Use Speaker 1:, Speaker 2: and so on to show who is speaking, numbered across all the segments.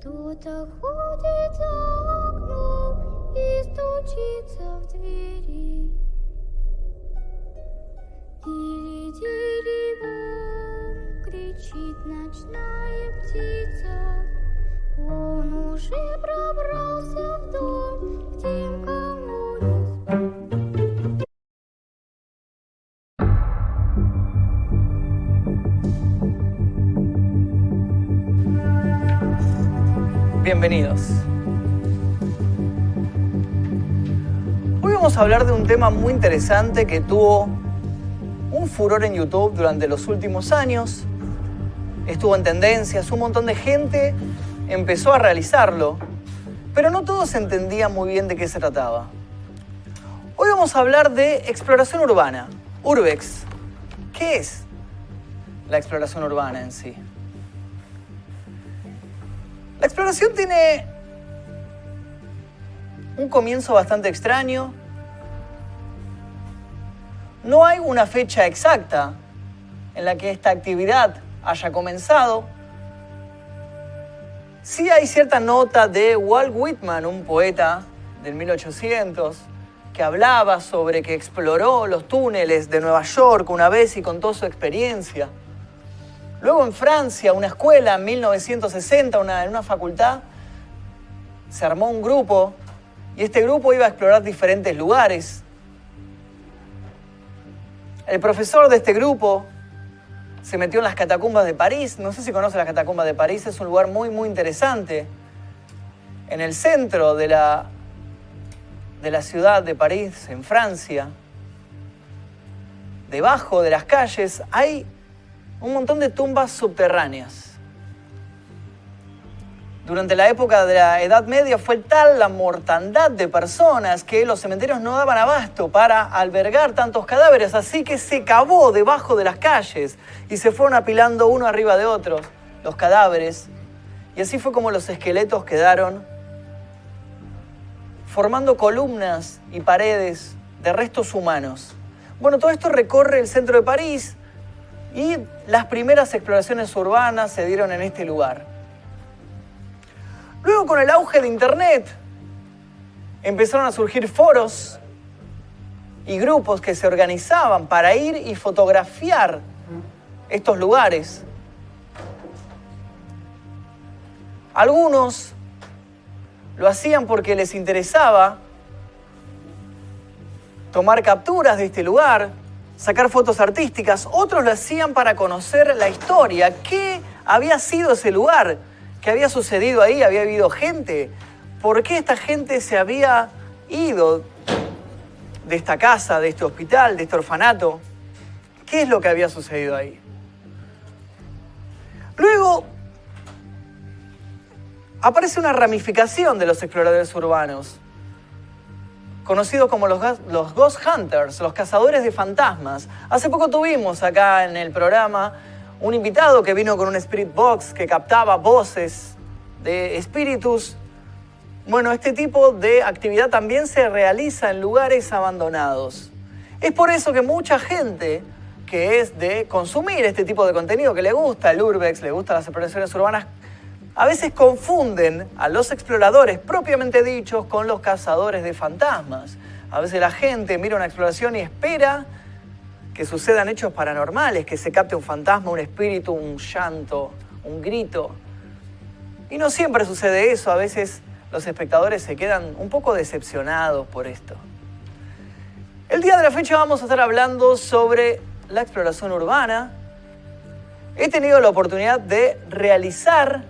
Speaker 1: Кто-то ходит за окном и стучится в двери. Или деревом кричит ночная птица. Он уже пробрался в дом к тем, кому не спать.
Speaker 2: Bienvenidos. Hoy vamos a hablar de un tema muy interesante que tuvo un furor en YouTube durante los últimos años. Estuvo en tendencias, un montón de gente empezó a realizarlo, pero no todos entendían muy bien de qué se trataba. Hoy vamos a hablar de exploración urbana, urbex. ¿Qué es la exploración urbana en sí? La exploración tiene un comienzo bastante extraño. No hay una fecha exacta en la que esta actividad haya comenzado. Sí hay cierta nota de Walt Whitman, un poeta del 1800, que hablaba sobre que exploró los túneles de Nueva York una vez y contó su experiencia. Luego en Francia, una escuela en 1960, una, en una facultad, se armó un grupo y este grupo iba a explorar diferentes lugares. El profesor de este grupo se metió en las catacumbas de París. No sé si conoce las catacumbas de París, es un lugar muy, muy interesante. En el centro de la, de la ciudad de París, en Francia, debajo de las calles, hay un montón de tumbas subterráneas. Durante la época de la Edad Media fue tal la mortandad de personas que los cementerios no daban abasto para albergar tantos cadáveres, así que se cavó debajo de las calles y se fueron apilando uno arriba de otros los cadáveres. Y así fue como los esqueletos quedaron formando columnas y paredes de restos humanos. Bueno, todo esto recorre el centro de París, y las primeras exploraciones urbanas se dieron en este lugar. Luego con el auge de Internet empezaron a surgir foros y grupos que se organizaban para ir y fotografiar estos lugares. Algunos lo hacían porque les interesaba tomar capturas de este lugar, sacar fotos artísticas, otros lo hacían para conocer la historia, qué había sido ese lugar, qué había sucedido ahí, había habido gente, por qué esta gente se había ido de esta casa, de este hospital, de este orfanato, qué es lo que había sucedido ahí. Luego aparece una ramificación de los exploradores urbanos conocidos como los, los, Ghost Hunters, los cazadores de fantasmas. Hace poco tuvimos acá en el programa un invitado que vino con un Spirit Box que captaba voces de espíritus. Bueno, este tipo de actividad también se realiza en lugares abandonados. Es por eso que mucha gente que es de consumir este tipo de contenido, que le gusta el urbex, le gusta las exploraciones urbanas, a veces confunden a los exploradores propiamente dichos con los cazadores de fantasmas. A veces la gente mira una exploración y espera que sucedan hechos paranormales, que se capte un fantasma, un espíritu, un llanto, un grito. Y no siempre sucede eso, a veces los espectadores se quedan un poco decepcionados por esto. El día de la fecha vamos a estar hablando sobre la exploración urbana. He tenido la oportunidad de realizar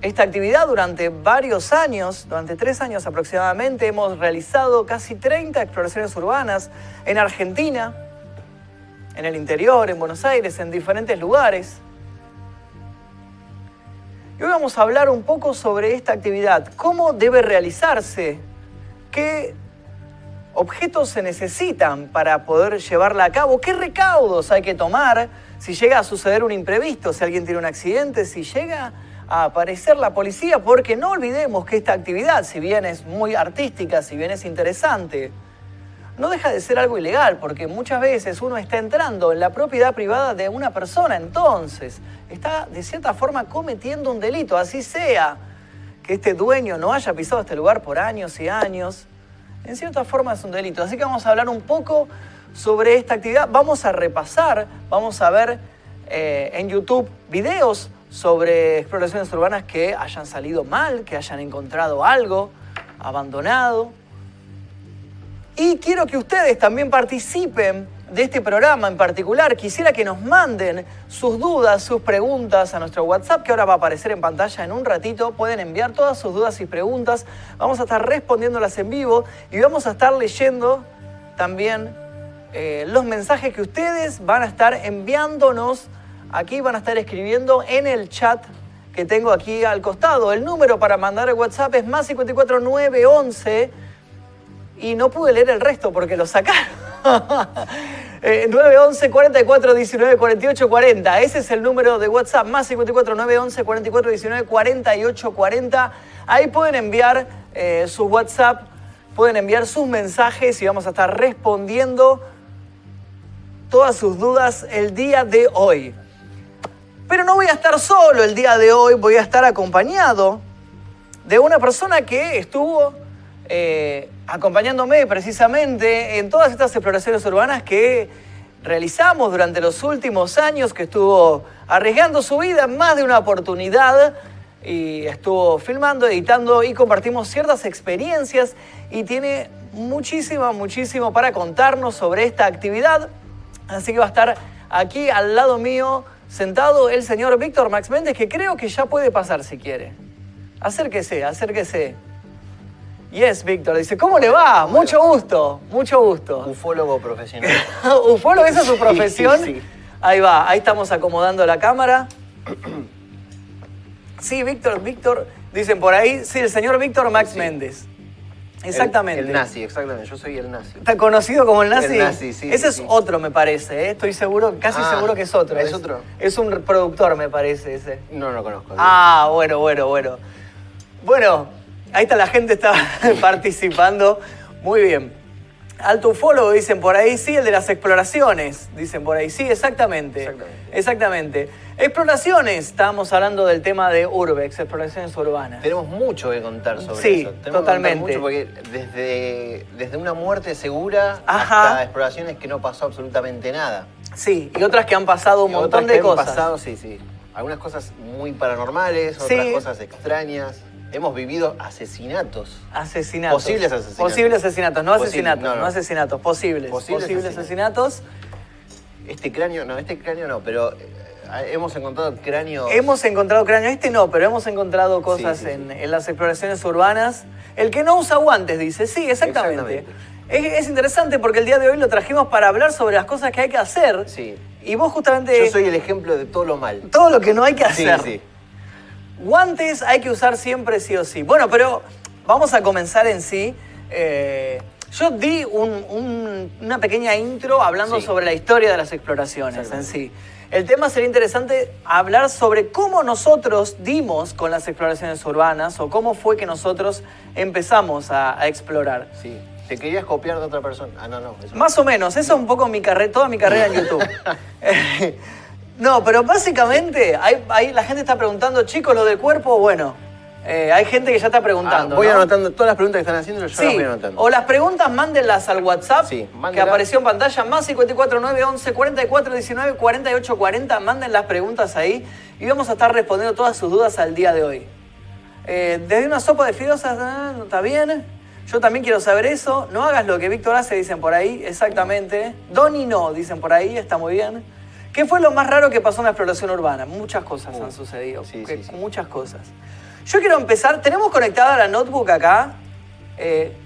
Speaker 2: esta actividad durante varios años, durante tres años aproximadamente, hemos realizado casi 30 exploraciones urbanas en Argentina, en el interior, en Buenos Aires, en diferentes lugares. Y hoy vamos a hablar un poco sobre esta actividad, cómo debe realizarse, qué objetos se necesitan para poder llevarla a cabo, qué recaudos hay que tomar si llega a suceder un imprevisto, si alguien tiene un accidente, si llega a aparecer la policía porque no olvidemos que esta actividad, si bien es muy artística, si bien es interesante, no deja de ser algo ilegal, porque muchas veces uno está entrando en la propiedad privada de una persona, entonces está de cierta forma cometiendo un delito, así sea que este dueño no haya pisado este lugar por años y años, en cierta forma es un delito. Así que vamos a hablar un poco sobre esta actividad, vamos a repasar, vamos a ver eh, en YouTube videos sobre exploraciones urbanas que hayan salido mal, que hayan encontrado algo abandonado. Y quiero que ustedes también participen de este programa en particular. Quisiera que nos manden sus dudas, sus preguntas a nuestro WhatsApp, que ahora va a aparecer en pantalla en un ratito. Pueden enviar todas sus dudas y preguntas. Vamos a estar respondiéndolas en vivo y vamos a estar leyendo también eh, los mensajes que ustedes van a estar enviándonos aquí van a estar escribiendo en el chat que tengo aquí al costado. El número para mandar el WhatsApp es más 54911 y no pude leer el resto porque lo sacaron. Eh, 911 44 19 48 40. Ese es el número de WhatsApp, más 54 911 44 19 48 40. Ahí pueden enviar eh, su WhatsApp, pueden enviar sus mensajes y vamos a estar respondiendo todas sus dudas el día de hoy. Pero no voy a estar solo el día de hoy, voy a estar acompañado de una persona que estuvo eh, acompañándome precisamente en todas estas exploraciones urbanas que realizamos durante los últimos años, que estuvo arriesgando su vida en más de una oportunidad y estuvo filmando, editando y compartimos ciertas experiencias y tiene muchísimo, muchísimo para contarnos sobre esta actividad. Así que va a estar aquí al lado mío sentado el señor Víctor Max Méndez, que creo que ya puede pasar si quiere. Acérquese, acérquese. Yes, Víctor. Dice, ¿cómo le va? Mucho gusto, mucho gusto.
Speaker 3: Ufólogo profesional.
Speaker 2: Ufólogo, esa es su
Speaker 3: Sí,
Speaker 2: profesión.
Speaker 3: sí.
Speaker 2: Ahí va, ahí estamos acomodando la cámara. Sí, Víctor, Víctor, dicen por ahí, sí, el señor Víctor Max Méndez. Exactamente.
Speaker 3: El, el nazi, exactamente. Yo soy el nazi.
Speaker 2: ¿Está conocido como el nazi?
Speaker 3: El nazi, sí,
Speaker 2: Ese
Speaker 3: sí,
Speaker 2: es
Speaker 3: sí.
Speaker 2: otro, me parece. ¿eh? Estoy seguro, casi
Speaker 3: Ah,
Speaker 2: seguro que es otro.
Speaker 3: ¿es otro?
Speaker 2: Es un productor, me parece ese.
Speaker 3: No, no lo conozco.
Speaker 2: Ah, bueno, bueno, bueno. Bueno, ahí está la gente está participando. Muy bien. Alto ufólogo, dicen por ahí, sí, el de las exploraciones, dicen por ahí, sí, exactamente.
Speaker 3: Exactamente.
Speaker 2: Exactamente. Exploraciones, estábamos hablando del tema de Urbex, exploraciones urbanas.
Speaker 3: Tenemos mucho que contar sobre
Speaker 2: Sí,
Speaker 3: eso. Tenemos que
Speaker 2: totalmente.
Speaker 3: contar mucho porque desde, desde una muerte segura
Speaker 2: Ajá.
Speaker 3: hasta exploraciones que no pasó absolutamente nada.
Speaker 2: Sí, y otras que han pasado un
Speaker 3: Y
Speaker 2: montón
Speaker 3: otras
Speaker 2: de
Speaker 3: que han
Speaker 2: cosas.
Speaker 3: pasado, sí, sí. Algunas cosas muy paranormales, otras
Speaker 2: Sí.
Speaker 3: cosas extrañas. Hemos vivido asesinatos.
Speaker 2: Asesinatos.
Speaker 3: Posibles asesinatos.
Speaker 2: Posibles asesinatos, no
Speaker 3: Posible,
Speaker 2: asesinatos, no,
Speaker 3: no, no.
Speaker 2: asesinatos, posibles.
Speaker 3: Posibles
Speaker 2: asesinatos.
Speaker 3: Este cráneo, no, este cráneo no, pero eh, hemos encontrado cráneos.
Speaker 2: Hemos encontrado cráneos, este no, pero hemos encontrado cosas
Speaker 3: Sí, sí, sí.
Speaker 2: En, en las exploraciones urbanas. El que no usa guantes, dice, sí, exactamente.
Speaker 3: Exactamente.
Speaker 2: Es, es interesante porque el día de hoy lo trajimos para hablar sobre las cosas que hay que hacer.
Speaker 3: Sí.
Speaker 2: Y vos justamente...
Speaker 3: Yo soy el ejemplo de todo lo mal.
Speaker 2: Todo lo que no hay que
Speaker 3: Sí,
Speaker 2: hacer.
Speaker 3: sí.
Speaker 2: Guantes hay que usar siempre sí o sí. Bueno, pero vamos a comenzar en sí. Eh, yo di un- un- una pequeña intro hablando
Speaker 3: Sí.
Speaker 2: sobre la historia de las exploraciones en
Speaker 3: Exactamente.
Speaker 2: sí. El tema sería interesante hablar sobre cómo nosotros dimos con las exploraciones urbanas o cómo fue que nosotros empezamos a, a explorar.
Speaker 3: Sí. Te querías copiar de otra persona. Ah, no, no. eso no.
Speaker 2: Más o menos, eso es un poco mi carrera, toda mi carrera en YouTube. Eh, no, pero básicamente hay, hay- la gente está preguntando, chicos, lo del cuerpo, bueno, eh, hay gente que ya está preguntando.
Speaker 3: Ah, voy
Speaker 2: ¿no?
Speaker 3: anotando todas las preguntas que están haciendo, yo las
Speaker 2: Sí,
Speaker 3: voy anotando.
Speaker 2: o las preguntas mándenlas al WhatsApp
Speaker 3: Sí,
Speaker 2: que
Speaker 3: mándenlas.
Speaker 2: apareció en pantalla, más 549 11 44 19 48 40, manden las preguntas ahí y vamos a estar respondiendo todas sus dudas al día de hoy. Eh, desde una sopa de fideos, ah, no está bien. Yo también quiero saber eso. No hagas lo que Víctor hace, dicen por ahí, exactamente. Donny no, dicen por ahí, está muy bien. ¿Qué fue lo más raro que pasó en la exploración urbana? Muchas cosas
Speaker 3: Uh,
Speaker 2: han sucedido.
Speaker 3: sí,
Speaker 2: que-
Speaker 3: sí, sí.
Speaker 2: Muchas cosas. Yo quiero empezar. Tenemos conectada la notebook acá. Eh,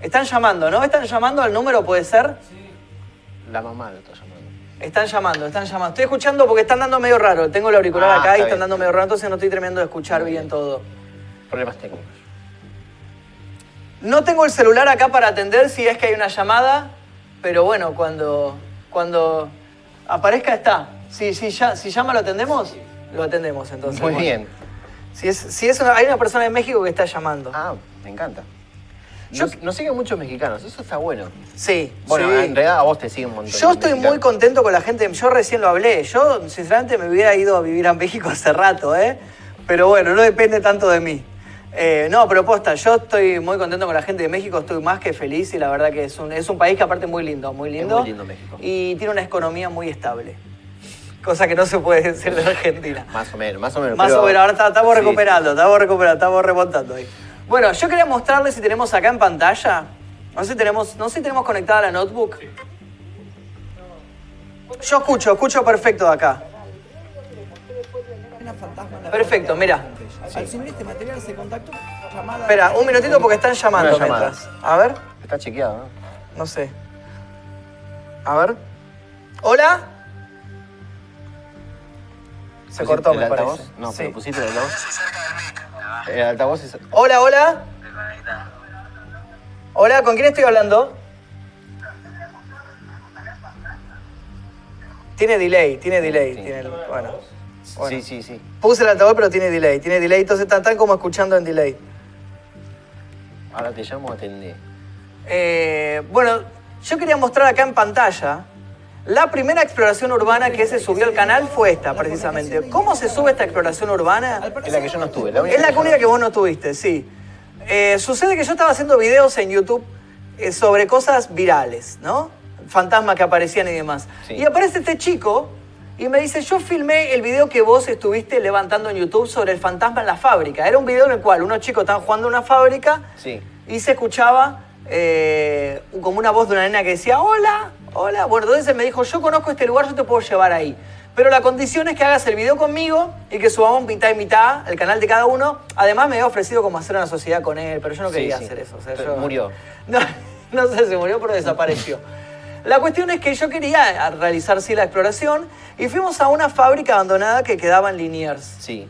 Speaker 2: están llamando, ¿no? ¿Están llamando al número, puede ser?
Speaker 3: La mamá lo está llamando.
Speaker 2: Están llamando, están llamando. Estoy escuchando porque están dando medio raro. Tengo el auricular
Speaker 3: Ah,
Speaker 2: acá y
Speaker 3: está
Speaker 2: están
Speaker 3: bien.
Speaker 2: dando medio raro, entonces no estoy tremendo de escuchar bien. todo.
Speaker 3: Problemas técnicos.
Speaker 2: No tengo el celular acá para atender si es que hay una llamada, pero bueno, cuando, cuando aparezca está. Si, si, ya, si llama, ¿lo atendemos? Lo atendemos entonces.
Speaker 3: Muy
Speaker 2: bueno.
Speaker 3: bien.
Speaker 2: Si, es, si es una- hay una persona en México que está llamando.
Speaker 3: Ah, Me encanta. Nos, nos siguen muchos mexicanos, eso está bueno.
Speaker 2: Sí.
Speaker 3: Bueno,
Speaker 2: sí.
Speaker 3: en realidad a vos te siguen un montón.
Speaker 2: Yo
Speaker 3: de
Speaker 2: estoy
Speaker 3: mexicanos.
Speaker 2: muy contento con la gente. Yo recién lo hablé. Yo, sinceramente, me hubiera ido a vivir a México hace rato, ¿eh? Pero bueno, no depende tanto de mí. Eh, no, pero posta, yo estoy muy contento con la gente de México. Estoy más que feliz y la verdad que es un, es un país que, aparte, es muy lindo. Muy lindo.
Speaker 3: muy lindo México.
Speaker 2: Y tiene una economía muy estable. Cosa que no se puede decir de Argentina.
Speaker 3: Más o menos, más o menos.
Speaker 2: Más
Speaker 3: pero-
Speaker 2: o menos, ahora está- estamos
Speaker 3: Sí, sí.
Speaker 2: recuperando, estamos recuperando, estamos remontando ahí. Bueno, yo quería mostrarles si tenemos acá en pantalla. No sé si tenemos, no sé si tenemos conectada la notebook. Yo escucho, escucho perfecto de acá.
Speaker 4: Una fantasma en la
Speaker 2: Perfecto, mira.
Speaker 4: Al subir este material se contactó una llamada.
Speaker 2: Espera, un minutito porque están llamando
Speaker 3: Una llamada.
Speaker 2: mientras. A ver,
Speaker 3: Está chequeado, ¿no?
Speaker 2: no sé. A ver. ¿Hola? Se
Speaker 3: ¿Pusiste
Speaker 2: cortó,
Speaker 3: el
Speaker 2: me
Speaker 3: altavoz?
Speaker 2: parece.
Speaker 3: No,
Speaker 2: Sí.
Speaker 3: pero pusiste el altavoz. El altavoz es.
Speaker 2: Hola, hola. Hola, ¿con quién estoy hablando? Tiene delay, tiene delay.
Speaker 3: Sí.
Speaker 2: tiene- bueno,
Speaker 3: Sí, sí, sí.
Speaker 2: puse el altavoz, pero tiene delay, tiene delay, entonces están tan como escuchando en delay.
Speaker 3: Ahora te llamo, atendí.
Speaker 2: Eh, bueno, yo quería mostrar acá en pantalla la primera exploración urbana que se subió al canal fue esta, precisamente. ¿Cómo se sube esta exploración urbana?
Speaker 3: Es la que yo no estuve. La única
Speaker 2: Es la
Speaker 3: yo no-
Speaker 2: única que vos no tuviste, sí. Eh, sucede que yo estaba haciendo videos en YouTube eh, sobre cosas virales, ¿no? Fantasmas que aparecían y demás.
Speaker 3: Sí.
Speaker 2: Y aparece este chico y me dice, yo filmé el video que vos estuviste levantando en YouTube sobre el fantasma en la fábrica. Era un video en el cual unos chicos estaban jugando en una fábrica
Speaker 3: Sí.
Speaker 2: y se escuchaba eh, como una voz de una nena que decía, hola, hola. Bueno, entonces él me dijo, yo conozco este lugar, yo te puedo llevar ahí. Pero la condición es que hagas el video conmigo y que subamos mitad y mitad el canal de cada uno. Además me había ofrecido como hacer una sociedad con él, pero yo no
Speaker 3: Sí,
Speaker 2: quería
Speaker 3: sí.
Speaker 2: hacer eso. o sea,
Speaker 3: Pero
Speaker 2: yo-
Speaker 3: murió.
Speaker 2: No, no sé si murió, pero desapareció. La cuestión es que yo quería realizar sí la exploración y fuimos a una fábrica abandonada que quedaba en Liniers.
Speaker 3: Sí.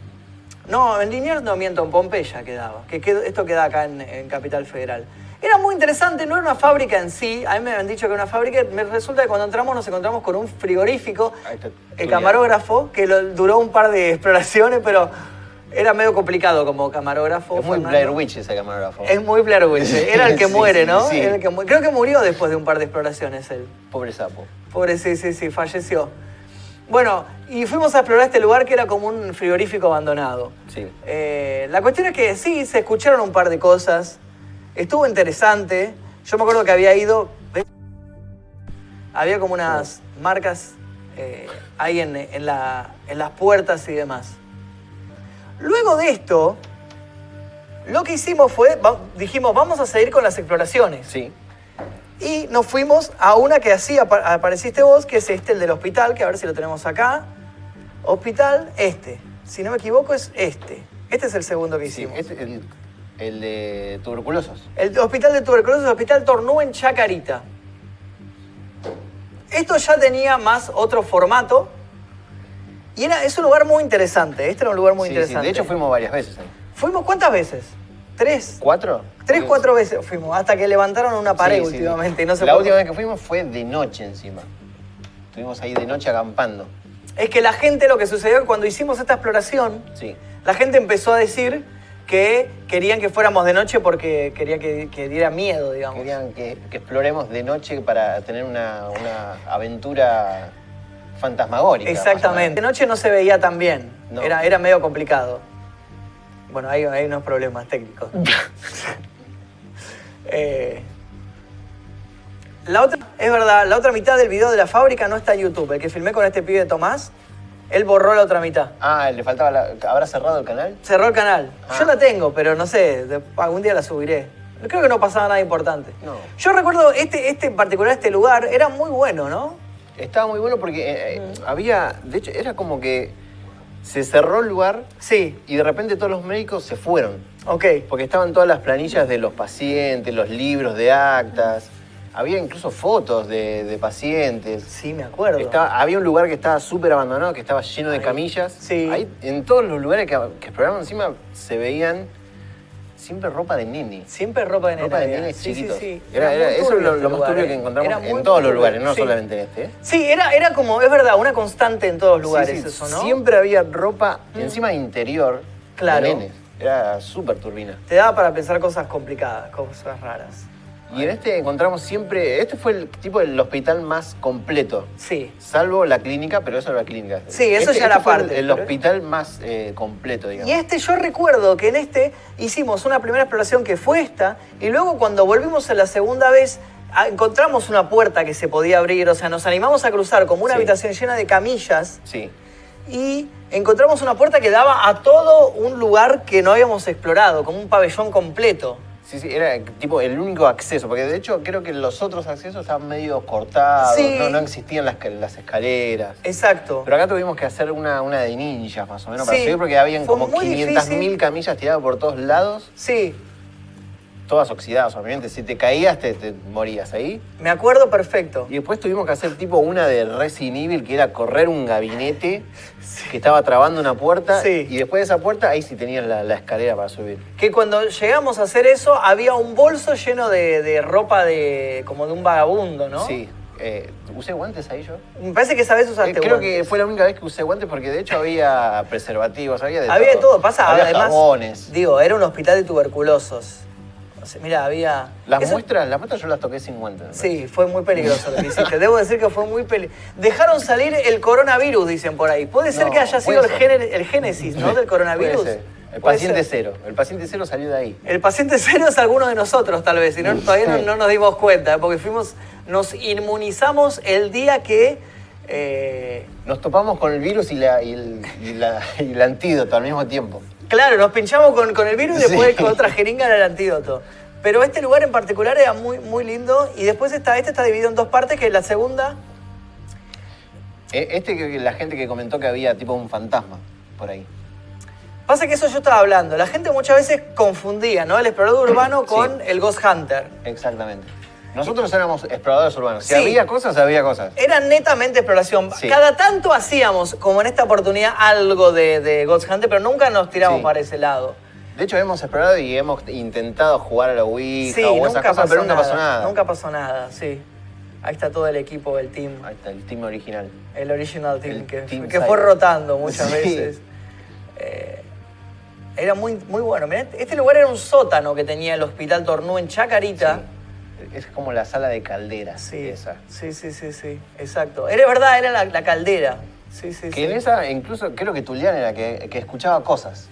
Speaker 2: No, en Liniers no miento, en Pompeya quedaba. Que, qued- esto queda acá en, en Capital Federal. Era muy interesante, no era una fábrica en sí. A mí me habían dicho que era una fábrica. Me resulta que cuando entramos nos encontramos con un frigorífico.
Speaker 3: Ahí está,
Speaker 2: El
Speaker 3: tu
Speaker 2: camarógrafo, que lo- duró un par de exploraciones, pero era medio complicado como camarógrafo.
Speaker 3: Es muy
Speaker 2: Fernando.
Speaker 3: Blair Witch ese camarógrafo.
Speaker 2: Es muy Blair Witch. Era el que
Speaker 3: Sí,
Speaker 2: muere,
Speaker 3: sí,
Speaker 2: ¿no?
Speaker 3: sí.
Speaker 2: Era el que mu- Creo que murió después de un par de exploraciones él.
Speaker 3: Pobre sapo.
Speaker 2: Pobre, sí, sí, sí, falleció. Bueno, y fuimos a explorar este lugar que era como un frigorífico abandonado.
Speaker 3: Sí.
Speaker 2: Eh, la cuestión es que sí, se escucharon un par de cosas. Estuvo interesante. Yo me acuerdo que había ido. ¿ves? Había como unas marcas eh, ahí en, en la- en las puertas y demás. Luego de esto, lo que hicimos fue, va- dijimos, vamos a seguir con las exploraciones.
Speaker 3: Sí.
Speaker 2: Y nos fuimos a una que así apa- apareciste vos, que es este, el del hospital, que a ver si lo tenemos acá. Hospital, este. Si no me equivoco, es este. Este es el segundo que
Speaker 3: Sí.
Speaker 2: hicimos.
Speaker 3: este Es el, el de tuberculosos.
Speaker 2: El hospital de tuberculosis, Hospital Tornú en Chacarita. Esto ya tenía más otro formato. Y era, es un lugar muy interesante. Este era un lugar muy
Speaker 3: Sí, sí.
Speaker 2: interesante.
Speaker 3: De hecho, fuimos varias veces ahí.
Speaker 2: ¿Fuimos cuántas veces? Tres.
Speaker 3: ¿Cuatro?
Speaker 2: Tres,
Speaker 3: Porque-
Speaker 2: cuatro veces fuimos, hasta que levantaron una pared
Speaker 3: Sí, sí, sí.
Speaker 2: últimamente. y No se
Speaker 3: la
Speaker 2: pudo-
Speaker 3: última vez que fuimos fue de noche encima. Estuvimos ahí de noche acampando.
Speaker 2: Es que la gente, lo que sucedió es que cuando hicimos esta exploración,
Speaker 3: Sí.
Speaker 2: La gente empezó a decir que querían que fuéramos de noche porque quería que, que diera miedo, digamos.
Speaker 3: Querían que, que exploremos de noche para tener una, una aventura fantasmagórica. más o
Speaker 2: Exactamente. De
Speaker 3: menos.
Speaker 2: noche no se veía tan bien.
Speaker 3: No.
Speaker 2: Era, era medio complicado. Bueno, hay, hay unos problemas técnicos. Eh, la otra, es verdad, la otra mitad del video de la fábrica no está en YouTube. El que filmé con este pibe Tomás, él borró la otra mitad.
Speaker 3: Ah, le faltaba la- ¿Habrá cerrado el canal?
Speaker 2: Cerró el canal.
Speaker 3: Ah.
Speaker 2: Yo la tengo, pero no sé, de- algún día la subiré. Creo que no pasaba nada importante.
Speaker 3: No.
Speaker 2: Yo recuerdo este, este en particular, este lugar, era muy bueno, ¿no?
Speaker 3: Estaba muy bueno porque eh, eh, había. De hecho, era como que se cerró el lugar
Speaker 2: Sí,
Speaker 3: y de repente todos los médicos se fueron.
Speaker 2: ok.
Speaker 3: Porque estaban todas las planillas de los pacientes, los libros de actas. Había incluso fotos de, de pacientes.
Speaker 2: Sí, me acuerdo.
Speaker 3: Estaba- había un lugar que estaba súper abandonado, que estaba lleno de camillas.
Speaker 2: sí.
Speaker 3: Ahí, en todos los lugares que, que exploraron, encima se veían siempre ropa de nini.
Speaker 2: Siempre ropa de nena.
Speaker 3: Ropa de
Speaker 2: era.
Speaker 3: nini
Speaker 2: sí, sí,
Speaker 3: chiquitos.
Speaker 2: sí.
Speaker 3: Era-
Speaker 2: Era
Speaker 3: era-
Speaker 2: muy
Speaker 3: eso es
Speaker 2: turbio
Speaker 3: lo,
Speaker 2: este
Speaker 3: lo más
Speaker 2: lugar,
Speaker 3: turbio
Speaker 2: ¿eh?
Speaker 3: que
Speaker 2: Era
Speaker 3: encontramos
Speaker 2: muy
Speaker 3: en todos los
Speaker 2: turbio,
Speaker 3: lugares, no
Speaker 2: sí.
Speaker 3: solamente en este. ¿eh?
Speaker 2: Sí, era, era como, es verdad, una constante en todos los lugares
Speaker 3: Sí, sí,
Speaker 2: eso, ¿no?
Speaker 3: Siempre había ropa, encima interior,
Speaker 2: Claro.
Speaker 3: de nenes. Era súper turbina.
Speaker 2: Te daba para pensar cosas complicadas, cosas raras.
Speaker 3: Y en este encontramos siempre. Este fue el tipo del hospital más completo.
Speaker 2: Sí.
Speaker 3: Salvo la clínica, pero eso era la clínica.
Speaker 2: Sí, eso
Speaker 3: Este-
Speaker 2: ya era
Speaker 3: este fue el-
Speaker 2: parte,
Speaker 3: El,
Speaker 2: pero-
Speaker 3: hospital más eh, completo, digamos.
Speaker 2: Y este, yo recuerdo que en este hicimos una primera exploración que fue esta, y luego cuando volvimos a la segunda vez, a- encontramos una puerta que se podía abrir, o sea, nos animamos a cruzar como una
Speaker 3: Sí.
Speaker 2: habitación llena de camillas,
Speaker 3: Sí.
Speaker 2: y encontramos una puerta que daba a todo un lugar que no habíamos explorado, como un pabellón completo.
Speaker 3: Sí, sí, era tipo el único acceso, porque de hecho creo que los otros accesos estaban medio cortados,
Speaker 2: Sí.
Speaker 3: no, no existían las, escal- las escaleras.
Speaker 2: Exacto.
Speaker 3: Pero acá tuvimos que hacer una, una de ninjas más o menos para
Speaker 2: Sí,
Speaker 3: subir, porque habían
Speaker 2: fue
Speaker 3: como
Speaker 2: muy
Speaker 3: 500.000
Speaker 2: difícil.
Speaker 3: camillas tiradas por todos lados,
Speaker 2: Sí,
Speaker 3: todas oxidadas, obviamente. Si te caías, te, te morías ahí.
Speaker 2: me acuerdo perfecto.
Speaker 3: Y después tuvimos que hacer tipo una de Resident Evil, que era correr un gabinete que estaba trabando una puerta.
Speaker 2: Sí.
Speaker 3: Y después de esa puerta, ahí sí tenías la, la escalera para subir.
Speaker 2: Que cuando llegamos a hacer eso, había un bolso lleno de, de ropa de como de un vagabundo, ¿no?
Speaker 3: Sí. Eh, ¿Usé guantes ahí yo?
Speaker 2: Me parece que esa vez usaste
Speaker 3: Eh, creo
Speaker 2: Ah, guantes.
Speaker 3: que fue la única vez que usé guantes porque de hecho había preservativos, había de
Speaker 2: había de
Speaker 3: todo.
Speaker 2: todo, pasa.
Speaker 3: Había
Speaker 2: además,
Speaker 3: jabones.
Speaker 2: digo, era un hospital de tuberculosos. O sea, mira, había.
Speaker 3: Las
Speaker 2: eso-
Speaker 3: muestras, las muestras yo las toqué sin guantes. ¿no?
Speaker 2: Sí, fue muy peligroso lo que hiciste. Debo decir que fue muy peligroso. Dejaron salir el coronavirus, dicen por ahí. Puede ser
Speaker 3: No,
Speaker 2: que haya
Speaker 3: puede
Speaker 2: sido el,
Speaker 3: ser.
Speaker 2: géner- el génesis, ¿no? Del coronavirus.
Speaker 3: Puede ser. El
Speaker 2: Puede
Speaker 3: paciente
Speaker 2: ser.
Speaker 3: cero. El paciente cero salió de ahí.
Speaker 2: El paciente cero es alguno de nosotros, tal vez, y no- todavía no, no nos dimos cuenta, ¿eh? porque fuimos, nos inmunizamos el día que. eh,
Speaker 3: Nos topamos con el virus y, la, y, el, y la- y el antídoto al mismo tiempo.
Speaker 2: Claro, nos pinchamos con, con el virus y después
Speaker 3: Sí.
Speaker 2: con otra jeringa era el antídoto. Pero este lugar en particular era muy, muy lindo y después está, este está dividido en dos partes, que la segunda...
Speaker 3: Eh, Este que la gente que comentó que había tipo un fantasma por ahí.
Speaker 2: Pasa que eso yo estaba hablando, la gente muchas veces confundía, ¿no? El explorador urbano con el Ghost Hunter.
Speaker 3: Exactamente. Nosotros éramos exploradores urbanos. Si
Speaker 2: Sí.
Speaker 3: había cosas, había cosas.
Speaker 2: Era netamente exploración.
Speaker 3: Sí.
Speaker 2: Cada tanto hacíamos, como en esta oportunidad, algo de, de Ghost Hunter, pero nunca nos tiramos
Speaker 3: Sí.
Speaker 2: para ese lado.
Speaker 3: De hecho, hemos explorado y hemos intentado jugar a la Ouija
Speaker 2: sí,
Speaker 3: o
Speaker 2: nunca
Speaker 3: esas
Speaker 2: pasó
Speaker 3: cosas, pero nunca
Speaker 2: nada,
Speaker 3: pasó nada.
Speaker 2: Nunca pasó nada, sí. Ahí está todo el equipo, el team.
Speaker 3: Ahí está, el team original.
Speaker 2: El original team,
Speaker 3: El
Speaker 2: que,
Speaker 3: team
Speaker 2: que fue
Speaker 3: Cyber.
Speaker 2: rotando muchas
Speaker 3: Sí.
Speaker 2: veces. Eh, era muy, muy bueno. Mirá, este lugar era un sótano que tenía el Hospital Tornú en Chacarita.
Speaker 3: Es como la sala de calderas.
Speaker 2: Sí,
Speaker 3: Esa.
Speaker 2: sí, sí, sí, sí, exacto. Era verdad, era la, la caldera. Sí, sí,
Speaker 3: Que en
Speaker 2: sí.
Speaker 3: esa, incluso creo que Tulian era que, que escuchaba cosas.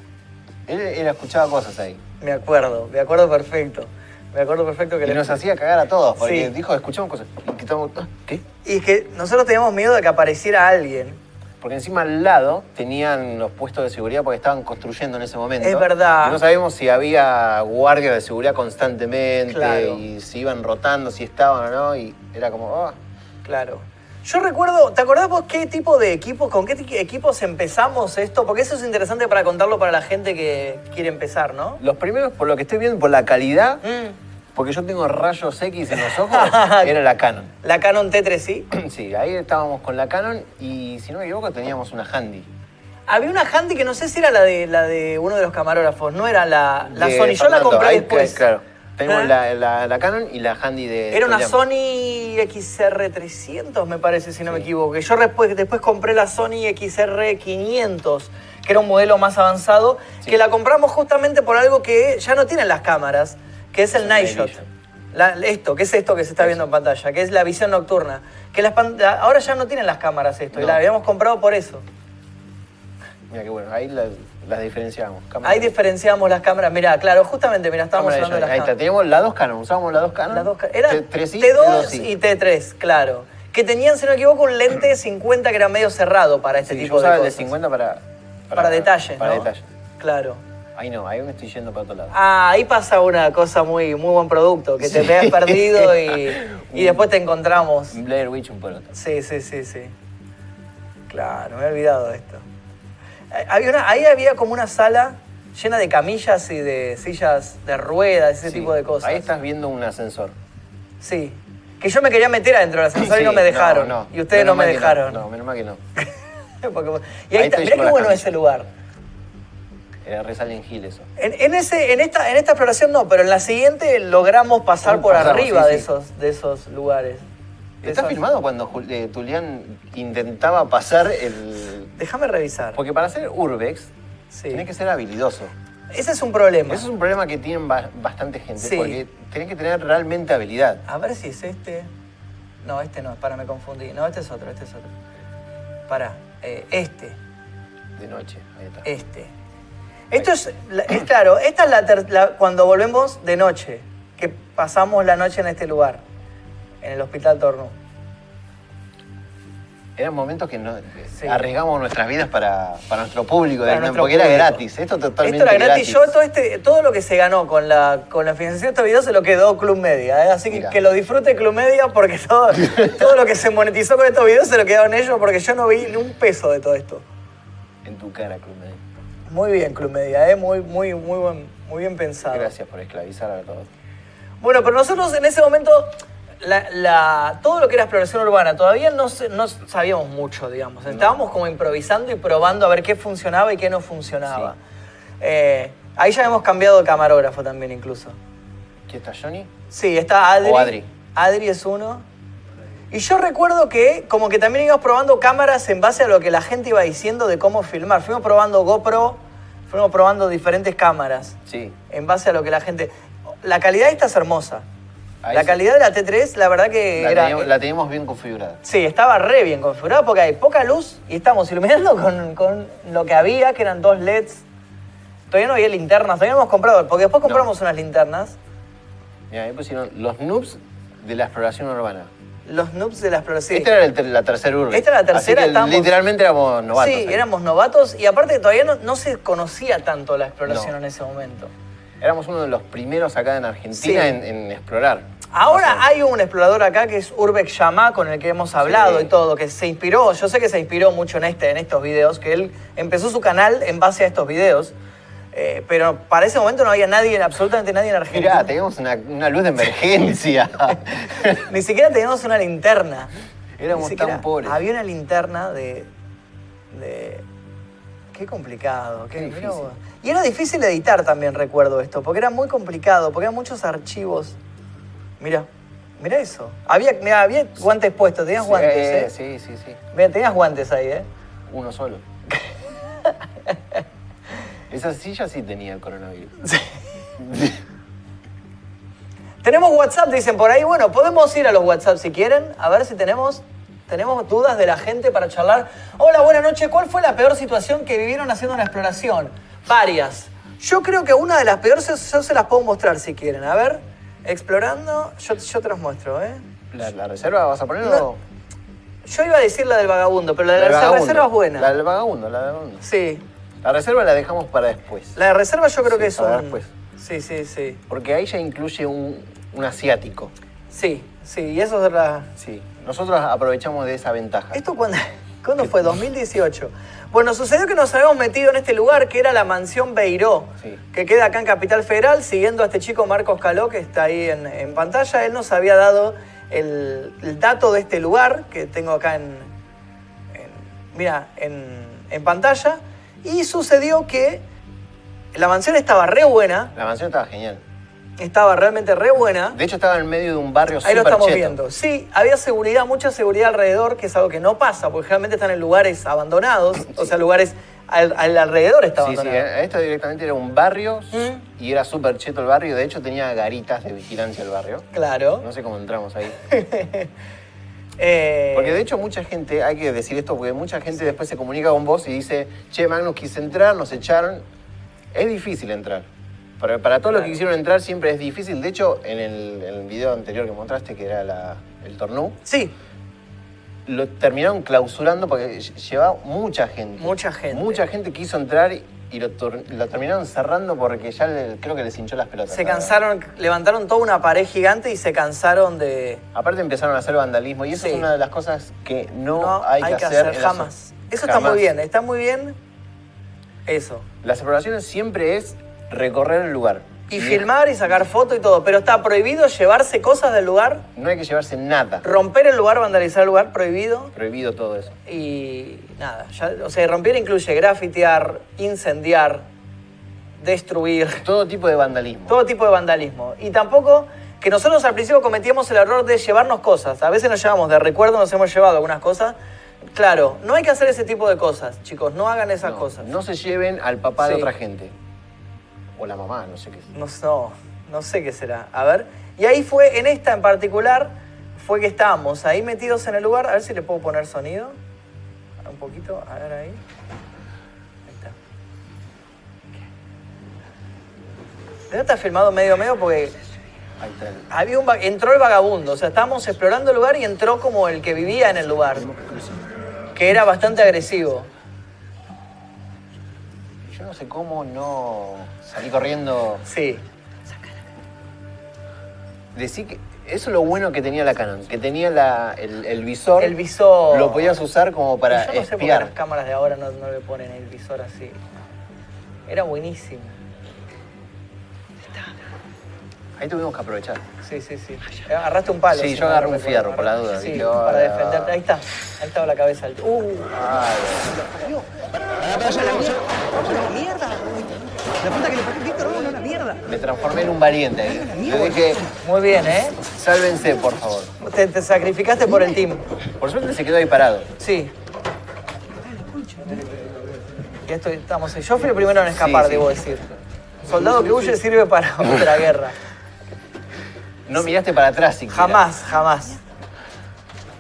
Speaker 3: Él, él escuchaba cosas ahí.
Speaker 2: Me acuerdo, me acuerdo perfecto. Me acuerdo perfecto que
Speaker 3: Y
Speaker 2: le-
Speaker 3: nos hacía cagar a todos, porque
Speaker 2: Sí.
Speaker 3: dijo, escuchamos cosas. Y quitamos, "Ah, ¿qué?
Speaker 2: Y que nosotros teníamos miedo de que apareciera alguien.
Speaker 3: Porque encima al lado tenían los puestos de seguridad porque estaban construyendo en ese momento.
Speaker 2: Es verdad.
Speaker 3: Y no sabíamos si había guardias de seguridad constantemente
Speaker 2: Claro.
Speaker 3: y si iban rotando, si estaban o no. Y era como, ah,
Speaker 2: Claro. Yo recuerdo, ¿te acordás vos qué tipo de equipos, con qué ti- equipos empezamos esto? Porque eso es interesante para contarlo para la gente que quiere empezar, ¿no?
Speaker 3: Los primeros, por lo que estoy viendo, por la calidad,
Speaker 2: Mm.
Speaker 3: porque yo tengo rayos X en los ojos, era la Canon.
Speaker 2: La Canon T3i.
Speaker 3: Sí, ahí estábamos con la Canon y si no me equivoco teníamos una Handy.
Speaker 2: Había una Handy que no sé si era la de, la de uno de los camarógrafos, no era la, la
Speaker 3: De
Speaker 2: Sony. Yo la
Speaker 3: Fernando.
Speaker 2: compré
Speaker 3: Ahí,
Speaker 2: después.
Speaker 3: Claro. Tenemos
Speaker 2: ¿Eh?
Speaker 3: la, la- la Canon y la Handy de.
Speaker 2: Era una
Speaker 3: Julián.
Speaker 2: Sony XR300, me parece, si no me
Speaker 3: Sí.
Speaker 2: equivoco. Que Yo después, después compré la Sony XR500, que era un modelo más avanzado,
Speaker 3: Sí.
Speaker 2: que la compramos justamente por algo que ya no tienen las cámaras, que es el
Speaker 3: el
Speaker 2: Night
Speaker 3: night
Speaker 2: Shot.
Speaker 3: vision.
Speaker 2: La- esto, que es esto que se está viendo en pantalla, que es la visión nocturna. Que las pan- la- ahora ya no tienen las cámaras esto, y
Speaker 3: No.
Speaker 2: la habíamos comprado por eso.
Speaker 3: Mira qué bueno, ahí la- las diferenciamos. Cámara-
Speaker 2: Ahí diferenciamos las cámaras. Mirá, claro, justamente, mirá, estamos
Speaker 3: cámara de
Speaker 2: hablando de las
Speaker 3: Ahí
Speaker 2: cámaras.
Speaker 3: está, teníamos las dos Canon, usábamos las dos Canon.
Speaker 2: Las dos ca- era
Speaker 3: Ah, T-
Speaker 2: T2,
Speaker 3: 3i, T2i.
Speaker 2: y T3, claro. Que tenían, si no me equivoco, un lente de 50 que era medio cerrado para este
Speaker 3: Sí, yo
Speaker 2: tipo de
Speaker 3: usaba el
Speaker 2: cosas.
Speaker 3: de 50 para.
Speaker 2: para, detalles,
Speaker 3: Para
Speaker 2: ¿no?
Speaker 3: detalles.
Speaker 2: Claro.
Speaker 3: Ahí no, ahí me estoy yendo para otro lado.
Speaker 2: Ah, ahí pasa una cosa muy, muy buen producto, que te
Speaker 3: Sí.
Speaker 2: te has perdido y, y después te encontramos.
Speaker 3: Blair Witch un poroto.
Speaker 2: Sí, sí, sí, sí. Claro, me he olvidado de esto. Eh, había una- ahí había como una sala llena de camillas y de sillas de ruedas, ese
Speaker 3: Sí,
Speaker 2: tipo de cosas.
Speaker 3: Ahí estás viendo un ascensor.
Speaker 2: Sí. Que yo me quería meter adentro del ascensor y
Speaker 3: Sí,
Speaker 2: no me dejaron.
Speaker 3: no,
Speaker 2: Y ustedes no
Speaker 3: Menos
Speaker 2: me
Speaker 3: mal que
Speaker 2: dejaron.
Speaker 3: No, menos mal que no.
Speaker 2: Porque vos- y ahí,
Speaker 3: Ahí
Speaker 2: está,
Speaker 3: te
Speaker 2: mirá
Speaker 3: llevo
Speaker 2: qué
Speaker 3: la
Speaker 2: bueno
Speaker 3: camilla.
Speaker 2: ese lugar.
Speaker 3: Era re Silent Hill eso.
Speaker 2: En, en ese, en, esta, en esta exploración no, pero en la siguiente logramos pasar por
Speaker 3: Mm, Pasamos,
Speaker 2: arriba
Speaker 3: sí,
Speaker 2: de,
Speaker 3: sí.
Speaker 2: Esos, de esos lugares. De
Speaker 3: ¿Está
Speaker 2: esos-
Speaker 3: filmado cuando Jul- eh, Julián intentaba pasar el.
Speaker 2: Déjame revisar.
Speaker 3: Porque para ser Urbex
Speaker 2: Sí.
Speaker 3: tenés que ser habilidoso.
Speaker 2: Ese es un problema.
Speaker 3: Eso es un problema que tienen ba- bastante gente,
Speaker 2: Sí.
Speaker 3: porque tenés que tener realmente habilidad.
Speaker 2: A ver si es este. No, este no, para, me confundí. No, este es otro, este es otro. Para, este,
Speaker 3: De noche, ahí está.
Speaker 2: este. Esto es, la- es claro, esta es la, ter- la- cuando volvemos de noche, que pasamos la noche en este lugar, en el Hospital Torno.
Speaker 3: Eran momentos que nos
Speaker 2: Sí.
Speaker 3: arriesgamos nuestras vidas para, para nuestro público,
Speaker 2: Para
Speaker 3: de-
Speaker 2: nuestro
Speaker 3: porque era
Speaker 2: público.
Speaker 3: gratis. Esto totalmente
Speaker 2: Esto era gratis. Yo todo, este, todo lo que se ganó con la, con la financiación de este video se lo quedó Club Media. ¿eh? Así que
Speaker 3: Mirá.
Speaker 2: que lo disfrute Club Media porque todo, todo lo que se monetizó con estos videos se lo quedaron ellos porque yo no vi ni un peso de todo esto.
Speaker 3: En tu cara, Club Med.
Speaker 2: Muy bien, Club Media, ¿eh? muy, muy, muy, buen- muy bien pensado.
Speaker 3: Gracias por esclavizar a todos.
Speaker 2: Bueno, pero nosotros en ese momento, la- la- todo lo que era exploración urbana, todavía no, se- no sabíamos mucho, digamos. Estábamos como improvisando y probando a ver qué funcionaba y qué no funcionaba. Eh, ahí ya hemos cambiado de camarógrafo también incluso.
Speaker 3: ¿Aquí está Johnny?
Speaker 2: Sí, está Adri.
Speaker 3: O Adri.
Speaker 2: Adri es uno. Y yo recuerdo que como que también íbamos probando cámaras en base a lo que la gente iba diciendo de cómo filmar. Fuimos probando GoPro, fuimos probando diferentes cámaras
Speaker 3: Sí.
Speaker 2: en base a lo que la gente... La calidad esta es hermosa.
Speaker 3: Ahí
Speaker 2: la
Speaker 3: sí.
Speaker 2: calidad de la T3, la verdad que
Speaker 3: La,
Speaker 2: Eh, era...
Speaker 3: teníamos, la teníamos bien configurada.
Speaker 2: Sí, estaba re bien configurada porque hay poca luz y estamos iluminando con, con lo que había, que eran dos LEDs. Todavía no había linternas, todavía no hemos comprado, porque después compramos unas linternas.
Speaker 3: Mira, ahí pusieron los noobs de la exploración urbana.
Speaker 2: Los noobs de la exploración.
Speaker 3: Esta Este era el ter- la tercera urbe.
Speaker 2: Esta era la
Speaker 3: Así
Speaker 2: tercera,
Speaker 3: que
Speaker 2: estábamos-
Speaker 3: Literalmente éramos novatos.
Speaker 2: Sí,
Speaker 3: ahí.
Speaker 2: éramos novatos y aparte todavía no, no se conocía tanto la exploración
Speaker 3: No.
Speaker 2: en ese momento.
Speaker 3: Éramos uno de los primeros acá en Argentina
Speaker 2: Sí.
Speaker 3: en, en explorar.
Speaker 2: Ahora hay un explorador acá que es Urbex Yamá, con el que hemos hablado
Speaker 3: Sí.
Speaker 2: y todo, que se inspiró, yo sé que se inspiró mucho en este, en estos videos, que él empezó su canal en base a estos videos, eh, pero para ese momento no había nadie, absolutamente nadie en Argentina.
Speaker 3: Mirá, teníamos una, una luz de emergencia.
Speaker 2: Ni siquiera teníamos una linterna.
Speaker 3: Éramos
Speaker 2: Ni siquiera.
Speaker 3: tan pobres.
Speaker 2: Había una linterna de. de- Qué complicado, qué,
Speaker 3: Qué
Speaker 2: mirá
Speaker 3: difícil.
Speaker 2: vos. Y era difícil editar también, recuerdo esto, porque era muy complicado, porque eran muchos archivos. Mira, mira eso. Había, mirá, había guantes puestos, tenías guantes, ¿eh?
Speaker 3: Sí, sí, sí.
Speaker 2: Mirá, tenías guantes ahí, ¿eh?
Speaker 3: Uno solo. Esa silla sí tenía el coronavirus.
Speaker 2: Tenemos WhatsApp, dicen por ahí. Bueno, podemos ir a los WhatsApp si quieren, a ver si tenemos, tenemos dudas de la gente para charlar. Hola, buenas noches. ¿Cuál fue la peor situación que vivieron haciendo una exploración? Varias. Yo creo que una de las peores, yo se las puedo mostrar si quieren. A ver, explorando, yo, yo te las muestro, ¿eh?
Speaker 3: ¿La, la reserva vas a poner
Speaker 2: No,
Speaker 3: o...?
Speaker 2: Yo iba a decir la del vagabundo, pero la de la,
Speaker 3: del
Speaker 2: reserva,
Speaker 3: vagabundo.
Speaker 2: reserva es buena.
Speaker 3: La del vagabundo, la del vagabundo.
Speaker 2: Sí.
Speaker 3: La reserva la dejamos para después.
Speaker 2: La de reserva yo creo
Speaker 3: Sí, pues.
Speaker 2: que es
Speaker 3: para
Speaker 2: un-
Speaker 3: después.
Speaker 2: Sí, sí, sí.
Speaker 3: Porque ahí ya incluye un, un asiático.
Speaker 2: Sí, sí. Y eso es la...
Speaker 3: Sí. Nosotros aprovechamos de esa ventaja.
Speaker 2: ¿Esto cuándo, cuándo fue? 2018. Bueno, sucedió que nos habíamos metido en este lugar que era la mansión Beiró,
Speaker 3: Sí.
Speaker 2: que queda acá en Capital Federal, siguiendo a este chico Marcos Caló, que está ahí en, en pantalla. Él nos había dado el, el dato de este lugar que tengo acá en. en- mira, en, en pantalla. Y sucedió que la mansión estaba re buena,
Speaker 3: La mansión estaba genial.
Speaker 2: estaba realmente re buena.
Speaker 3: De hecho, estaba en medio de un barrio
Speaker 2: Ahí lo
Speaker 3: súper
Speaker 2: estamos
Speaker 3: cheto.
Speaker 2: viendo. Sí, había seguridad, mucha seguridad alrededor, que es algo que no pasa, porque generalmente están en lugares abandonados, o sea, lugares al, al alrededor está
Speaker 3: Sí, sí,
Speaker 2: abandonado.
Speaker 3: eh, esto directamente era un barrio
Speaker 2: Mm.
Speaker 3: y era súper cheto el barrio. De hecho, tenía garitas de vigilancia el barrio.
Speaker 2: Claro.
Speaker 3: No sé cómo entramos ahí.
Speaker 2: Eh,
Speaker 3: Porque de hecho mucha gente, hay que decir esto, porque mucha gente después se comunica con vos y dice, che, Magnus, quise entrar, nos echaron. Es difícil entrar. Para, para todos los que quisieron entrar siempre es difícil. De hecho, en el, en el video anterior que mostraste, que era la- el tornú,
Speaker 2: sí,
Speaker 3: lo terminaron clausurando porque lle- llevaba mucha gente.
Speaker 2: Mucha gente.
Speaker 3: Mucha gente quiso entrar y lo, tor- lo terminaron cerrando porque ya le- creo que les hinchó las pelotas.
Speaker 2: se
Speaker 3: la verdad.
Speaker 2: cansaron, levantaron toda una pared gigante y se cansaron de...
Speaker 3: Aparte empezaron a hacer vandalismo y eso
Speaker 2: Sí.
Speaker 3: es una de las cosas que no,
Speaker 2: No,
Speaker 3: hay, que hacer, en las-
Speaker 2: jamás. Eso está muy
Speaker 3: jamás.
Speaker 2: bien, ¿eh? está muy bien eso.
Speaker 3: Las exploraciones siempre es recorrer el lugar.
Speaker 2: Y filmar y sacar fotos y todo, pero está prohibido llevarse cosas del lugar,
Speaker 3: No hay que llevarse nada.
Speaker 2: romper el lugar, vandalizar el lugar, prohibido.
Speaker 3: Prohibido todo eso.
Speaker 2: Y nada, ya, o sea, romper incluye grafitear, incendiar, destruir,
Speaker 3: Todo tipo de vandalismo.
Speaker 2: todo tipo de vandalismo. Y tampoco que nosotros al principio cometíamos el error de llevarnos cosas. A veces nos llevamos de recuerdo, nos hemos llevado algunas cosas. Claro, no hay que hacer ese tipo de cosas, chicos, no hagan esas
Speaker 3: no,
Speaker 2: cosas.
Speaker 3: No se lleven al papá de
Speaker 2: Sí.
Speaker 3: otra gente. O la mamá, no sé qué.
Speaker 2: No, no, no sé qué será. A ver. Y ahí fue, en esta en particular, fue que estábamos ahí metidos en el lugar. A ver si le puedo poner sonido. Un poquito, a ver ahí. Ahí está. Debe estar filmado medio a medio porque
Speaker 3: Ahí está el-
Speaker 2: había un va- entró el vagabundo. O sea, estábamos explorando el lugar y entró como el que vivía en el lugar. Que era bastante agresivo.
Speaker 3: Yo no sé cómo no salí corriendo.
Speaker 2: Sí.
Speaker 3: Decí que. Eso es lo bueno que tenía la Canon, que tenía la- el, el visor.
Speaker 2: El visor.
Speaker 3: Lo podías usar como para
Speaker 2: Y yo no sé por qué
Speaker 3: espiar.
Speaker 2: las cámaras de ahora no, no le ponen el visor así. Era buenísimo.
Speaker 3: Ahí tuvimos que aprovechar.
Speaker 2: Sí, sí, sí. Eh, Agarraste un palo.
Speaker 3: Sí,
Speaker 2: si
Speaker 3: yo
Speaker 2: no
Speaker 3: agarré
Speaker 2: me
Speaker 3: un
Speaker 2: recuerdo.
Speaker 3: fierro, por la duda,
Speaker 2: Sí,
Speaker 3: dije,
Speaker 2: para
Speaker 3: "Hola".
Speaker 2: defenderte. Ahí está. Ahí estaba la cabeza. del- Uh,
Speaker 3: Ay,
Speaker 4: una mierda! La puta que le pagué Víctor Hugo era una mierda.
Speaker 3: me transformé en un valiente ahí. Le dije,
Speaker 2: muy bien, ¿eh?
Speaker 3: sálvense, por favor.
Speaker 2: Te, te sacrificaste por el team.
Speaker 3: Por suerte se quedó ahí parado.
Speaker 2: Sí. Ya estoy, estamos. Yo fui el primero en escapar,
Speaker 3: Sí, sí.
Speaker 2: debo decir. Soldado que huye sirve para otra guerra.
Speaker 3: No miraste para atrás siquiera.
Speaker 2: Jamás, jamás.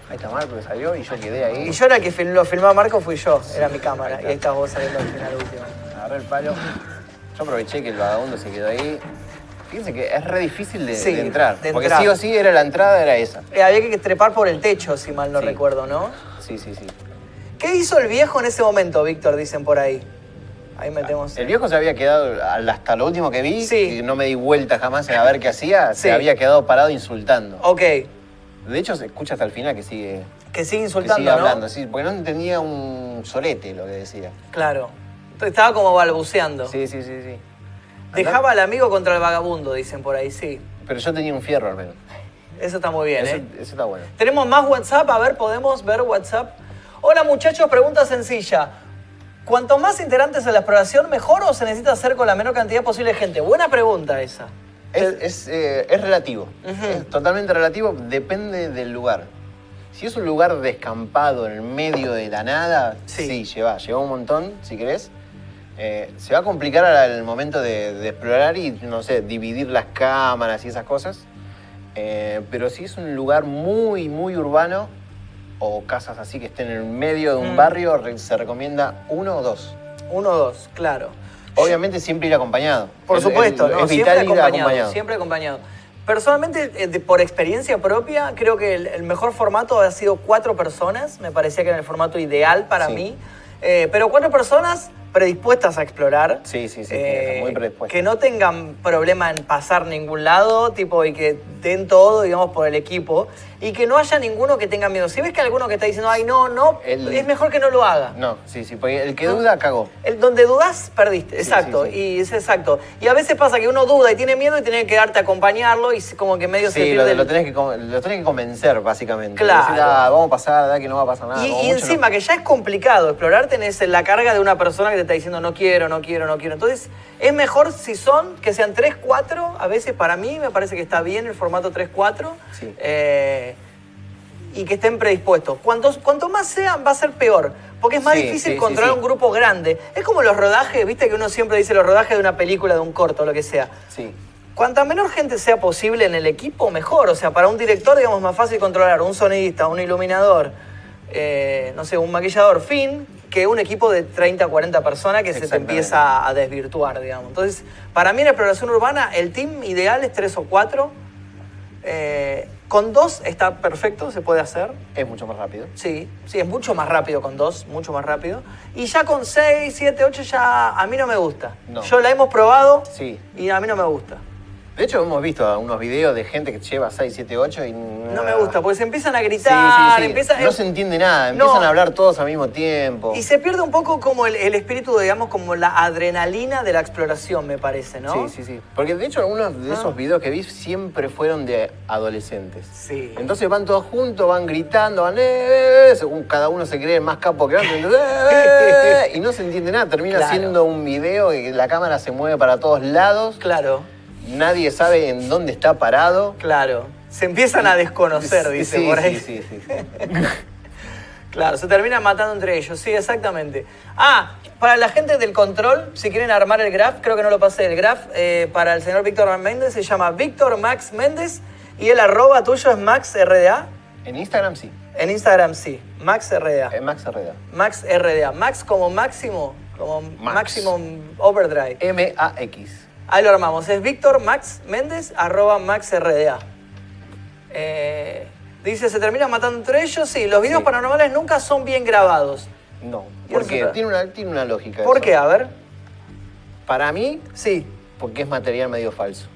Speaker 3: Ahí está Marco que salió y yo quedé ahí.
Speaker 2: Y yo era el que fil- lo filmaba Marco, fui yo. Era mi cámara. Y ahí estás vos saliendo al final último.
Speaker 3: Agarré el palo. Yo aproveché que el vagabundo se quedó ahí. Fíjense que es re difícil de,
Speaker 2: Sí,
Speaker 3: de entrar.
Speaker 2: de
Speaker 3: porque
Speaker 2: entrar.
Speaker 3: sí o sí era la entrada, era esa.
Speaker 2: Eh, había que trepar por el techo, si mal no
Speaker 3: Sí.
Speaker 2: recuerdo, ¿no?
Speaker 3: Sí, sí, sí.
Speaker 2: ¿Qué hizo el viejo en ese momento, Víctor? Dicen por ahí. Ahí metemos.
Speaker 3: El viejo se había quedado, al- hasta lo último que vi,
Speaker 2: Sí.
Speaker 3: y no me di vuelta jamás a ver qué hacía,
Speaker 2: Sí. Oh.
Speaker 3: se había quedado parado insultando.
Speaker 2: Ok,
Speaker 3: De hecho, se escucha hasta el final que sigue,
Speaker 2: que sigue
Speaker 3: que
Speaker 2: insultando,
Speaker 3: sigue
Speaker 2: ¿no?
Speaker 3: hablando, sí, porque no entendía un solete lo que decía.
Speaker 2: Claro. Entonces, Estaba como balbuceando.
Speaker 3: Sí, sí, sí, sí.
Speaker 2: Dejaba al amigo contra el vagabundo, dicen por ahí, sí.
Speaker 3: Pero yo tenía un fierro al menos.
Speaker 2: Eso está muy bien,
Speaker 3: Eso,
Speaker 2: ¿eh?
Speaker 3: eso está bueno.
Speaker 2: Tenemos más WhatsApp, a ver, podemos ver WhatsApp. Hola muchachos, pregunta sencilla. ¿Cuanto más integrantes en la exploración, mejor o se necesita hacer con la menor cantidad posible de gente? Buena pregunta esa.
Speaker 3: Es, es, eh, es relativo. Es totalmente relativo, depende del lugar. Si es un lugar descampado en el medio de la nada,
Speaker 2: Sí.
Speaker 3: sí, lleva, lleva un montón, si querés. Eh, se va a complicar al al momento de, de explorar y, no sé, dividir las cámaras y esas cosas. Eh, pero si es un lugar muy, muy urbano o casas así que estén en el medio de
Speaker 2: Mm.
Speaker 3: un barrio, re- se recomienda uno o dos.
Speaker 2: Uno o dos, claro.
Speaker 3: Obviamente siempre ir acompañado.
Speaker 2: Por
Speaker 3: Es- es-
Speaker 2: supuesto, ¿no?
Speaker 3: es
Speaker 2: siempre
Speaker 3: vital ir
Speaker 2: acompañado, Siempre acompañado. Personalmente, eh, de- por experiencia propia, creo que el, el mejor formato ha sido cuatro personas. Me parecía que era el formato ideal para
Speaker 3: Sí.
Speaker 2: mí. Eh, pero cuatro personas predispuestas a explorar. Eh,
Speaker 3: Sí, sí, sí, tiene que estar muy predispuestas.
Speaker 2: Que no tengan problema en pasar ningún lado, tipo, y que den todo, digamos, por el equipo. Y que no haya ninguno que tenga miedo. Si ves que alguno que está diciendo, ay, no, no,
Speaker 3: El-
Speaker 2: es mejor que no lo haga.
Speaker 3: No, sí, sí, porque el que duda cagó.
Speaker 2: El donde dudás, perdiste.
Speaker 3: sí,
Speaker 2: Exacto.
Speaker 3: sí.
Speaker 2: Y es exacto. Y a veces pasa que uno duda y tiene miedo y tiene que darte a acompañarlo y se- como que medio se
Speaker 3: Sí,
Speaker 2: pierde
Speaker 3: lo,
Speaker 2: el-
Speaker 3: lo tenés que, con- lo tenés que convencer, básicamente.
Speaker 2: Claro.
Speaker 3: Decir, "Ah, vamos a pasar, da que no va a pasar nada.
Speaker 2: Y,
Speaker 3: como
Speaker 2: y
Speaker 3: mucho
Speaker 2: encima que ya es complicado explorar, tenés la carga de una persona que te está diciendo no quiero, no quiero, no quiero. Entonces, es mejor si son, que sean 3, 4. A veces para mí me parece que está bien el formato 3, 4.
Speaker 3: Sí.
Speaker 2: y que estén predispuestos. Cuantos- cuanto más sean, va a ser peor. Porque es más
Speaker 3: Sí,
Speaker 2: difícil
Speaker 3: sí, sí,
Speaker 2: controlar
Speaker 3: sí.
Speaker 2: un grupo grande. Es como los rodajes, viste que uno siempre dice los rodajes de una película, de un corto, lo que sea.
Speaker 3: no. Sí.
Speaker 2: Cuanta menor gente sea posible en el equipo, mejor. O sea, para un director, digamos, más fácil controlar un sonidista, un iluminador, eh, no sé, un maquillador, fin, que un equipo de 30, 40 personas que se te
Speaker 3: Exactamente.
Speaker 2: empieza a- a desvirtuar, digamos. Entonces, para mí en exploración urbana, el team ideal es tres o cuatro. Eh, con dos está perfecto, se puede hacer.
Speaker 3: Es mucho más rápido.
Speaker 2: Sí, sí, es mucho más rápido con dos, mucho más rápido. Y ya con seis, siete, ocho ya a mí no me gusta.
Speaker 3: No.
Speaker 2: Yo la hemos probado
Speaker 3: Sí.
Speaker 2: y a mí no me gusta.
Speaker 3: De hecho, hemos visto unos videos de gente que lleva 6, 7, 8 y.
Speaker 2: No me gusta, porque se empiezan a
Speaker 3: Sí, sí,
Speaker 2: gritar,
Speaker 3: sí.
Speaker 2: empiezan-
Speaker 3: No se entiende nada,
Speaker 2: No.
Speaker 3: empiezan a hablar todos al mismo tiempo.
Speaker 2: y se pierde un poco como el, el espíritu, digamos, como la adrenalina de la exploración, me parece, ¿no? Ah.
Speaker 3: Sí, sí, sí. Porque de hecho algunos de esos videos que vi siempre fueron de adolescentes.
Speaker 2: Sí.
Speaker 3: Entonces van todos juntos, van gritando, van eh, eh, eh, según cada uno se cree más capo que otro. entonces, eh, eh, eh, y no se entiende nada, termina
Speaker 2: Claro.
Speaker 3: siendo un video que la cámara se mueve para todos lados,
Speaker 2: Claro,
Speaker 3: nadie sabe en dónde está parado.
Speaker 2: claro. Se empiezan a desconocer, dice
Speaker 3: sí,
Speaker 2: por ahí.
Speaker 3: Sí, sí, sí.
Speaker 2: Claro, se terminan matando entre ellos, sí, exactamente. Ah, para la gente del control, si quieren armar el graph, creo que no lo pasé, el graph eh, para el señor Víctor Méndez se llama Víctor Max Méndez y el arroba tuyo es MaxRDA.
Speaker 3: En Instagram sí,
Speaker 2: En Instagram sí, MaxRDA.
Speaker 3: es Max Herrera.
Speaker 2: MaxRDA. Max como máximo, como
Speaker 3: Max.
Speaker 2: Maximum Overdrive.
Speaker 3: M-A-X.
Speaker 2: Ahí lo armamos. Es Víctor Max Méndez, arroba MaxRDA. Eh, dice, se termina matando entre ellos. Sí, los videos
Speaker 3: Sí.
Speaker 2: paranormales nunca son bien grabados.
Speaker 3: No,
Speaker 2: Y
Speaker 3: ¿por
Speaker 2: es
Speaker 3: qué?
Speaker 2: otra.
Speaker 3: Tiene una, tiene una lógica.
Speaker 2: ¿Por
Speaker 3: eso.
Speaker 2: qué? A ver.
Speaker 3: Para mí,
Speaker 2: Sí.
Speaker 3: porque es material medio falso.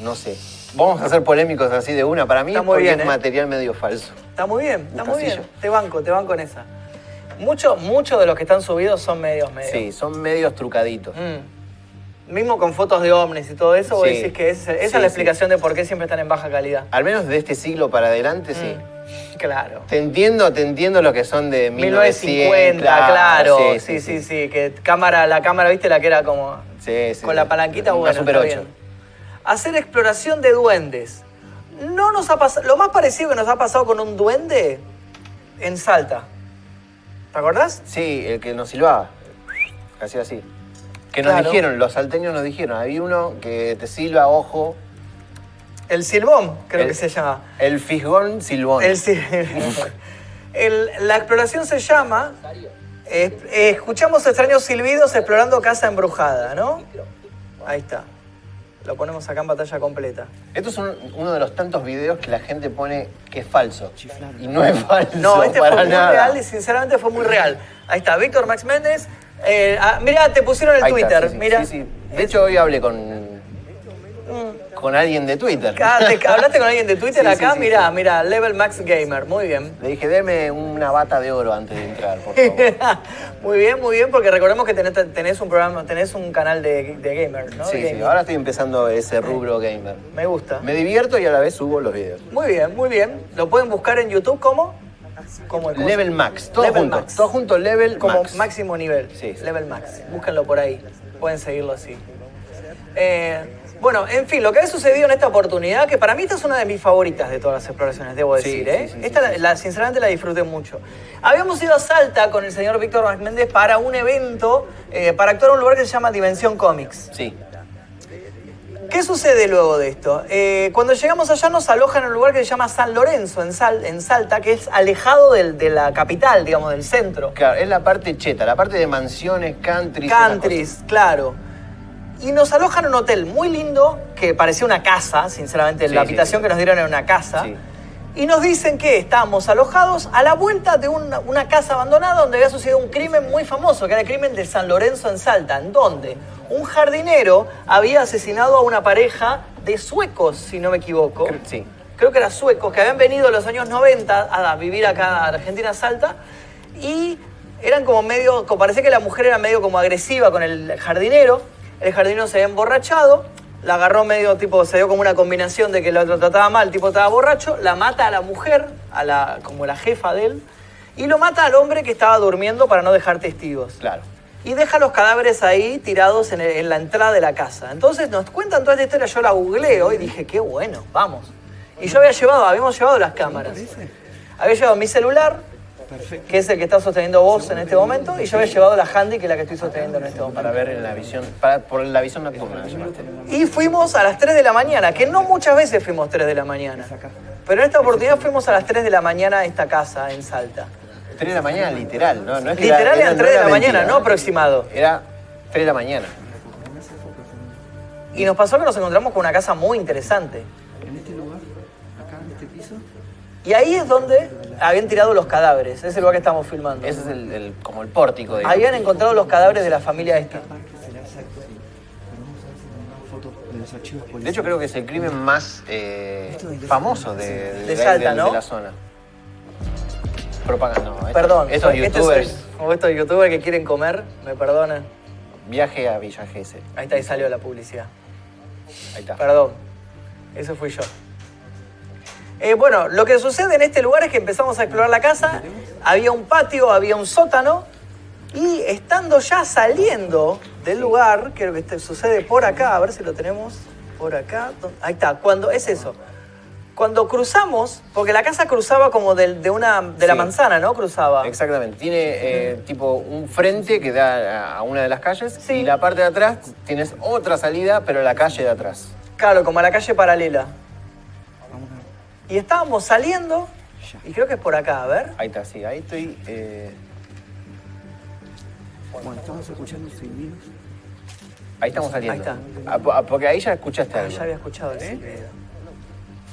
Speaker 3: No sé. Vamos a ser polémicos así de una. Para mí,
Speaker 2: Está
Speaker 3: es
Speaker 2: muy
Speaker 3: porque
Speaker 2: bien,
Speaker 3: es
Speaker 2: ¿eh?
Speaker 3: material medio falso.
Speaker 2: Está muy bien, está
Speaker 3: Un
Speaker 2: muy bien.
Speaker 3: castillo.
Speaker 2: Te banco, te banco en esa. Muchos muchos de los que están subidos son medios, medios.
Speaker 3: Sí, son medios trucaditos.
Speaker 2: Mm. Mismo con fotos de ovnis y todo eso, vos
Speaker 3: Sí.
Speaker 2: decís que ese- esa
Speaker 3: Sí,
Speaker 2: es la
Speaker 3: sí.
Speaker 2: explicación de por qué siempre están en baja calidad.
Speaker 3: Al menos de este siglo para adelante, sí.
Speaker 2: Mm. Claro.
Speaker 3: Te entiendo, te entiendo lo que son de
Speaker 2: 1950, claro. Sí sí sí,
Speaker 3: sí,
Speaker 2: Que cámara, la cámara, viste, la que era como
Speaker 3: Sí, sí,
Speaker 2: con la
Speaker 3: sí.
Speaker 2: palanquita,
Speaker 3: Una
Speaker 2: bueno,
Speaker 3: Super
Speaker 2: está
Speaker 3: 8.
Speaker 2: bien. Hacer exploración de duendes. No nos ha pasado. Lo más parecido que nos ha pasado con un duende en Salta. ¿Te acordás?
Speaker 3: Sí, el que nos silbaba. Casi así. Que nos
Speaker 2: Claro.
Speaker 3: dijeron, los salteños nos dijeron. Había uno que te silba, ojo.
Speaker 2: El silbón, creo
Speaker 3: El-
Speaker 2: que se llama.
Speaker 3: El fisgón silbón.
Speaker 2: El sil- El- la exploración se llama. eh, eh, escuchamos extraños silbidos explorando casa embrujada, ¿no? Ahí está. Lo ponemos acá en pantalla completa.
Speaker 3: Esto es un- uno de los tantos videos que la gente pone que es falso. Y no es falso.
Speaker 2: No, este
Speaker 3: para
Speaker 2: fue muy
Speaker 3: nada.
Speaker 2: real y sinceramente fue muy real. Ahí está, Víctor Max Méndez. Eh, ah, mirá, te pusieron el
Speaker 3: Ahí está,
Speaker 2: Twitter.
Speaker 3: sí, sí,
Speaker 2: mirá.
Speaker 3: sí, sí. De hecho, hoy hablé con. Con alguien de Twitter.
Speaker 2: Acá, Ah, te- hablaste con alguien de Twitter
Speaker 3: Sí, sí,
Speaker 2: acá,
Speaker 3: sí,
Speaker 2: mirá,
Speaker 3: sí.
Speaker 2: mirá, Level Max Gamer, muy bien.
Speaker 3: Le dije, deme una bata de oro antes de entrar, por favor.
Speaker 2: muy bien, muy bien, porque recordemos que tenés, tenés un programa, tenés un canal de, de gamers, ¿no?
Speaker 3: Sí, sí,
Speaker 2: Gaming.
Speaker 3: ahora estoy empezando ese rubro gamer.
Speaker 2: Me gusta.
Speaker 3: Me divierto y a la vez subo los videos.
Speaker 2: Muy bien, muy bien. Lo pueden buscar en YouTube como, como el-
Speaker 3: Level Max, todo
Speaker 2: Level
Speaker 3: junto.
Speaker 2: Max.
Speaker 3: Todo junto, Level
Speaker 2: como
Speaker 3: Max.
Speaker 2: máximo nivel.
Speaker 3: Sí, sí.
Speaker 2: Level Max. Búsquenlo por ahí. Pueden seguirlo así. Eh, bueno, en fin, lo que ha sucedido en esta oportunidad, que para mí esta es una de mis favoritas de todas las exploraciones, debo
Speaker 3: Sí,
Speaker 2: decir,
Speaker 3: sí,
Speaker 2: ¿eh?
Speaker 3: sí, sí,
Speaker 2: esta, la- la- sinceramente, la disfruté mucho. Habíamos ido a Salta con el señor Víctor Max Méndez para un evento, eh, para actuar en un lugar que se llama Dimensión Comics.
Speaker 3: Sí.
Speaker 2: ¿Qué sucede luego de esto? Eh, cuando llegamos allá nos alojan en un lugar que se llama San Lorenzo, en, Sal- en Salta, que es alejado del- de la capital, digamos, del centro.
Speaker 3: Claro, es la parte cheta, la parte de mansiones, country.
Speaker 2: Countries, claro. Y nos alojan en un hotel muy lindo, que parecía una casa, sinceramente,
Speaker 3: Sí,
Speaker 2: la
Speaker 3: sí,
Speaker 2: habitación
Speaker 3: sí.
Speaker 2: que nos dieron era una casa.
Speaker 3: Sí.
Speaker 2: Y nos dicen que estábamos alojados a la vuelta de una, una casa abandonada donde había sucedido un crimen muy famoso, que era el crimen de San Lorenzo en Salta, en donde un jardinero había asesinado a una pareja de suecos, si no me equivoco
Speaker 3: Cre- sí.
Speaker 2: creo que eran suecos, que habían venido en los años 90 a vivir acá a Argentina Salta, y eran como medio, como parecía que la mujer era medio como agresiva con el jardinero, el jardinero se había emborrachado, la agarró medio tipo, se dio como una combinación de que lo otro trataba mal, el tipo estaba borracho, la mata a la mujer, a la, como la jefa de él, y lo mata al hombre que estaba durmiendo para no dejar testigos
Speaker 3: Claro.
Speaker 2: y deja los cadáveres ahí tirados en, el- en la entrada de la casa. Entonces nos cuentan toda esta historia, yo la googleo y dije, qué bueno, vamos. Y yo había llevado, habíamos llevado las cámaras. Había llevado mi celular, que es el que está sosteniendo vos en este momento, y yo había llevado la handy, que es la que estoy sosteniendo en este momento.
Speaker 3: Para ver en la visión, para, por la visión nocturna. llamaste.
Speaker 2: Y fuimos a las 3 de la mañana, que no muchas veces fuimos 3 de la mañana. Pero en esta oportunidad fuimos a las 3 de la mañana a esta casa en Salta.
Speaker 3: 3 de la mañana, literal, ¿no? No es que
Speaker 2: Literal
Speaker 3: era-
Speaker 2: eran
Speaker 3: era- no
Speaker 2: 3 de
Speaker 3: era
Speaker 2: la mañana,
Speaker 3: mentira.
Speaker 2: no aproximado.
Speaker 3: Era 3 de la mañana.
Speaker 2: Y nos pasó que nos encontramos con una casa muy interesante.
Speaker 4: En este lugar, acá en este piso,
Speaker 2: Y ahí es donde habían tirado los cadáveres, ese lugar que estamos filmando.
Speaker 3: Ese es el, el- como el pórtico, digamos.
Speaker 2: Habían encontrado los cadáveres de este. la familia esta.
Speaker 4: parque será exacto, sí. Pero vamos a ver si tomamos fotos de los archivos policiales.
Speaker 3: De hecho, creo que es el crimen más eh, famoso de, de-
Speaker 2: De Salta,
Speaker 3: de-
Speaker 2: ¿no?
Speaker 3: de la zona. Propaganda. no, estos-
Speaker 2: Perdón.
Speaker 3: Estos
Speaker 2: este
Speaker 3: youtubers,
Speaker 2: soy- Como estos youtubers que quieren comer, me perdonan.
Speaker 3: viaje a Villa Gesell.
Speaker 2: Ahí está, ahí salió la publicidad.
Speaker 3: Ahí está.
Speaker 2: Perdón. Eso fui yo. Eh, bueno, lo que sucede en este lugar es que empezamos a explorar la casa. Había un patio, había un sótano. Y estando ya saliendo del lugar, creo que este sucede por acá, a ver si lo tenemos por acá. Ahí está, cuando es eso. Cuando Cuando cruzamos, porque la casa cruzaba como del- de, una, de la
Speaker 3: Sí.
Speaker 2: manzana, ¿no? Cruzaba.
Speaker 3: Exactamente. Tiene eh, tipo un frente que da a- a una de las calles
Speaker 2: Sí.
Speaker 3: y la parte de atrás tienes otra salida, pero la calle de atrás.
Speaker 2: Claro, como a la calle paralela. Y estábamos saliendo, y creo que es por acá, a ver.
Speaker 3: Ahí está, sí, ahí estoy. eh,
Speaker 4: Bueno, estamos escuchando silbidos.
Speaker 3: ahí estamos saliendo.
Speaker 2: Ahí
Speaker 3: Ah, po- ah, porque ahí ya escuchaste
Speaker 2: Ah,
Speaker 3: algo.
Speaker 2: ya había escuchado el silbido.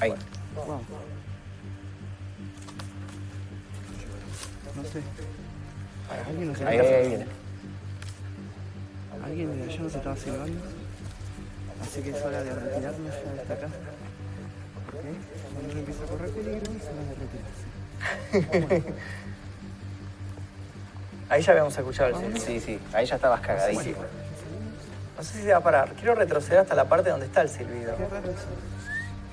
Speaker 3: Ahí.
Speaker 4: Wow. No sé. ¿Alguien nos
Speaker 3: Ahí, ahí, ahí viene.
Speaker 4: Alguien de allá nos estaba silbando. Así que es hora de retirarnos ya de esta casa. ¿Ok? Cuando uno empieza a correr peligro, es hora de retirarse.
Speaker 2: Ahí ya habíamos escuchado el silbido.
Speaker 3: Sí, sí, ahí ya estabas cagadísimo.
Speaker 2: No sé si se va a parar. Quiero retroceder hasta la parte donde está el silbido.
Speaker 4: Qué raro eso.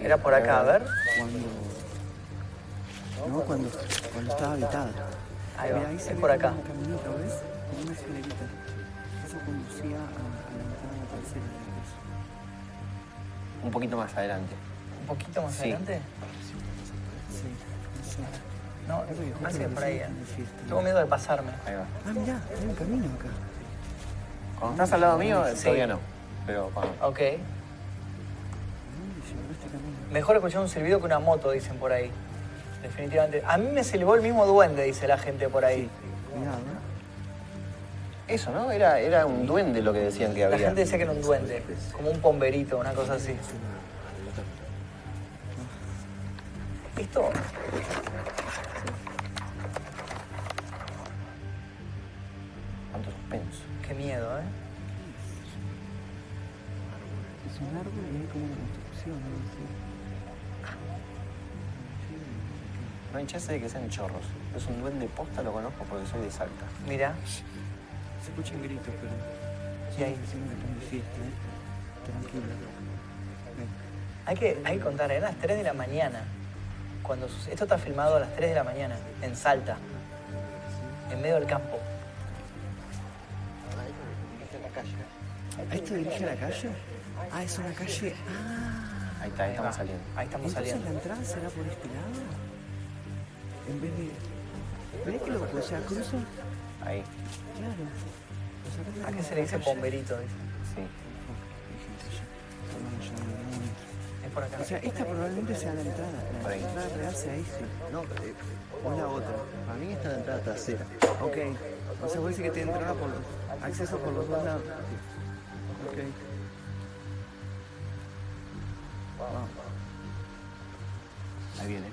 Speaker 2: Era por acá, a ver.
Speaker 4: Cuando. No, cuando, cuando estaba habitada.
Speaker 2: Ahí va,
Speaker 4: Mira,
Speaker 2: es
Speaker 4: se ve
Speaker 2: por acá.
Speaker 4: Una caminita, ¿ves? Como una escalerita. Eso conducía a, a la entrada de la tercera de la casa.
Speaker 3: Un poquito más adelante.
Speaker 2: Un poquito más
Speaker 3: Sí.
Speaker 2: adelante.
Speaker 4: Sí, no sé.
Speaker 2: No, parece que por ahí. eh.
Speaker 4: De fiesta.
Speaker 2: Tengo miedo de pasarme.
Speaker 3: Ahí va.
Speaker 4: Ah, mirá, hay un camino acá.
Speaker 3: Cuando estás al lado mío,
Speaker 2: Sí.
Speaker 3: todavía no. Pero cuando-
Speaker 2: Ok.
Speaker 4: ¿Dónde llegó este camino?
Speaker 2: Mejor escuchar un silbido que una moto, dicen por ahí. Definitivamente. A mí me silbó el mismo duende, dice la gente por ahí.
Speaker 4: Cuidado, ¿eh?
Speaker 3: Eso, ¿no? Era, era un duende lo que decían que
Speaker 2: La
Speaker 3: había.
Speaker 2: gente decía que era un duende, como un pomberito, una cosa así. ¿Listo?
Speaker 3: Cuánto suspenso.
Speaker 2: Qué miedo, ¿eh?
Speaker 4: Es un árbol y hay como una construcción, ¿no? Sí.
Speaker 3: No hay chance de que sean chorros. Es un duende posta, lo conozco porque soy de Salta.
Speaker 2: Mira.
Speaker 4: Se escuchan gritos, pero.
Speaker 2: Y ahí.
Speaker 4: Son vecinos que están de fiesta, ¿eh? Tranquilo. Ven.
Speaker 2: Hay que, hay que contar, era las 3 de la mañana. Cuando sus- esto está filmado a las 3 de la mañana, en Salta, en medio del campo.
Speaker 4: ¿A ¿Esto dirige a la calle? Ah, es una calle. Ah.
Speaker 3: Ahí está, ahí estamos
Speaker 2: va.
Speaker 3: saliendo.
Speaker 2: Ahí estamos
Speaker 4: Entonces
Speaker 2: saliendo.
Speaker 4: la entrada será por este lado. En vez de. ¿Ves que lo que sea cruza?
Speaker 3: Ahí,
Speaker 4: Claro. O sea, acá
Speaker 2: ¿A qué
Speaker 4: tenemos
Speaker 2: se le dice
Speaker 4: una calle.
Speaker 2: pomberito? dice?
Speaker 3: sí.
Speaker 4: Hay gente allá. Vamos allá, vamos allá.
Speaker 2: Es por acá.
Speaker 4: O sea, esta probablemente sea la entrada. La
Speaker 3: Por ahí.
Speaker 4: entrada real sea este.
Speaker 5: No, eh,
Speaker 4: O la otra.
Speaker 5: para mí está la entrada trasera.
Speaker 4: Ok. O sea, vos decís que tiene entrada por los. acceso por los dos lados. Ok.
Speaker 3: Ahí viene.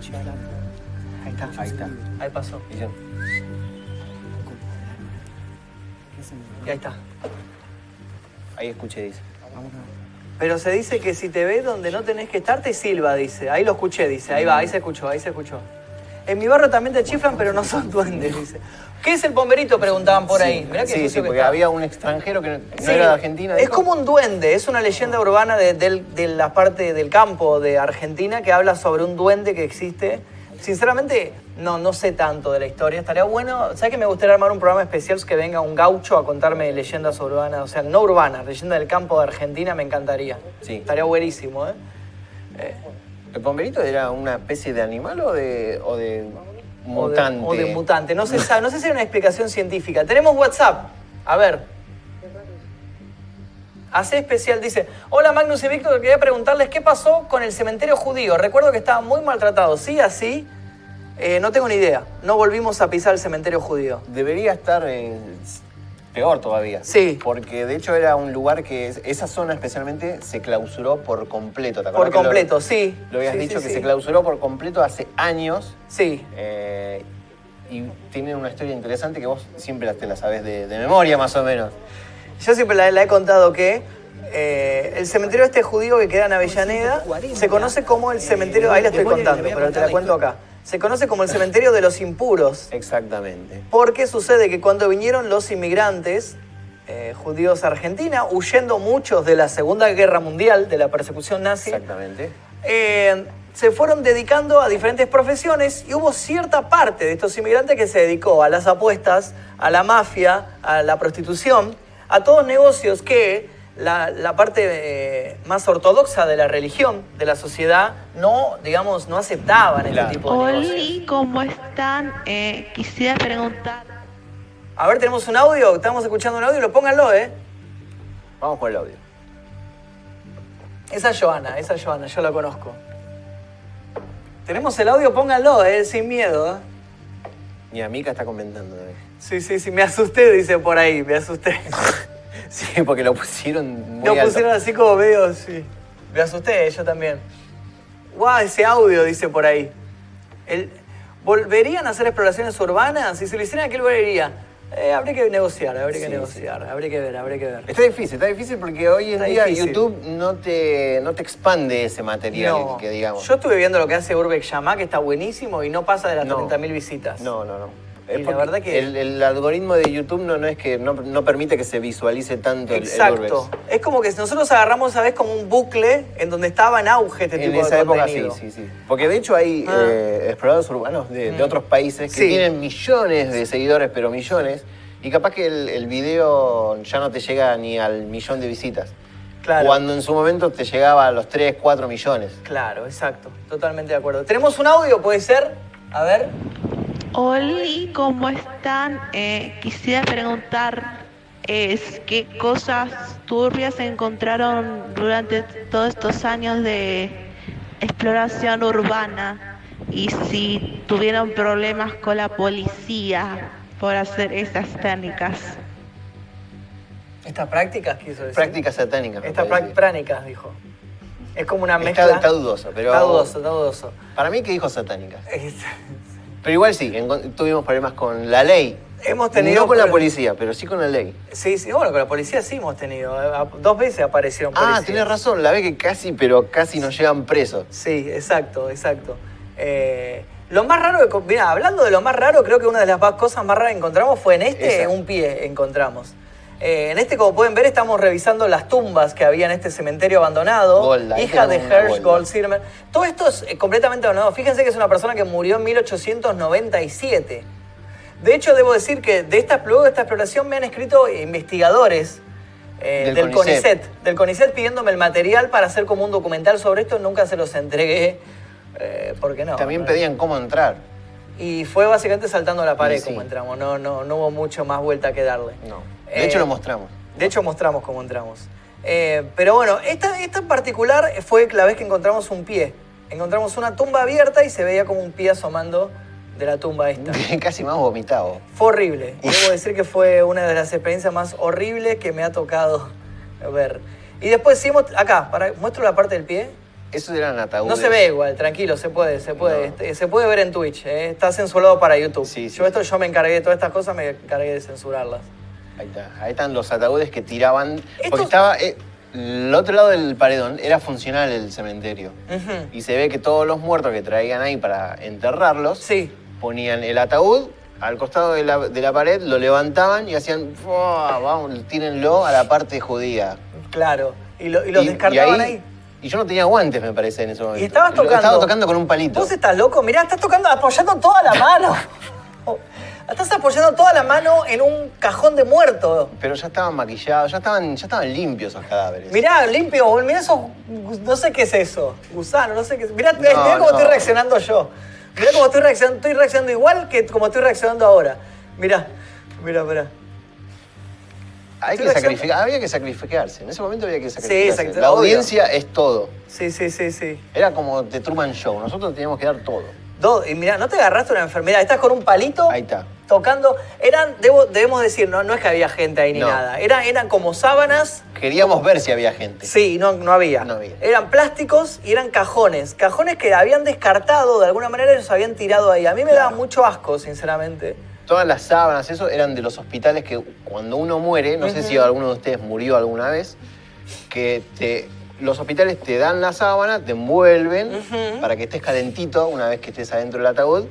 Speaker 4: Chiflar.
Speaker 2: Ahí está.
Speaker 3: Ahí está.
Speaker 2: Ahí pasó.
Speaker 3: Guillén.
Speaker 4: ¿Qué hacemos?
Speaker 2: Y ahí está.
Speaker 3: Ahí escuché, dice.
Speaker 4: Vamos a.
Speaker 2: Pero se dice que si te ves donde no tenés que estar, te silba, dice. Ahí lo escuché, dice. Ahí va, ahí se escuchó, ahí se escuchó. En mi barrio también te chiflan, pero no son duendes, dice. ¿Qué es el pomberito? Preguntaban por ahí. Mirá qué
Speaker 3: sí, sí,
Speaker 2: sucio que
Speaker 3: porque
Speaker 2: está.
Speaker 3: había un extranjero que no, no
Speaker 2: Sí,
Speaker 3: era de Argentina.
Speaker 2: Es
Speaker 3: dijo.
Speaker 2: como un duende, es una leyenda urbana de, del- de la parte del campo de Argentina que habla sobre un duende que existe. Sinceramente, no, no sé tanto de la historia. Estaría bueno, ¿sabes que me gustaría armar un programa especial que venga un gaucho a contarme leyendas urbanas? O sea, no urbanas, leyenda del campo de Argentina me encantaría.
Speaker 3: Sí.
Speaker 2: Estaría buenísimo, ¿eh?
Speaker 3: ¿El pomberito era una especie de animal o de, o de
Speaker 2: O de-
Speaker 3: mutante?
Speaker 2: O de, mutante. No se sabe, no sé si hay una explicación científica. Tenemos WhatsApp. A ver. Hace especial, dice, hola Magnus y Víctor, quería preguntarles qué pasó con el cementerio judío. Recuerdo que estaba muy maltratado. Sí, así, eh, no tengo ni idea. No volvimos a pisar el cementerio judío.
Speaker 3: Debería estar eh, peor todavía.
Speaker 2: Sí.
Speaker 3: Porque de hecho era un lugar que es- esa zona especialmente se clausuró por completo. ¿Te acordás
Speaker 2: Por
Speaker 3: que lo-
Speaker 2: completo, sí.
Speaker 3: Lo habías
Speaker 2: Sí, sí,
Speaker 3: dicho que
Speaker 2: sí.
Speaker 3: se clausuró por completo hace años.
Speaker 2: Sí,
Speaker 3: eh, y tienen una historia interesante que vos siempre la- te la sabés de, de memoria, más o menos.
Speaker 2: Yo siempre la, la he contado que eh, el cementerio este judío que queda en Avellaneda se conoce como el cementerio, ahí la estoy contando, pero te la cuento acá. Se conoce como el cementerio de los impuros,
Speaker 3: Exactamente.
Speaker 2: porque sucede que cuando vinieron los inmigrantes eh, judíos a Argentina, huyendo muchos de la Segunda Guerra Mundial, de la persecución nazi,
Speaker 3: Exactamente.
Speaker 2: eh, se fueron dedicando a diferentes profesiones y hubo cierta parte de estos inmigrantes que se dedicó a las apuestas, a la mafia, a la prostitución, a todos negocios que la, la parte eh, más ortodoxa de la religión, de la sociedad, no, digamos, no aceptaban este
Speaker 3: Claro.
Speaker 2: tipo de negocios.
Speaker 6: Oli, ¿cómo están? Eh, quisiera preguntar.
Speaker 2: A ver, tenemos un audio, estamos escuchando un audio, lo pónganlo, ¿eh?
Speaker 3: Vamos con el audio.
Speaker 2: Esa es Joana, esa es Joana, yo la conozco. Tenemos el audio, pónganlo, ¿eh? Sin miedo, ¿eh?
Speaker 3: Mi amiga está comentando. ¿eh?
Speaker 2: Sí, sí, sí, me asusté, dice por ahí, me asusté.
Speaker 3: Sí, porque lo pusieron muy
Speaker 2: Lo
Speaker 3: alto.
Speaker 2: pusieron así como medio, sí. Me asusté, yo también. Guau, ese audio, dice por ahí. El- ¿Volverían a hacer exploraciones urbanas? Si se lo hicieran, ¿a ¿qué lugar iría? Eh, habría que negociar, habría que
Speaker 3: Sí,
Speaker 2: negociar, habría que ver, habría que ver.
Speaker 3: Está difícil, está difícil porque hoy en
Speaker 2: Está
Speaker 3: día
Speaker 2: difícil.
Speaker 3: YouTube no te, no te expande ese material
Speaker 2: No.
Speaker 3: que digamos.
Speaker 2: Yo estuve viendo lo que hace Urbex Yamá, que está buenísimo y no pasa de las
Speaker 3: No.
Speaker 2: 30.000 visitas.
Speaker 3: No, no, no.
Speaker 2: Y la
Speaker 3: porque
Speaker 2: verdad que-
Speaker 3: el, el algoritmo de YouTube no, no es que no, no permite que se visualice tanto el- el,
Speaker 2: Exacto.
Speaker 3: urbex.
Speaker 2: es como que nosotros agarramos, ¿sabes? Como un bucle en donde estaba en auge este
Speaker 3: en
Speaker 2: tipo
Speaker 3: esa
Speaker 2: de
Speaker 3: época sí,
Speaker 2: contenido.
Speaker 3: sí, sí. Porque de hecho hay
Speaker 2: Ah. Mm.
Speaker 3: eh, exploradores urbanos de, de otros países que
Speaker 2: Sí.
Speaker 3: tienen millones de seguidores, pero millones, y capaz que el, el video ya no te llega ni al millón de visitas.
Speaker 2: Claro.
Speaker 3: Cuando en su momento te llegaba a los 3, 4 millones.
Speaker 2: Claro, exacto. Totalmente de acuerdo. ¿Tenemos un audio? ¿Puede ser? A ver.
Speaker 6: Oli, ¿cómo están? Eh, quisiera preguntar es, qué cosas turbias se encontraron durante todos estos años de exploración urbana y si tuvieron problemas con la policía por hacer esas técnicas.
Speaker 2: Estas prácticas quiso decir.
Speaker 3: Prácticas satánicas. me
Speaker 2: Estas
Speaker 3: parece.
Speaker 2: prac- prácticas, dijo. Es como una mezcla.
Speaker 3: está, está dudoso, pero.
Speaker 2: Está dudoso, está dudoso.
Speaker 3: Para mí que dijo satánicas.
Speaker 2: Es-
Speaker 3: Pero igual sí, encon- tuvimos problemas con la ley.
Speaker 2: Hemos tenido
Speaker 3: No con la
Speaker 2: problemas.
Speaker 3: policía, pero sí con la ley.
Speaker 2: Sí, sí, bueno, con la policía sí hemos tenido. A- Dos veces aparecieron policías.
Speaker 3: Ah, tienes razón, la ve que casi, pero casi nos llevan presos.
Speaker 2: Sí, exacto, exacto. Eh, lo más raro, que- mira, hablando de lo más raro, creo que una de las más- cosas más raras que encontramos fue en este,
Speaker 3: Esa.
Speaker 2: un pie encontramos. Eh, en este, como pueden ver, estamos revisando las tumbas que había en este cementerio abandonado.
Speaker 3: Golda, ahí
Speaker 2: hija de
Speaker 3: tenemos una
Speaker 2: Hirsch
Speaker 3: Golda.
Speaker 2: Goldsirmer. Todo esto es eh, completamente abandonado. Fíjense que es una persona que murió en 1897. De hecho, debo decir que de esta, luego de esta exploración me han escrito investigadores eh, del,
Speaker 3: Del
Speaker 2: CONICET.
Speaker 3: CONICET.
Speaker 2: del CONICET pidiéndome el material para hacer como un documental sobre esto. Nunca se los entregué, eh, porque no.
Speaker 3: También
Speaker 2: no.
Speaker 3: pedían cómo entrar.
Speaker 2: Y fue básicamente saltando la pared
Speaker 3: Y sí.
Speaker 2: como entramos. No, no, no hubo mucho más vuelta que darle.
Speaker 3: No.
Speaker 2: Eh,
Speaker 3: De hecho, lo mostramos.
Speaker 2: De hecho, mostramos cómo entramos. Eh, pero bueno, esta, esta en particular fue la vez que encontramos un pie. Encontramos una tumba abierta y se veía como un pie asomando de la tumba esta.
Speaker 3: casi más vomitado.
Speaker 2: Fue horrible. Debo decir que fue una de las experiencias más horribles que me ha tocado ver. Y después sí, mos- acá, para, muestro la parte del pie.
Speaker 3: Eso eran ataúdes.
Speaker 2: No se ve igual, tranquilo, se puede, se puede.
Speaker 3: No.
Speaker 2: Este, se puede ver en Twitch, eh, está censurado para YouTube.
Speaker 3: Sí, sí,
Speaker 2: yo esto yo me encargué de todas estas cosas, me encargué de censurarlas.
Speaker 3: Ahí, está. Ahí están los ataúdes que tiraban.
Speaker 2: Estos-
Speaker 3: Porque estaba. eh, el otro lado del paredón era funcional el cementerio.
Speaker 2: Ujú.
Speaker 3: Y se ve que todos los muertos que traían ahí para enterrarlos
Speaker 2: Sí.
Speaker 3: ponían el ataúd al costado de la, de la pared, lo levantaban y hacían, "Fua, vamos, tírenlo a la parte judía.
Speaker 2: Claro. Y, lo- y los
Speaker 3: Y- y
Speaker 2: descartaban ahí.
Speaker 3: Y yo no tenía guantes, me parece, en ese momento.
Speaker 2: Y estabas
Speaker 3: Lo-
Speaker 2: tocando.
Speaker 3: Estaba tocando con un palito.
Speaker 2: Vos estás loco, mirá, estás tocando, apoyando toda la mano. estás apoyando toda la mano en un cajón de muerto.
Speaker 3: Pero ya estaban maquillados, ya estaban, ya estaban limpios esos cadáveres.
Speaker 2: Mirá, limpio, mirá esos. gus- No sé qué es eso. Gusano, no sé qué es. Mirá, mirá
Speaker 3: No,
Speaker 2: cómo
Speaker 3: no.
Speaker 2: estoy reaccionando yo. Mirá cómo estoy reaccionando. Estoy reaccionando igual que como estoy reaccionando ahora. Mirá, mirá, mirá.
Speaker 3: Hay que
Speaker 2: Estoy
Speaker 3: sacrificar, había que sacrificarse. En ese momento había que sacrificarse.
Speaker 2: exacto,
Speaker 3: La
Speaker 2: obvio.
Speaker 3: audiencia es todo.
Speaker 2: Sí, sí, sí, sí.
Speaker 3: Era como The Truman Show. Nosotros teníamos que dar todo.
Speaker 2: Do- y mirá, no te agarraste una enfermedad. Estás con un palito.
Speaker 3: Ahí está.
Speaker 2: Tocando. Eran, debo- debemos decir, no, no es que había gente ahí ni
Speaker 3: No.
Speaker 2: nada. Era- eran como sábanas.
Speaker 3: Queríamos ver si había gente.
Speaker 2: Sí, no, no había.
Speaker 3: No había.
Speaker 2: Eran plásticos y eran cajones. Cajones que habían descartado de alguna manera y los habían tirado ahí. A mí me
Speaker 3: Claro.
Speaker 2: daba mucho asco, sinceramente.
Speaker 3: Todas las sábanas, eso, eran de los hospitales que cuando uno muere, no sé si alguno de ustedes murió alguna vez, que te, los hospitales te dan la sábana, te envuelven para que estés calentito una vez que estés adentro del ataúd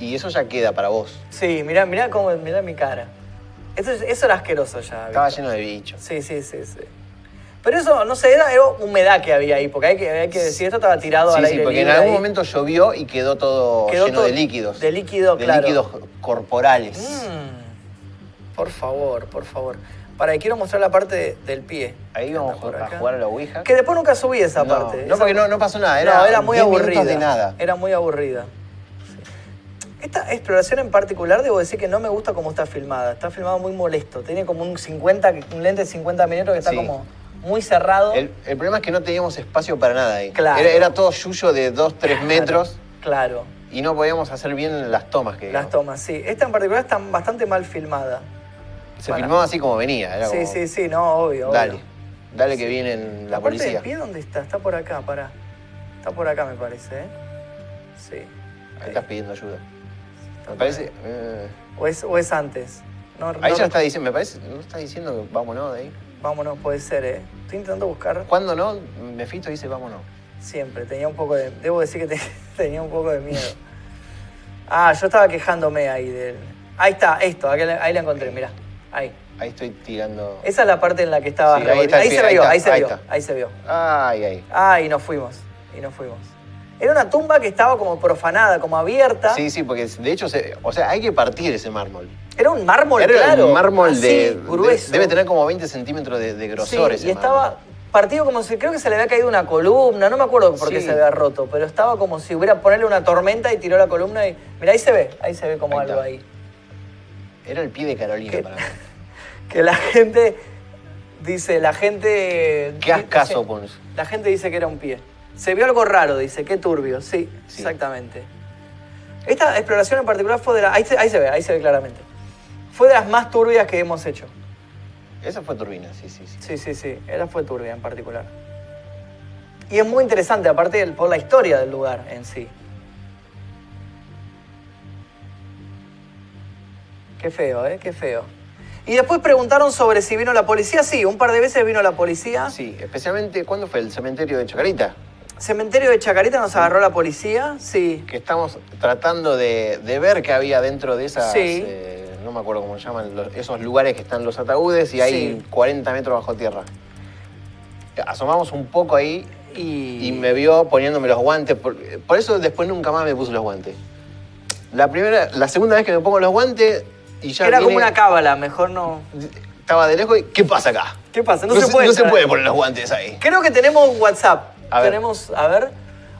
Speaker 3: y eso ya queda para vos.
Speaker 2: Sí, mirá, mirá cómo, mirá mi cara. Eso, es- eso era asqueroso ya.
Speaker 3: Estaba
Speaker 2: Víctor.
Speaker 3: lleno de bichos.
Speaker 2: Sí, sí, sí, sí. Pero eso, no sé, era, era humedad que había ahí, porque hay que, hay que decir, esto estaba tirado
Speaker 3: Sí,
Speaker 2: al
Speaker 3: sí,
Speaker 2: aire
Speaker 3: porque en
Speaker 2: libre
Speaker 3: algún
Speaker 2: ahí.
Speaker 3: momento llovió y quedó todo
Speaker 2: Quedó
Speaker 3: lleno
Speaker 2: todo
Speaker 3: de líquidos.
Speaker 2: de líquido,
Speaker 3: de
Speaker 2: claro.
Speaker 3: líquidos corporales.
Speaker 2: Mm. por favor, por favor. Para ahí quiero mostrar la parte de- del pie.
Speaker 3: Ahí vamos a
Speaker 2: por
Speaker 3: jugar-
Speaker 2: acá.
Speaker 3: a jugar a la Ouija.
Speaker 2: Que después nunca subí esa
Speaker 3: No,
Speaker 2: parte.
Speaker 3: No,
Speaker 2: Esa-
Speaker 3: porque no, no pasó nada. Era,
Speaker 2: No, era muy
Speaker 3: 10 minutos
Speaker 2: aburrida.
Speaker 3: de nada.
Speaker 2: Era muy aburrida. Sí. Esta exploración en particular, debo decir que no me gusta cómo está filmada. Está filmado muy molesto. Tiene como un 50, un lente de 50 minutos que está
Speaker 3: Sí.
Speaker 2: como muy cerrado.
Speaker 3: El, el problema es que no teníamos espacio para nada ahí.
Speaker 2: Claro.
Speaker 3: Era, era todo yuyo de 2, 3 metros
Speaker 2: Claro.
Speaker 3: y no podíamos hacer bien las tomas que
Speaker 2: Las
Speaker 3: digamos.
Speaker 2: tomas, sí. Esta en particular está bastante mal filmada.
Speaker 3: Se
Speaker 2: Para.
Speaker 3: filmaba así como venía. Era
Speaker 2: Sí,
Speaker 3: como,
Speaker 2: sí, sí, no, obvio. obvio.
Speaker 3: Dale, dale que vienen la
Speaker 2: parte
Speaker 3: policía.
Speaker 2: del pie dónde está? Está por acá, pará. Está por acá, me parece, ¿eh? Sí.
Speaker 3: Ahí estás pidiendo ayuda.
Speaker 2: Está
Speaker 3: Me
Speaker 2: por
Speaker 3: parece.
Speaker 2: ahí.
Speaker 3: eh,
Speaker 2: O es, o es antes. No,
Speaker 3: ahí
Speaker 2: no-
Speaker 3: ya está diciendo, me parece, no está diciendo que vámonos de ahí.
Speaker 2: Vámonos, puede ser, ¿eh? Estoy intentando buscar
Speaker 3: ¿Cuándo no? Mefito dice vámonos.
Speaker 2: siempre. Tenía un poco de... Debo decir que te- tenía un poco de miedo. Ah, yo estaba quejándome ahí del... Ahí está, esto. Ahí la, ahí la encontré, mirá. Ahí.
Speaker 3: Ahí estoy tirando.
Speaker 2: Esa es la parte en la que estaba...
Speaker 3: Sí, ahí
Speaker 2: revolviendo.
Speaker 3: está el pie,
Speaker 2: se
Speaker 3: ahí
Speaker 2: vio,
Speaker 3: está,
Speaker 2: ahí se
Speaker 3: ahí
Speaker 2: vio,
Speaker 3: está.
Speaker 2: ahí se vio.
Speaker 3: Ay, ay.
Speaker 2: Ah, y nos fuimos. Y nos fuimos. Era una tumba que estaba como profanada, como abierta.
Speaker 3: Sí, sí, porque de hecho, se- o sea, hay que partir ese mármol.
Speaker 2: Era un mármol,
Speaker 3: Era
Speaker 2: claro.
Speaker 3: un mármol
Speaker 2: así,
Speaker 3: de, de-
Speaker 2: grueso.
Speaker 3: Debe tener como 20 centímetros de, de
Speaker 2: Sí,
Speaker 3: grosor ese
Speaker 2: y estaba
Speaker 3: mármol.
Speaker 2: partido como si creo que se le había caído una columna, no me acuerdo por qué
Speaker 3: Sí.
Speaker 2: se había roto, pero estaba como si hubiera ponerle una tormenta y tiró la columna y mira ahí se ve, ahí se ve como
Speaker 3: Ahí
Speaker 2: algo
Speaker 3: está.
Speaker 2: ahí.
Speaker 3: Era el pie de Carolina
Speaker 2: ¿Qué?
Speaker 3: para mí.
Speaker 2: Que la gente dice, la gente
Speaker 3: Qué ascaso,
Speaker 2: dice-
Speaker 3: Pons.
Speaker 2: La gente dice que era un pie. Se vio algo raro, dice, qué turbio, sí,
Speaker 3: Sí.
Speaker 2: exactamente. Esta exploración en particular fue de la ahí se, ahí se ve, ahí se ve claramente. Fue de las más turbias que hemos hecho.
Speaker 3: Esa fue turbina, sí, sí, sí.
Speaker 2: Sí, sí, sí. Era fue turbia en particular. Y es muy interesante, aparte del- por la historia del lugar en sí. Qué feo, ¿eh? Qué feo. Y después preguntaron sobre si vino la policía. Sí, un par de veces vino la policía.
Speaker 3: Ah, Sí, especialmente, ¿cuándo fue el cementerio de Chacarita?
Speaker 2: Cementerio de Chacarita nos agarró la policía. Sí.
Speaker 3: Que estamos tratando de, de ver qué había dentro de esas...
Speaker 2: Sí.
Speaker 3: eh, no me acuerdo cómo se llaman, los- esos lugares que están los ataúdes y hay
Speaker 2: Sí.
Speaker 3: 40 metros bajo tierra. Asomamos un poco ahí
Speaker 2: Y,
Speaker 3: y me vio poniéndome los guantes. Por, por eso después nunca más me puse los guantes. La primera, la segunda vez que me pongo los guantes y ya
Speaker 2: Era como
Speaker 3: viene-
Speaker 2: una cábala, mejor no...
Speaker 3: Estaba de lejos y ¿qué pasa acá?
Speaker 2: ¿Qué pasa? No, se puede.
Speaker 3: no se
Speaker 2: entrar.
Speaker 3: puede poner los guantes ahí.
Speaker 2: Creo que tenemos WhatsApp.
Speaker 3: A ver.
Speaker 2: Tenemos, a ver.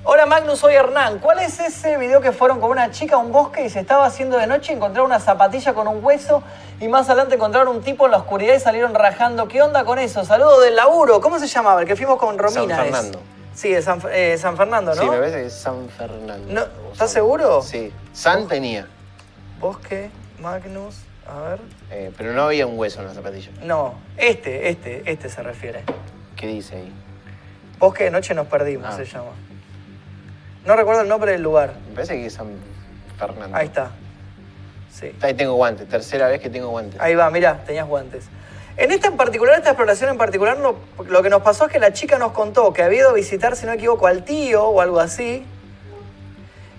Speaker 2: Hola Magnus, soy Hernán. ¿Cuál es ese video que fueron con una chica a un bosque y se estaba haciendo de noche? Encontraron una zapatilla con un hueso y más adelante encontraron un tipo en la oscuridad y salieron rajando. ¿Qué onda con eso? Saludos del laburo. ¿Cómo se llamaba? El que fuimos con Romina.
Speaker 3: San
Speaker 2: es.
Speaker 3: Fernando.
Speaker 2: Sí, de San, eh, San Fernando, ¿no?
Speaker 3: Sí, me parece que es San Fernando.
Speaker 2: No,
Speaker 3: O
Speaker 2: ¿estás
Speaker 3: San-
Speaker 2: seguro?
Speaker 3: Sí. San tenía,
Speaker 2: Bosque, Magnus, a ver.
Speaker 3: eh, pero no había un hueso en la zapatilla.
Speaker 2: No, este, este, este se refiere.
Speaker 3: ¿Qué dice ahí?
Speaker 2: Bosque de noche nos perdimos,
Speaker 3: Ah.
Speaker 2: se llama. No recuerdo el nombre del lugar.
Speaker 3: Me parece que es San Fernando.
Speaker 2: Ahí está. Sí.
Speaker 3: Ahí tengo guantes, tercera vez que tengo guantes.
Speaker 2: Ahí va, mirá, tenías guantes. En esta en particular, esta exploración en particular, no- lo que nos pasó es que la chica nos contó que había ido a visitar, si no me equivoco, al tío o algo así.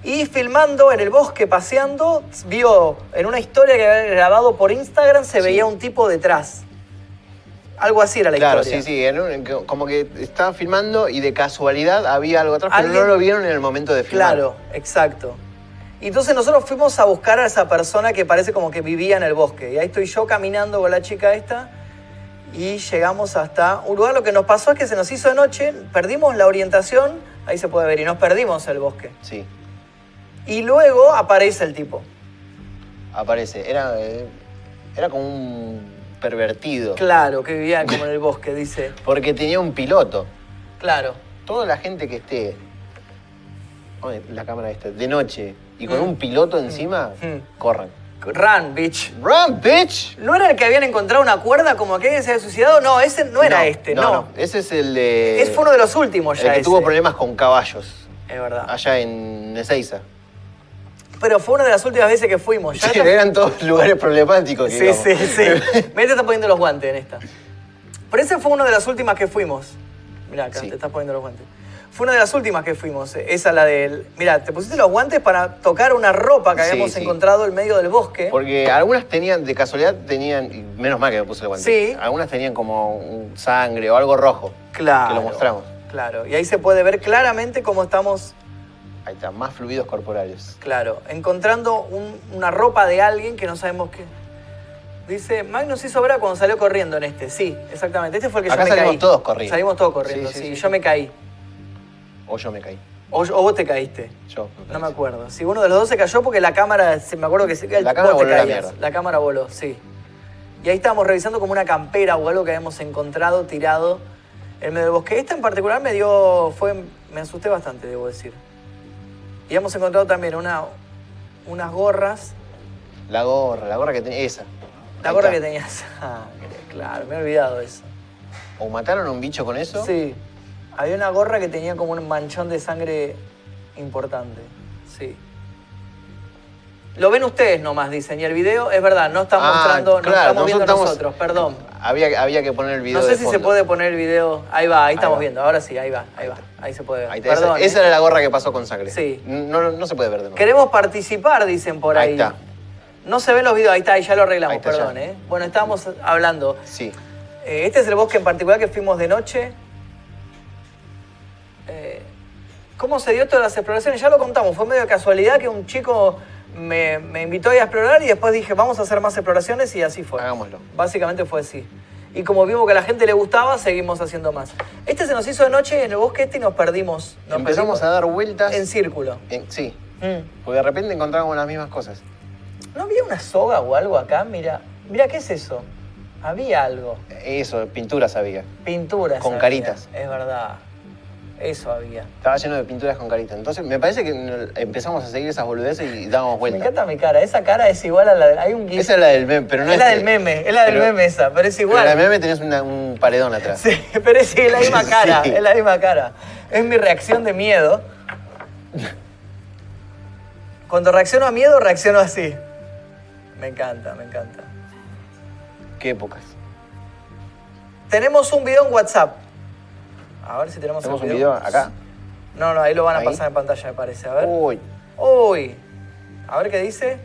Speaker 2: Y filmando en el bosque, paseando, vio en una historia que había grabado por Instagram, se veía un tipo detrás. Algo así era la
Speaker 3: Claro,
Speaker 2: historia.
Speaker 3: sí, sí, era un- como que estaba filmando y de casualidad había algo atrás, pero no
Speaker 2: Alguien-
Speaker 3: lo vieron en el momento de filmar.
Speaker 2: Claro, exacto. Y entonces nosotros fuimos a buscar a esa persona que parece como que vivía en el bosque. Y ahí estoy yo caminando con la chica esta y llegamos hasta un lugar. Lo que nos pasó es que se nos hizo de noche, perdimos la orientación, ahí se puede ver, y nos perdimos el bosque.
Speaker 3: Sí,
Speaker 2: Y luego aparece el tipo.
Speaker 3: aparece. Era, eh, era como un pervertido.
Speaker 2: Claro, que vivía como en el bosque, dice.
Speaker 3: Porque tenía un piloto.
Speaker 2: Claro.
Speaker 3: Toda la gente que esté. Ay, la cámara esta, de noche y con
Speaker 2: Mm.
Speaker 3: un piloto encima,
Speaker 2: Mm.
Speaker 3: corran.
Speaker 2: Run, bitch.
Speaker 3: ¡Run, bitch!
Speaker 2: ¿No era el que habían encontrado una cuerda como que alguien se había suicidado? No, ese no era este, no.
Speaker 3: Ese es el de.
Speaker 2: Ese fue uno de los últimos
Speaker 3: el
Speaker 2: ya.
Speaker 3: que tuvo
Speaker 2: ese. Ah.
Speaker 3: problemas con caballos
Speaker 2: Es verdad.
Speaker 3: allá en Ezeiza.
Speaker 2: Pero fue una de las últimas veces que fuimos. Ya
Speaker 3: Sí,
Speaker 2: esta-
Speaker 3: eran todos lugares problemáticos.
Speaker 2: Sí,
Speaker 3: digamos.
Speaker 2: sí, sí. Mete está poniendo los guantes en esta. Pero esa fue una de las últimas que fuimos. Mirá, acá
Speaker 3: Sí.
Speaker 2: te estás poniendo los guantes. Fue una de las últimas que fuimos. eh, Esa la del. Mirá, te pusiste los guantes para tocar una ropa que
Speaker 3: Sí,
Speaker 2: habíamos
Speaker 3: sí.
Speaker 2: encontrado en medio del bosque.
Speaker 3: Porque algunas tenían, de casualidad tenían, y menos mal que me puse el guante.
Speaker 2: Sí.
Speaker 3: Algunas tenían como un sangre o algo rojo.
Speaker 2: Claro.
Speaker 3: Que lo mostramos.
Speaker 2: Claro. Y ahí se puede ver claramente cómo estamos,
Speaker 3: Ahí está, más fluidos corporales.
Speaker 2: claro, encontrando un- una ropa de alguien que no sabemos qué. Dice, Magnus hizo obra cuando salió corriendo en este. Sí, exactamente. Este fue el que
Speaker 3: Acá
Speaker 2: yo me
Speaker 3: salimos
Speaker 2: caí.
Speaker 3: todos corriendo.
Speaker 2: Salimos todos corriendo,
Speaker 3: Sí,
Speaker 2: sí.
Speaker 3: sí, sí.
Speaker 2: Yo me caí.
Speaker 3: O yo me caí.
Speaker 2: O, o vos te caíste.
Speaker 3: Yo.
Speaker 2: No me
Speaker 3: parece.
Speaker 2: acuerdo. Si uno de los dos se cayó porque la cámara, se, me acuerdo que se,
Speaker 3: La
Speaker 2: vos
Speaker 3: cámara
Speaker 2: te
Speaker 3: voló a la
Speaker 2: caías.
Speaker 3: mierda.
Speaker 2: La cámara voló, sí. Y ahí estábamos revisando como una campera o algo que habíamos encontrado tirado en medio del bosque. Esta en particular me dio, fue, me asusté bastante, debo decir. Y hemos encontrado también una, unas gorras,
Speaker 3: La gorra, la gorra que tenía. Esa.
Speaker 2: la
Speaker 3: Ahí
Speaker 2: gorra
Speaker 3: está.
Speaker 2: que tenía sangre, claro, me he olvidado eso.
Speaker 3: O mataron a un bicho con eso.
Speaker 2: Sí, había una gorra que tenía como un manchón de sangre importante. Sí. Lo ven ustedes nomás, dicen. Y el video, es verdad, no están
Speaker 3: Ah,
Speaker 2: mostrando,
Speaker 3: claro,
Speaker 2: no estamos viendo
Speaker 3: nosotros
Speaker 2: nosotros, perdón.
Speaker 3: Había, había que poner el video.
Speaker 2: No sé
Speaker 3: de
Speaker 2: si se
Speaker 3: fondo.
Speaker 2: puede poner el video. Ahí va, ahí, estamos
Speaker 3: va.
Speaker 2: viendo. Ahora sí, ahí va, ahí va. Ahí se puede ver.
Speaker 3: Ahí está, esa-
Speaker 2: perdón.
Speaker 3: esa,
Speaker 2: ¿eh?
Speaker 3: era la gorra que pasó con sangre.
Speaker 2: Sí.
Speaker 3: No, no, no se puede ver de nuevo.
Speaker 2: Queremos participar, dicen por ahí.
Speaker 3: Ahí está.
Speaker 2: No se ven los videos, ahí está, ahí ya lo arreglamos,
Speaker 3: Ahí está,
Speaker 2: perdón.
Speaker 3: ya.
Speaker 2: ¿eh? Bueno, estábamos hablando.
Speaker 3: Sí.
Speaker 2: Eh, este es el bosque en particular que fuimos de noche. Eh, ¿Cómo se dio todas las exploraciones? Ya lo contamos, fue medio de casualidad que un chico me, me invitó a ir a explorar y después dije, vamos a hacer más exploraciones y así fue.
Speaker 3: Hagámoslo.
Speaker 2: Básicamente fue así. Y como vimos que a la gente le gustaba, seguimos haciendo más. Este se nos hizo de noche en el bosque este y nos perdimos. Nos
Speaker 3: Empezamos
Speaker 2: perdimos
Speaker 3: a dar vueltas.
Speaker 2: en círculo.
Speaker 3: en- sí.
Speaker 2: Mm.
Speaker 3: Porque de repente encontrábamos las mismas cosas.
Speaker 2: ¿No había una soga o algo acá? Mira, mira, ¿qué es eso? Había algo.
Speaker 3: Eso, pinturas había.
Speaker 2: Pinturas.
Speaker 3: Con
Speaker 2: había.
Speaker 3: caritas.
Speaker 2: Es verdad. Eso había.
Speaker 3: Estaba lleno de pinturas con carita. Entonces, me parece que en- empezamos a seguir esas boludeces y dábamos
Speaker 2: Me
Speaker 3: vueltas.
Speaker 2: encanta mi cara. Esa cara es igual a la de. Hay un gif.
Speaker 3: Esa es la del meme, pero no
Speaker 2: es la
Speaker 3: este.
Speaker 2: del meme. Es la del
Speaker 3: Pero-
Speaker 2: meme esa, pero es
Speaker 3: pero
Speaker 2: igual.
Speaker 3: la del meme tenés una- un paredón atrás.
Speaker 2: Sí, pero es es la misma
Speaker 3: Sí.
Speaker 2: cara. Es la misma cara. Es mi reacción de miedo. Cuando reacciono a miedo, reacciono así. Me encanta, me encanta.
Speaker 3: Qué épocas.
Speaker 2: Tenemos un video en WhatsApp. A ver si tenemos,
Speaker 3: Tenemos
Speaker 2: el
Speaker 3: un video acá.
Speaker 2: No, no, ahí lo van a
Speaker 3: Ahí.
Speaker 2: pasar en pantalla, me parece. A ver.
Speaker 3: Uy.
Speaker 2: Uy, a ver qué dice.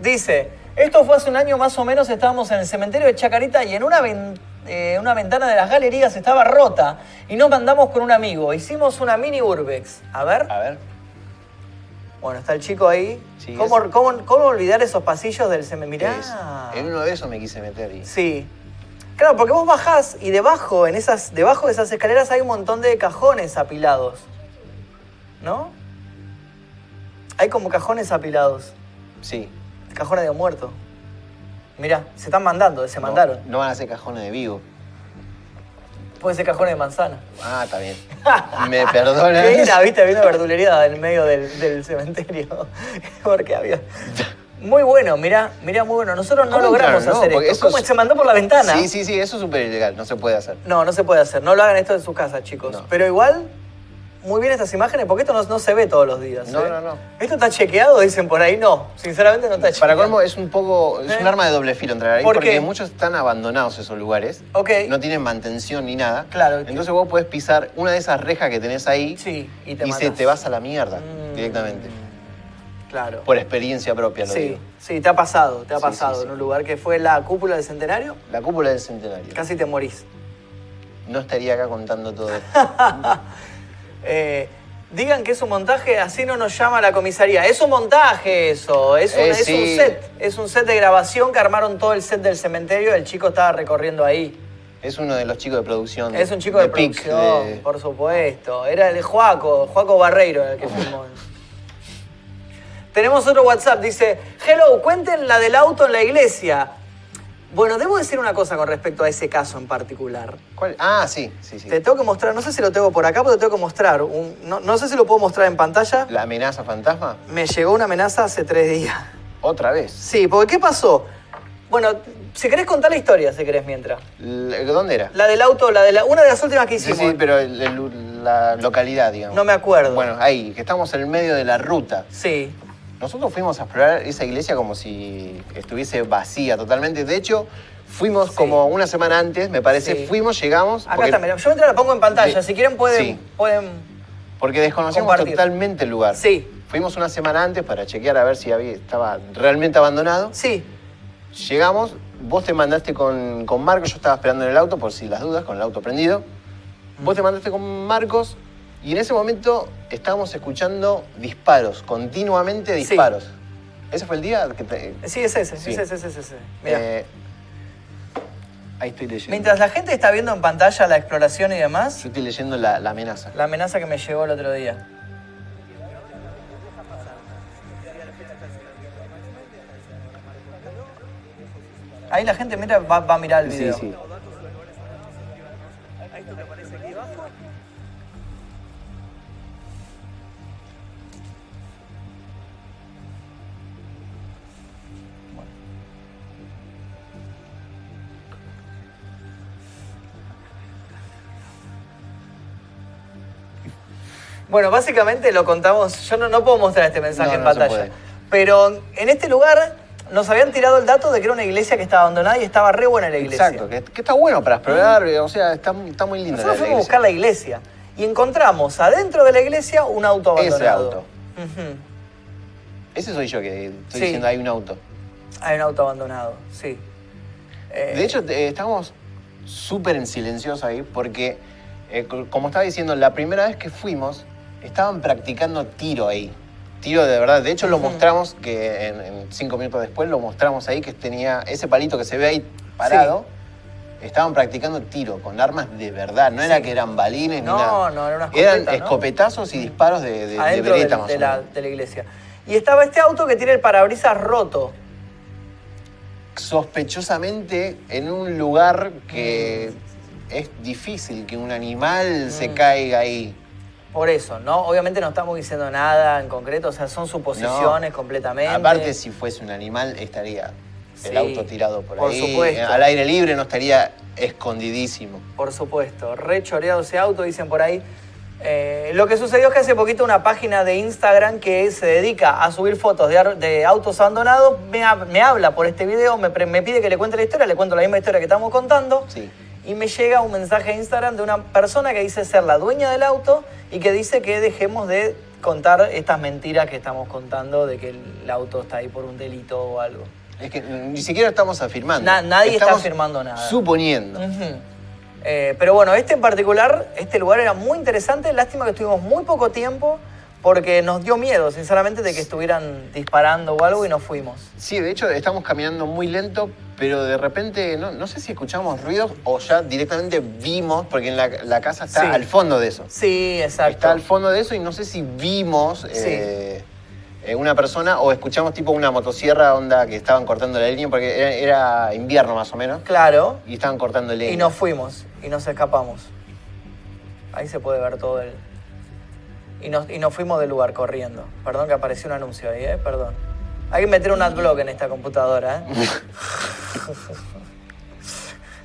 Speaker 2: Dice, esto fue hace un año más o menos, estábamos en el cementerio de Chacarita y en una, ven- eh, una ventana de las galerías estaba rota y nos mandamos con un amigo. Hicimos una mini urbex. A ver.
Speaker 3: A ver.
Speaker 2: Bueno, está el chico ahí.
Speaker 3: Ah. Sí,
Speaker 2: ¿Cómo,
Speaker 3: es-
Speaker 2: cómo- cómo olvidar esos pasillos del cementerio?
Speaker 3: ¿qué es? En uno de esos me quise meter y.
Speaker 2: Sí. Claro, porque vos bajás y debajo, en esas, debajo de esas escaleras hay un montón de cajones apilados. ¿No? Hay como cajones apilados.
Speaker 3: Sí.
Speaker 2: Cajones de muerto. Mirá, se están mandando, se
Speaker 3: No-
Speaker 2: mandaron.
Speaker 3: No, van a ser cajones de vivo.
Speaker 2: Puede ser cajones de manzana.
Speaker 3: Ah, está bien. Me perdonan.
Speaker 2: ¿Qué era? ¿Viste? Había una verdulería en medio del, del cementerio. Porque había... Muy bueno, mirá, mirá, muy bueno. Nosotros no
Speaker 3: ¿Cómo
Speaker 2: logramos
Speaker 3: entraron? No,
Speaker 2: hacer
Speaker 3: porque
Speaker 2: esto.
Speaker 3: eso
Speaker 2: ¿Cómo
Speaker 3: es-
Speaker 2: se mandó por la ventana?
Speaker 3: Sí, sí, sí, eso es súper ilegal, no se puede hacer.
Speaker 2: No, no se puede hacer. No lo hagan esto en su casa, chicos.
Speaker 3: No.
Speaker 2: Pero igual, muy bien estas imágenes, porque esto no, no se ve todos los días.
Speaker 3: No,
Speaker 2: ¿eh?
Speaker 3: no, no.
Speaker 2: ¿Esto está chequeado? Dicen por ahí. No, sinceramente no está
Speaker 3: Para
Speaker 2: chequeado.
Speaker 3: colmo es un poco, es un
Speaker 2: ¿Eh?
Speaker 3: arma de doble filo entrar ahí,
Speaker 2: ¿Por
Speaker 3: porque
Speaker 2: qué?
Speaker 3: muchos están abandonados esos lugares,
Speaker 2: Ok.
Speaker 3: no tienen mantención ni nada.
Speaker 2: Claro, ok.
Speaker 3: Entonces vos podés pisar una de esas rejas que tenés ahí
Speaker 2: Sí, y
Speaker 3: y,
Speaker 2: te
Speaker 3: se
Speaker 2: matás.
Speaker 3: te vas a la mierda
Speaker 2: Mm.
Speaker 3: directamente.
Speaker 2: Claro.
Speaker 3: Por experiencia propia lo
Speaker 2: sí,
Speaker 3: digo.
Speaker 2: sí, te ha pasado, te ha
Speaker 3: Sí,
Speaker 2: pasado.
Speaker 3: sí, sí.
Speaker 2: En un lugar que fue la cúpula del centenario,
Speaker 3: La cúpula del centenario.
Speaker 2: casi te morís.
Speaker 3: No estaría acá contando todo esto.
Speaker 2: Eh, digan que es un montaje, así no nos llama la comisaría. Es un montaje eso, es, un-
Speaker 3: Eh,
Speaker 2: es un
Speaker 3: sí.
Speaker 2: set. Es un set de grabación que armaron todo el set del cementerio, el chico estaba recorriendo ahí.
Speaker 3: Es uno de los chicos de producción.
Speaker 2: Es un chico de,
Speaker 3: Pic,
Speaker 2: producción,
Speaker 3: de-
Speaker 2: por supuesto. Era el Juaco, Juaco Barreiro el que
Speaker 3: Ah.
Speaker 2: filmó. Tenemos otro WhatsApp, dice, hello, cuenten la del auto en la iglesia. Bueno, debo decir una cosa con respecto a ese caso en particular.
Speaker 3: ¿Cuál? Ah, sí, sí, sí.
Speaker 2: Te tengo que mostrar, no sé si lo tengo por acá, pero te tengo que mostrar. un- no, no sé si lo puedo mostrar en pantalla.
Speaker 3: La amenaza fantasma,
Speaker 2: Me llegó una amenaza hace tres días.
Speaker 3: otra vez.
Speaker 2: Sí, porque ¿qué pasó? Bueno, si querés contar la historia, si querés mientras.
Speaker 3: La- ¿Dónde era?
Speaker 2: La del auto, la de la, una de las últimas que
Speaker 3: Sí,
Speaker 2: hicimos.
Speaker 3: sí, pero el- el- la localidad, digamos.
Speaker 2: No me acuerdo.
Speaker 3: Bueno, ahí, que estamos en el medio de la ruta.
Speaker 2: Sí.
Speaker 3: Nosotros fuimos a explorar esa iglesia como si estuviese vacía totalmente. De hecho, fuimos
Speaker 2: Sí.
Speaker 3: como una semana antes, me parece,
Speaker 2: Sí.
Speaker 3: fuimos, llegamos.
Speaker 2: Acá
Speaker 3: porque,
Speaker 2: está, mirá. Yo mientras la pongo en pantalla.
Speaker 3: Sí.
Speaker 2: Si quieren pueden.
Speaker 3: Sí.
Speaker 2: pueden...
Speaker 3: porque desconocemos
Speaker 2: Compartir.
Speaker 3: totalmente el lugar.
Speaker 2: Sí.
Speaker 3: Fuimos una semana antes para chequear a ver si había, estaba realmente abandonado.
Speaker 2: sí.
Speaker 3: Llegamos, vos te mandaste con, con Marcos, yo estaba esperando en el auto por si las dudas, con el auto prendido. Vos te mandaste con Marcos y en ese momento estábamos escuchando disparos, continuamente disparos. ¿Ese fue el día que te-
Speaker 2: Sí, es ese,
Speaker 3: Sí.
Speaker 2: es ese, es ese, es ese. Mirá.
Speaker 3: Eh, ahí estoy leyendo.
Speaker 2: Mientras la gente está viendo en pantalla la exploración y demás,
Speaker 3: Yo estoy leyendo la, la amenaza.
Speaker 2: la amenaza que me llegó el otro día. Ahí la gente mira, va, va a mirar el
Speaker 3: Sí,
Speaker 2: video.
Speaker 3: sí.
Speaker 2: Bueno, básicamente lo contamos, yo no, no puedo mostrar este mensaje
Speaker 3: No,
Speaker 2: en
Speaker 3: no se
Speaker 2: pantalla,
Speaker 3: puede.
Speaker 2: pero en este lugar nos habían tirado el dato de que era una iglesia que estaba abandonada y estaba re buena la iglesia.
Speaker 3: Exacto, que, que está bueno para explorar, eh, o sea, está, está muy lindo.
Speaker 2: Nosotros fuimos a buscar la iglesia y encontramos adentro de la iglesia un auto abandonado.
Speaker 3: Ese auto.
Speaker 2: Ujú.
Speaker 3: Ese soy yo que estoy
Speaker 2: Sí.
Speaker 3: diciendo, hay un auto.
Speaker 2: Hay un auto abandonado, sí. Eh,
Speaker 3: De hecho, eh, estábamos súper en silencioso ahí porque, eh, co- como estaba diciendo, la primera vez que fuimos, estaban practicando tiro ahí. Tiro de verdad. De hecho, lo mostramos, que en, en cinco minutos después lo mostramos ahí, que tenía ese palito que se ve ahí parado. Estaban practicando tiro con armas de verdad. No era
Speaker 2: Sí.
Speaker 3: que eran balines
Speaker 2: No,
Speaker 3: ni nada.
Speaker 2: no, era una escopeta,
Speaker 3: Eran
Speaker 2: ¿no?
Speaker 3: escopetazos y disparos de, de- de
Speaker 2: adentro
Speaker 3: vereta,
Speaker 2: del-
Speaker 3: más
Speaker 2: de
Speaker 3: o
Speaker 2: la,
Speaker 3: menos.
Speaker 2: de la iglesia. Y estaba este auto que tiene el parabrisas roto.
Speaker 3: sospechosamente en un lugar que es difícil que un animal se
Speaker 2: Mm.
Speaker 3: caiga ahí.
Speaker 2: Por eso, ¿no? Obviamente no estamos diciendo nada en concreto, o sea, son suposiciones
Speaker 3: No.
Speaker 2: completamente.
Speaker 3: Aparte, si fuese un animal, estaría
Speaker 2: Sí,
Speaker 3: el auto tirado por,
Speaker 2: por
Speaker 3: ahí.
Speaker 2: supuesto.
Speaker 3: Al aire libre no estaría escondidísimo.
Speaker 2: Por supuesto, re choreado ese auto, dicen por ahí. Eh, lo que sucedió es que hace poquito una página de Instagram que se dedica a subir fotos de, ar- de autos abandonados me, ha- me habla por este video, me, pre- me pide que le cuente la historia, le cuento la misma historia que estamos contando.
Speaker 3: Sí.
Speaker 2: Y me llega un mensaje a Instagram de una persona que dice ser la dueña del auto y que dice que dejemos de contar estas mentiras que estamos contando de que el auto está ahí por un delito o algo.
Speaker 3: Es que ni siquiera estamos afirmando.
Speaker 2: Na- nadie está
Speaker 3: Estamos
Speaker 2: afirmando nada.
Speaker 3: Suponiendo.
Speaker 2: Ujú. Eh, pero bueno, este en particular, este lugar era muy interesante. Lástima que estuvimos muy poco tiempo porque nos dio miedo, sinceramente, de que estuvieran disparando o algo y nos fuimos.
Speaker 3: Sí, de hecho estamos caminando muy lento, pero de repente, no, no sé si escuchamos ruidos o ya directamente vimos, porque en la, la casa está
Speaker 2: Sí.
Speaker 3: al fondo de eso.
Speaker 2: Sí, exacto.
Speaker 3: Está al fondo de eso y no sé si vimos eh, eh, una persona o escuchamos tipo una motosierra onda que estaban cortando la línea porque era, era invierno más o menos
Speaker 2: Claro.
Speaker 3: y estaban cortando leña.
Speaker 2: Y nos fuimos y nos escapamos. Ahí se puede ver todo el. Y nos, y nos fuimos del lugar corriendo. Perdón que apareció un anuncio ahí, ¿eh? Perdón. Hay que meter un adblock en esta computadora, ¿eh?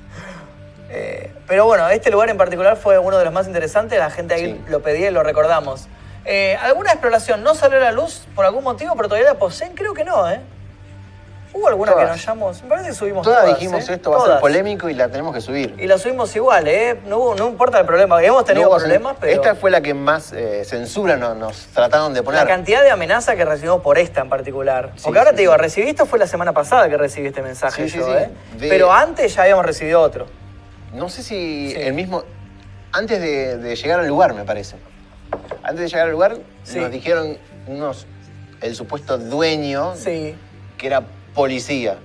Speaker 2: Eh, pero bueno, este lugar en particular fue uno de los más interesantes. La gente ahí
Speaker 3: Sí.
Speaker 2: lo pedía y lo recordamos. Eh, ¿Alguna exploración no salió a la luz por algún motivo, pero todavía la poseen? Creo que no, ¿eh? ¿Hubo alguna que
Speaker 3: Todas.
Speaker 2: nos llamamos? Me parece que subimos
Speaker 3: Todas
Speaker 2: todas,
Speaker 3: dijimos
Speaker 2: ¿eh?
Speaker 3: esto va a ser
Speaker 2: Todas.
Speaker 3: polémico y la tenemos que subir.
Speaker 2: Y la subimos igual, ¿eh? No, hubo- no importa el problema. Hemos tenido
Speaker 3: No hubo-
Speaker 2: problemas, pero
Speaker 3: Esta fue la que más eh, censura no- nos trataron de poner.
Speaker 2: la cantidad de amenaza que recibimos por esta en particular.
Speaker 3: Sí,
Speaker 2: Porque ahora
Speaker 3: sí,
Speaker 2: te digo,
Speaker 3: sí.
Speaker 2: recibí esto fue la semana pasada que recibí este mensaje
Speaker 3: Sí, sí,
Speaker 2: yo,
Speaker 3: sí.
Speaker 2: ¿eh?
Speaker 3: De-
Speaker 2: Pero antes ya habíamos recibido otro.
Speaker 3: No sé si
Speaker 2: Sí.
Speaker 3: el mismo. Antes de, de llegar al lugar, me parece. Antes de llegar al lugar,
Speaker 2: Sí.
Speaker 3: nos dijeron unos. El supuesto dueño
Speaker 2: Sí.
Speaker 3: que era policía.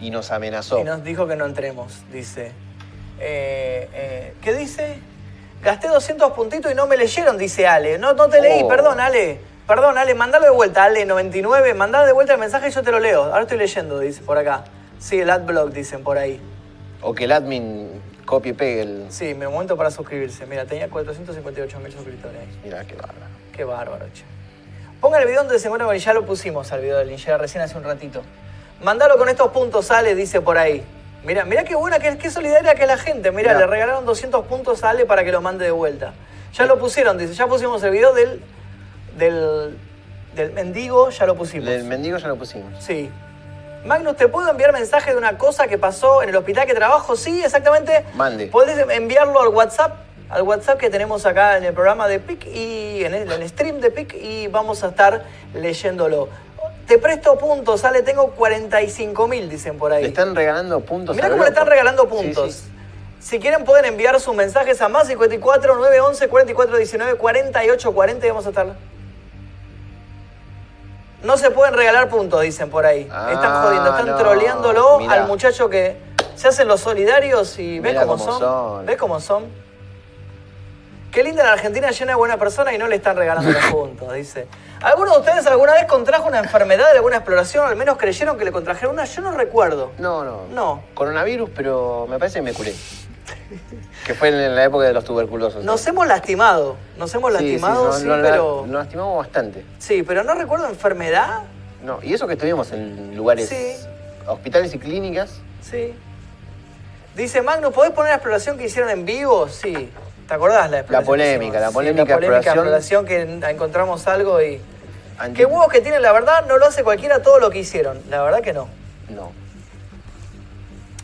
Speaker 3: Y nos amenazó.
Speaker 2: Y nos dijo que no entremos, dice. Eh, eh, ¿Qué dice? Gasté 200 puntitos y no me leyeron, dice Ale. No, no te leí,
Speaker 3: Oh.
Speaker 2: perdón, Ale. Perdón, Ale, mandalo de vuelta, Ale99, mandalo de vuelta el mensaje y yo te lo leo. Ahora estoy leyendo, dice, por acá. Sí, el adblock, dicen por ahí.
Speaker 3: O que el admin copie y pegue el.
Speaker 2: Sí, mi momento para suscribirse. Mira, tenía 458 mil suscriptores.
Speaker 3: Mirá, qué bárbaro.
Speaker 2: Qué bárbaro, che. Ponga el video donde se muere ya lo pusimos al video del ninja recién hace un ratito. Mandalo con estos puntos, Ale, dice por ahí. Mira, mira qué buena, qué, qué solidaria que es la gente. Mira,
Speaker 3: Mirá.
Speaker 2: le regalaron 200 puntos a Ale para que lo mande de vuelta. Ya lo pusieron, dice. Ya pusimos el video del. del. del mendigo, ya lo pusimos.
Speaker 3: El mendigo ya lo pusimos.
Speaker 2: Sí. Magnus, ¿te puedo enviar mensaje de una cosa que pasó en el hospital que trabajo? Sí, exactamente.
Speaker 3: Mande.
Speaker 2: Podés enviarlo al WhatsApp, al WhatsApp que tenemos acá en el programa de PIC y en el, en el stream de PIC y vamos a estar leyéndolo. Te presto puntos, sale, tengo 45 mil, dicen por ahí.
Speaker 3: Le están regalando puntos.
Speaker 2: Mirá
Speaker 3: a lo
Speaker 2: cómo le están
Speaker 3: loco.
Speaker 2: regalando
Speaker 3: Sí,
Speaker 2: puntos.
Speaker 3: sí.
Speaker 2: Si quieren pueden enviar sus mensajes a más 54 911 44 19 48 40 y vamos a estar... No se pueden regalar puntos, dicen por ahí.
Speaker 3: Ah,
Speaker 2: están jodiendo, están
Speaker 3: no.
Speaker 2: troleándolo
Speaker 3: Mirá.
Speaker 2: al muchacho que se hacen los solidarios y ves
Speaker 3: Mirá
Speaker 2: cómo,
Speaker 3: cómo
Speaker 2: son.
Speaker 3: son.
Speaker 2: Ves cómo son. Qué linda la Argentina llena de buenas personas y no le están regalando los puntos, dice. ¿Alguno de ustedes alguna vez contrajo una enfermedad de alguna exploración? Al menos creyeron que le contrajeron una. Yo no recuerdo.
Speaker 3: No, no.
Speaker 2: No.
Speaker 3: Coronavirus, pero me parece que me curé. que fue en la época de los tuberculosos.
Speaker 2: Nos hemos lastimado. Nos hemos
Speaker 3: Sí, sí,
Speaker 2: lastimado,
Speaker 3: no-
Speaker 2: sí,
Speaker 3: no la-
Speaker 2: pero.
Speaker 3: Nos lastimamos bastante.
Speaker 2: Sí, pero no recuerdo enfermedad.
Speaker 3: No, y eso que estuvimos en lugares,
Speaker 2: Sí.
Speaker 3: hospitales y clínicas.
Speaker 2: Sí. Dice Magnus, ¿podés poner la exploración que hicieron en vivo? Sí. ¿Te acordás la exploración? que
Speaker 3: polémica,
Speaker 2: hicimos?
Speaker 3: la
Speaker 2: Sí,
Speaker 3: polémica
Speaker 2: la polémica exploración.
Speaker 3: exploración.
Speaker 2: que encontramos algo y.
Speaker 3: Anti-
Speaker 2: Qué huevos que tienen, la verdad, no lo hace cualquiera todo lo que hicieron. La verdad que no.
Speaker 3: No.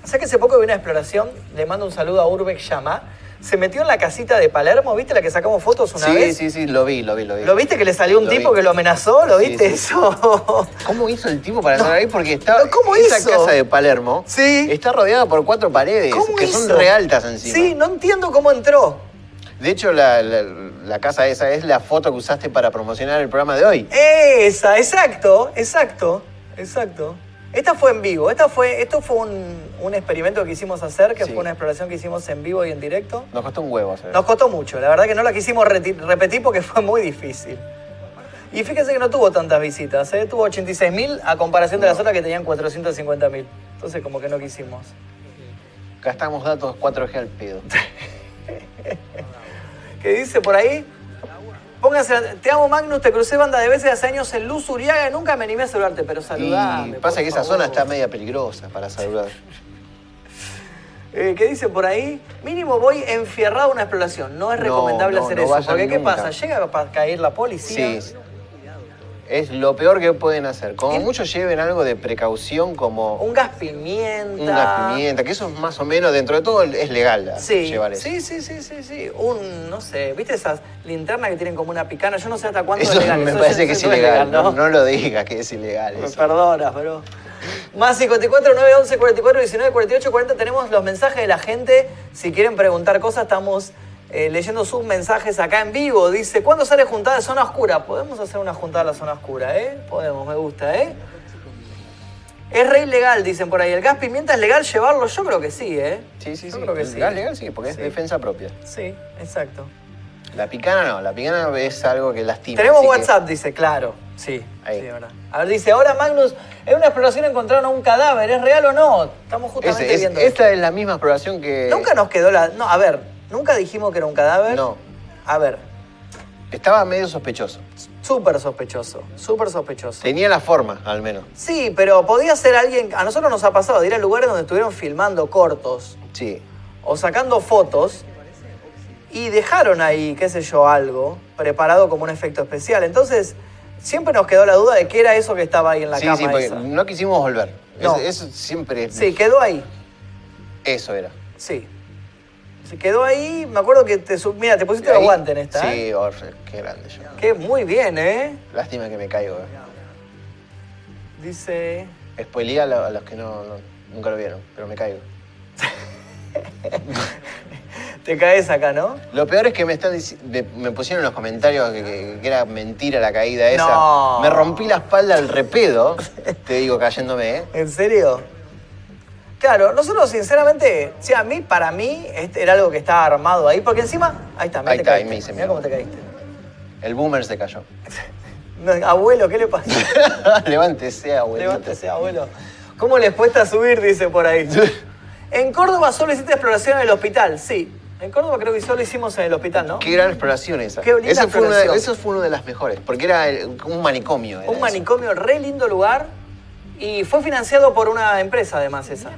Speaker 2: ¿Sabes que hace poco vi una exploración? Le mando un saludo a Urbex Yamá. Se metió en la casita de Palermo, ¿viste la que sacamos fotos una
Speaker 3: sí,
Speaker 2: vez?
Speaker 3: sí, sí, lo vi, lo vi, lo vi.
Speaker 2: ¿Lo viste que le salió un
Speaker 3: Lo
Speaker 2: tipo
Speaker 3: vi.
Speaker 2: que lo amenazó? ¿Lo
Speaker 3: Sí,
Speaker 2: viste
Speaker 3: sí.
Speaker 2: eso?
Speaker 3: ¿Cómo hizo el tipo para entrar ahí? Porque está,
Speaker 2: No, ¿cómo
Speaker 3: esa
Speaker 2: hizo?
Speaker 3: casa de Palermo
Speaker 2: Sí.
Speaker 3: está rodeada por cuatro paredes
Speaker 2: ¿Cómo
Speaker 3: que
Speaker 2: hizo?
Speaker 3: son re altas encima.
Speaker 2: Sí, no entiendo cómo entró.
Speaker 3: De hecho, la, la- la casa esa es la foto que usaste para promocionar el programa de hoy.
Speaker 2: Esa, exacto, exacto, exacto. Esta fue en vivo, esta fue, esto fue un, un experimento que quisimos hacer, que
Speaker 3: Sí.
Speaker 2: fue una exploración que hicimos en vivo y en directo.
Speaker 3: Nos costó un huevo hacer
Speaker 2: Nos costó mucho, la verdad que no la quisimos reti- repetir porque fue muy difícil. Y fíjense que no tuvo tantas visitas, ¿eh? tuvo 86.000 a comparación de las otras que tenían 450.000. Entonces como que no quisimos.
Speaker 3: Gastamos datos 4G al pedo.
Speaker 2: ¿Qué dice por ahí? Pónganse, la- te amo Magnus, te crucé banda de veces hace años en Luz Uriaga, nunca me animé a saludarte, pero saludame.
Speaker 3: y pasa
Speaker 2: por
Speaker 3: que esa
Speaker 2: favor.
Speaker 3: zona está media peligrosa para saludar.
Speaker 2: Eh, ¿Qué dice por ahí? Mínimo voy enfierrado a una exploración. No es
Speaker 3: No,
Speaker 2: recomendable
Speaker 3: no,
Speaker 2: hacer
Speaker 3: no
Speaker 2: eso.
Speaker 3: vayan
Speaker 2: Porque ¿qué
Speaker 3: nunca.
Speaker 2: pasa? Llega a caer la
Speaker 3: Sí.
Speaker 2: policía.
Speaker 3: Es lo peor que pueden hacer. Como
Speaker 2: ¿Qué?
Speaker 3: mucho lleven algo de precaución como
Speaker 2: Un gas pimienta.
Speaker 3: una pimienta, que eso es más o menos, dentro de todo es legal
Speaker 2: Sí,
Speaker 3: llevar eso.
Speaker 2: sí, sí, sí, sí, sí. Un, no sé, ¿viste esas linternas que tienen como una picana? Yo no sé hasta cuándo
Speaker 3: Eso
Speaker 2: es legal.
Speaker 3: me
Speaker 2: Eso
Speaker 3: parece
Speaker 2: yo
Speaker 3: que es
Speaker 2: no sé
Speaker 3: ilegal.
Speaker 2: cuándo es
Speaker 3: no, No lo digas que es ilegal.
Speaker 2: Me
Speaker 3: eso.
Speaker 2: perdonas, pero. Más 54 9 11 44 19 48 40. Tenemos los mensajes de la gente. Si quieren preguntar cosas, estamos eh, leyendo sus mensajes acá en vivo. Dice: ¿Cuándo sale juntada de zona oscura? Podemos hacer una juntada de la zona oscura, ¿eh? Podemos, me gusta, ¿eh? Es re ilegal, dicen por ahí. ¿El gas pimienta es legal llevarlo? Yo creo que sí, ¿eh?
Speaker 3: Sí, sí,
Speaker 2: Yo
Speaker 3: sí.
Speaker 2: creo que sí.
Speaker 3: legal, legal, sí, porque
Speaker 2: Sí.
Speaker 3: es defensa propia.
Speaker 2: Sí, exacto.
Speaker 3: La picana no, la picana es algo que lastima.
Speaker 2: Tenemos
Speaker 3: así que-
Speaker 2: WhatsApp, dice, claro. Sí,
Speaker 3: Ahí.
Speaker 2: sí, es verdad. A ver, dice, ahora Magnus, en una exploración encontraron un cadáver, ¿es real o no? Estamos
Speaker 3: Es-
Speaker 2: justamente
Speaker 3: es-
Speaker 2: viendo. esto.
Speaker 3: esta es la misma exploración que.
Speaker 2: Nunca nos quedó la. No, a ver, nunca dijimos que era un cadáver.
Speaker 3: No.
Speaker 2: A ver,
Speaker 3: Estaba medio sospechoso.
Speaker 2: súper sospechoso, súper sospechoso.
Speaker 3: Tenía la forma, al menos.
Speaker 2: Sí, pero podía ser alguien. A nosotros nos ha pasado de ir a lugares donde estuvieron filmando cortos
Speaker 3: Sí.
Speaker 2: o sacando fotos y dejaron ahí, qué sé yo, algo preparado como un efecto especial. Entonces, siempre nos quedó la duda de qué era eso que estaba ahí en la
Speaker 3: sí,
Speaker 2: cama.
Speaker 3: sí, porque
Speaker 2: esa.
Speaker 3: no quisimos volver.
Speaker 2: No.
Speaker 3: Eso, eso siempre.
Speaker 2: Sí, quedó ahí.
Speaker 3: Eso era.
Speaker 2: Sí. Se quedó ahí. Me acuerdo que te. sub- Mira, te pusiste el
Speaker 3: Ahí-
Speaker 2: aguante en esta. ¿eh?
Speaker 3: Sí, Orfe, qué grande yo.
Speaker 2: Que muy bien, ¿eh?
Speaker 3: Lástima que me caigo. eh.
Speaker 2: Dice.
Speaker 3: Spoileé a, lo- a los que no, no- nunca lo vieron, pero me caigo.
Speaker 2: Te caes acá, ¿no?
Speaker 3: Lo peor es que me están dici- de- me pusieron en los comentarios que, que- que era mentira la caída esa.
Speaker 2: No.
Speaker 3: Me rompí la espalda al repedo, te digo cayéndome, ¿eh?
Speaker 2: ¿En serio? Claro, nosotros sinceramente, sí, a mí, para mí, este era algo que estaba armado ahí, porque encima, ahí está, mirá
Speaker 3: Ahí
Speaker 2: te
Speaker 3: está, ahí
Speaker 2: caíste.
Speaker 3: me hice
Speaker 2: Mirá
Speaker 3: mierda.
Speaker 2: cómo te caíste.
Speaker 3: El boomer se cayó.
Speaker 2: No, abuelo, ¿qué le pasa?
Speaker 3: Levántese, abuelito.
Speaker 2: Levántese, abuelo. ¿Cómo les cuesta subir? Dice por ahí. en Córdoba solo hiciste exploración en el hospital, sí. En Córdoba creo que solo hicimos en el hospital, ¿no?
Speaker 3: Qué gran exploración esa.
Speaker 2: Qué linda
Speaker 3: Ese fue una de-
Speaker 2: exploración.
Speaker 3: eso fue una de las mejores, porque era el- un manicomio. era
Speaker 2: Un
Speaker 3: eso.
Speaker 2: manicomio, re lindo lugar. Y fue financiado por una empresa, además, esa.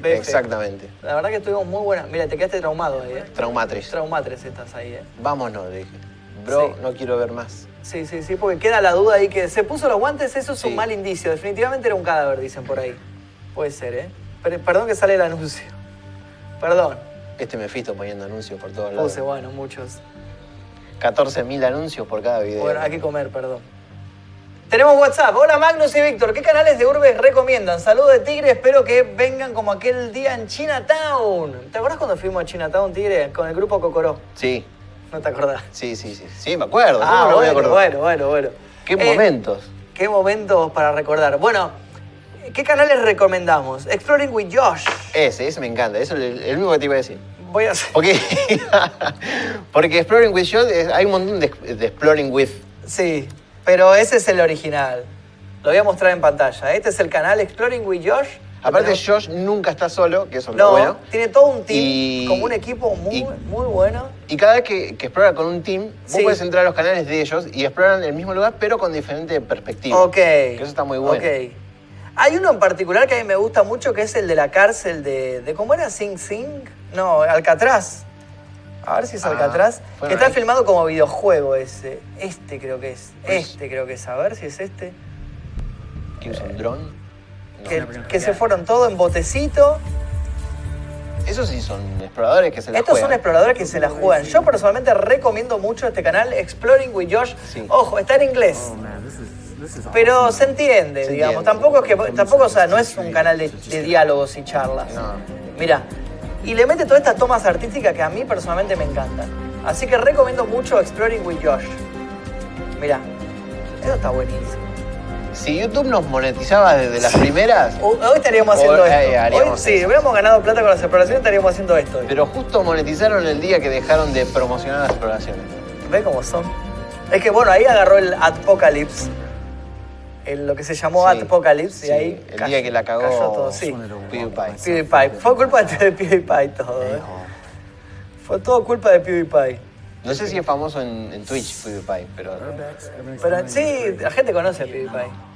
Speaker 2: BF.
Speaker 3: Exactamente.
Speaker 2: La verdad que estuvimos muy buenas. Mira, te quedaste traumado ahí, ¿eh?
Speaker 3: Traumatriz.
Speaker 2: Traumatres estás ahí, ¿eh?
Speaker 3: Vámonos, le dije. Bro,
Speaker 2: Sí.
Speaker 3: no quiero ver más.
Speaker 2: Sí, sí, sí, porque queda la duda ahí que se puso los guantes, eso es un
Speaker 3: Sí.
Speaker 2: mal indicio. Definitivamente era un cadáver, dicen por ahí. Puede ser, ¿eh? Per- perdón que sale el anuncio. Perdón.
Speaker 3: Este Mephisto poniendo anuncios por todos lados.
Speaker 2: Puse, bueno, muchos.
Speaker 3: 14.000 anuncios por cada video.
Speaker 2: Bueno, hay que comer, perdón. Tenemos WhatsApp. Hola Magnus y Víctor. ¿Qué canales de Urbes recomiendan? Saludos de Tigre. Espero que vengan como aquel día en Chinatown. ¿Te acordás cuando fuimos a Chinatown, Tigre? Con el grupo Cocoró.
Speaker 3: Sí,
Speaker 2: No te acordás.
Speaker 3: sí, sí, sí. Sí, me acuerdo. ¿cómo
Speaker 2: Ah,
Speaker 3: no me voy a
Speaker 2: bueno,
Speaker 3: acordar?
Speaker 2: bueno, bueno, bueno.
Speaker 3: Qué
Speaker 2: Eh,
Speaker 3: momentos.
Speaker 2: Qué Qué momentos para recordar. Bueno, ¿qué canales recomendamos? Exploring with Josh.
Speaker 3: Ese, ese me encanta. Eso es el, el único que te iba a decir.
Speaker 2: Voy a hacer...
Speaker 3: Porque, porque Exploring with Shot es- hay un montón de, de Exploring with.
Speaker 2: Sí, pero ese es el original. Lo voy a mostrar en pantalla. Este es el canal Exploring with Josh.
Speaker 3: Aparte,
Speaker 2: Tenemos-
Speaker 3: Josh nunca está solo, que eso es lo
Speaker 2: No,
Speaker 3: bueno.
Speaker 2: tiene todo un team,
Speaker 3: Y-
Speaker 2: como un equipo muy,
Speaker 3: y-
Speaker 2: muy bueno.
Speaker 3: Y cada vez que, que explora con un team, vos
Speaker 2: Sí.
Speaker 3: puedes entrar a los canales de ellos y exploran el mismo lugar, pero con diferente perspectiva.
Speaker 2: Ok.
Speaker 3: Que eso está muy bueno.
Speaker 2: Ok. Hay uno en particular que a mí me gusta mucho, que es el de la cárcel de... de ¿Cómo era? ¿Sing Sing? No, Alcatraz. A ver si es
Speaker 3: Ah,
Speaker 2: Alcatraz.
Speaker 3: bueno,
Speaker 2: que está
Speaker 3: ahí.
Speaker 2: filmado como videojuego ese. Este creo que es.
Speaker 3: Pues-
Speaker 2: Este creo que es. A ver si es este.
Speaker 3: ¿Qué usa un dron? No.
Speaker 2: que que se fueron todos en botecito.
Speaker 3: Esos sí son exploradores que se la
Speaker 2: Estos son
Speaker 3: juegan.
Speaker 2: exploradores que se la juegan. Yo personalmente recomiendo mucho este canal, Exploring with Josh.
Speaker 3: Sí.
Speaker 2: Ojo, está en inglés. Pero se entiende,
Speaker 3: Se
Speaker 2: digamos.
Speaker 3: entiende.
Speaker 2: Tampoco es que tampoco, o sea, no es un canal de, de diálogos y charlas.
Speaker 3: No.
Speaker 2: Mirá. Y le mete todas estas tomas artísticas que a mí personalmente me encantan. Así que recomiendo mucho Exploring with Josh. Mirá. Eso está buenísimo.
Speaker 3: Si YouTube nos monetizaba desde las primeras,
Speaker 2: Hoy hoy estaríamos
Speaker 3: Hoy,
Speaker 2: haciendo esto.
Speaker 3: eh, haríamos
Speaker 2: Hoy, sí,
Speaker 3: eso.
Speaker 2: hubiéramos ganado plata con las exploraciones, estaríamos haciendo esto. hoy.
Speaker 3: pero justo monetizaron el día que dejaron de promocionar las exploraciones.
Speaker 2: ¿Ves cómo son? Es que bueno, ahí agarró el Adpocalypse. El, lo que se llamó
Speaker 3: Sí,
Speaker 2: Adpocalypse.
Speaker 3: sí,
Speaker 2: y ahí
Speaker 3: el
Speaker 2: cayó-
Speaker 3: día que la cagó
Speaker 2: cayó todo, sí.
Speaker 3: PewDiePie.
Speaker 2: PewDiePie. Fue culpa de PewDiePie todo, ¿eh? Fue todo culpa de PewDiePie.
Speaker 3: No sé si es famoso en, en Twitch PewDiePie, pero
Speaker 2: Ah, Pero sí, la gente conoce a PewDiePie.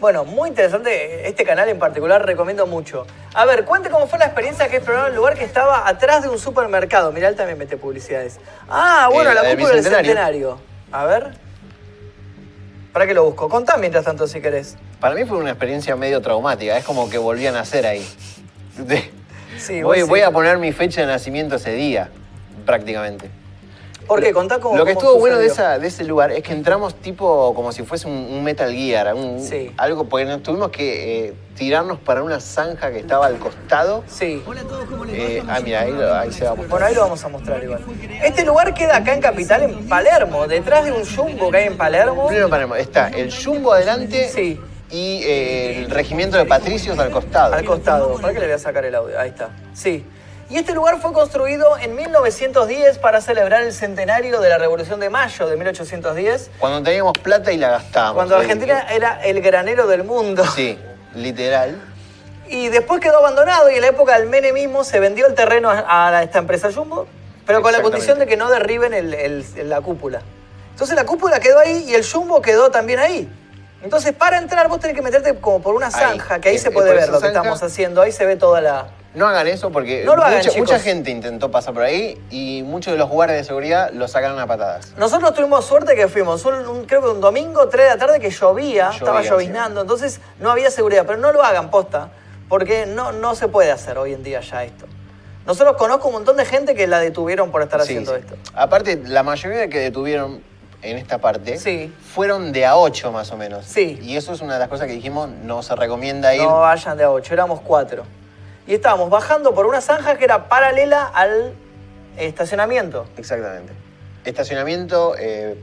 Speaker 2: Bueno, muy interesante este canal en particular, recomiendo mucho. A ver, cuente cómo fue la experiencia que exploraron el lugar que estaba atrás de un supermercado. Mirá, él también mete publicidades. Ah, bueno,
Speaker 3: Eh,
Speaker 2: la
Speaker 3: la del
Speaker 2: cúpula del
Speaker 3: Bicentenario.
Speaker 2: centenario. A ver. ¿Para qué lo busco? Contá mientras tanto si querés.
Speaker 3: para mí fue una experiencia medio traumática. Es como que volvían a hacer ahí. De-
Speaker 2: Sí,
Speaker 3: voy,
Speaker 2: vos
Speaker 3: voy
Speaker 2: sí.
Speaker 3: a poner mi fecha de nacimiento ese día, prácticamente.
Speaker 2: ¿Por qué? Contá cómo.
Speaker 3: Lo que
Speaker 2: cómo
Speaker 3: estuvo bueno de,
Speaker 2: sucedió.
Speaker 3: esa, de ese lugar es que entramos tipo como si fuese un, un Metal Gear, un-
Speaker 2: Sí.
Speaker 3: algo, porque nos tuvimos que eh, tirarnos para una zanja que estaba al costado.
Speaker 2: Sí.
Speaker 3: Eh, ah, mira, ahí, lo- ahí se va a mostrar.
Speaker 2: Bueno, ahí lo vamos a mostrar igual. Este lugar queda acá en Capital, en Palermo, detrás de un jumbo que hay en Palermo.
Speaker 3: Primero Palermo, está el Jumbo adelante
Speaker 2: Sí.
Speaker 3: y eh, el regimiento de Patricios al costado.
Speaker 2: Al costado. ¿Para qué le voy a sacar el audio? Ahí está. Sí. Y este lugar fue construido en 1910 para celebrar el centenario de la Revolución de Mayo de 1810,
Speaker 3: Cuando teníamos plata y la gastábamos.
Speaker 2: cuando
Speaker 3: Ahí.
Speaker 2: Argentina era el granero del mundo.
Speaker 3: Sí, literal.
Speaker 2: Y después quedó abandonado y en la época del menemismo se vendió el terreno a, a esta empresa Jumbo, pero con la
Speaker 3: Exactamente.
Speaker 2: condición de que no derriben el- el- la cúpula. Entonces la cúpula quedó ahí y el Jumbo quedó también ahí. Entonces para entrar vos tenés que meterte como por una
Speaker 3: Ahí.
Speaker 2: zanja, que ahí
Speaker 3: Es-
Speaker 2: se
Speaker 3: es
Speaker 2: puede
Speaker 3: por
Speaker 2: ver
Speaker 3: esa
Speaker 2: lo que
Speaker 3: zanja.
Speaker 2: estamos haciendo, ahí se ve toda la...
Speaker 3: No hagan eso porque
Speaker 2: No lo hagan,
Speaker 3: mucha, mucha
Speaker 2: chicos.
Speaker 3: gente intentó pasar por ahí y muchos de los guardias de seguridad lo sacaron a patadas.
Speaker 2: Nosotros tuvimos suerte que fuimos, un, un- creo que un domingo, 3 de la tarde, que llovía,
Speaker 3: Llovía,
Speaker 2: estaba lloviznando, entonces no había seguridad, pero no lo hagan posta, porque no, no se puede hacer hoy en día ya esto. Nosotros conozco un montón de gente que la detuvieron por estar
Speaker 3: Sí,
Speaker 2: haciendo
Speaker 3: sí.
Speaker 2: esto.
Speaker 3: Aparte, la mayoría de que detuvieron en esta parte
Speaker 2: Sí.
Speaker 3: fueron de a 8 más o menos.
Speaker 2: Sí.
Speaker 3: Y eso es una de las cosas que dijimos, no se recomienda ir.
Speaker 2: No vayan de a 8, éramos cuatro. Y estábamos bajando por una zanja que era paralela al estacionamiento.
Speaker 3: Exactamente. Estacionamiento, eh,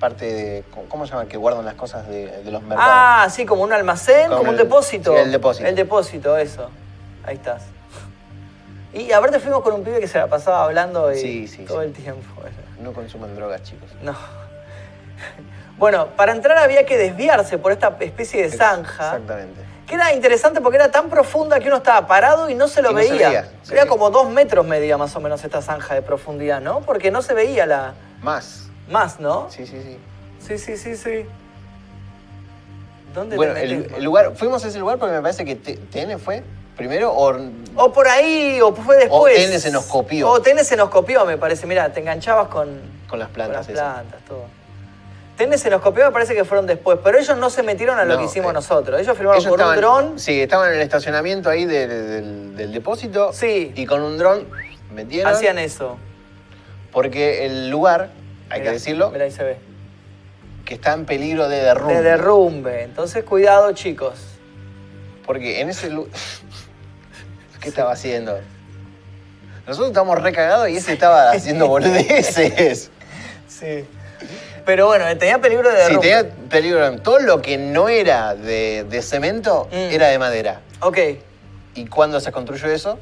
Speaker 3: parte de... ¿Cómo se llama? Que guardan las cosas de, de los mercados.
Speaker 2: Ah, sí, como un almacén,
Speaker 3: Como
Speaker 2: como, un
Speaker 3: el-
Speaker 2: depósito.
Speaker 3: sí, el depósito.
Speaker 2: El depósito, eso. Ahí estás. Y a ver, te fuimos con un pibe que se la pasaba hablando y
Speaker 3: Sí, sí,
Speaker 2: todo
Speaker 3: sí.
Speaker 2: el tiempo.
Speaker 3: No consuman drogas, chicos.
Speaker 2: No. Bueno, para entrar había que desviarse por esta especie de zanja.
Speaker 3: Exactamente.
Speaker 2: Que era interesante porque era tan profunda que uno estaba parado y no se lo
Speaker 3: Y no se
Speaker 2: veía.
Speaker 3: veía, sí.
Speaker 2: Era como dos metros medía más o menos esta zanja de profundidad, ¿no? Porque no se veía la.
Speaker 3: Más.
Speaker 2: Más, ¿no?
Speaker 3: Sí, sí, sí.
Speaker 2: sí, sí, sí. sí. ¿Dónde te
Speaker 3: Bueno, el,
Speaker 2: metes?
Speaker 3: el lugar, fuimos a ese lugar porque me parece que T- TN fue primero o...
Speaker 2: O por ahí, o fue después.
Speaker 3: O TN se nos copió.
Speaker 2: O TN se nos copió, me parece. Mira, te enganchabas con,
Speaker 3: Con las plantas,
Speaker 2: Con las
Speaker 3: esas.
Speaker 2: plantas, todo. TN se nos copió, me parece que fueron después. Pero ellos no se metieron a lo
Speaker 3: No,
Speaker 2: que hicimos
Speaker 3: eh,
Speaker 2: nosotros. Ellos firmaron
Speaker 3: ellos
Speaker 2: con un dron.
Speaker 3: Sí, estaban en el estacionamiento ahí de- de- del, del depósito.
Speaker 2: Sí.
Speaker 3: Y con un dron metieron.
Speaker 2: Hacían eso.
Speaker 3: Porque el lugar, hay
Speaker 2: Mirá,
Speaker 3: que decirlo,
Speaker 2: Mirá, ahí se ve.
Speaker 3: que está en peligro de derrumbe.
Speaker 2: De derrumbe. Entonces, cuidado, chicos.
Speaker 3: Porque en ese lugar. ¿Qué estaba haciendo? Nosotros estamos recagados y ese estaba haciendo boludeces.
Speaker 2: Sí. Pero bueno, tenía peligro de derrumbe.
Speaker 3: Sí, tenía peligro. Todo lo que no era de, de cemento
Speaker 2: Mm.
Speaker 3: era de madera.
Speaker 2: Ok,
Speaker 3: ¿Y cuándo se construyó eso?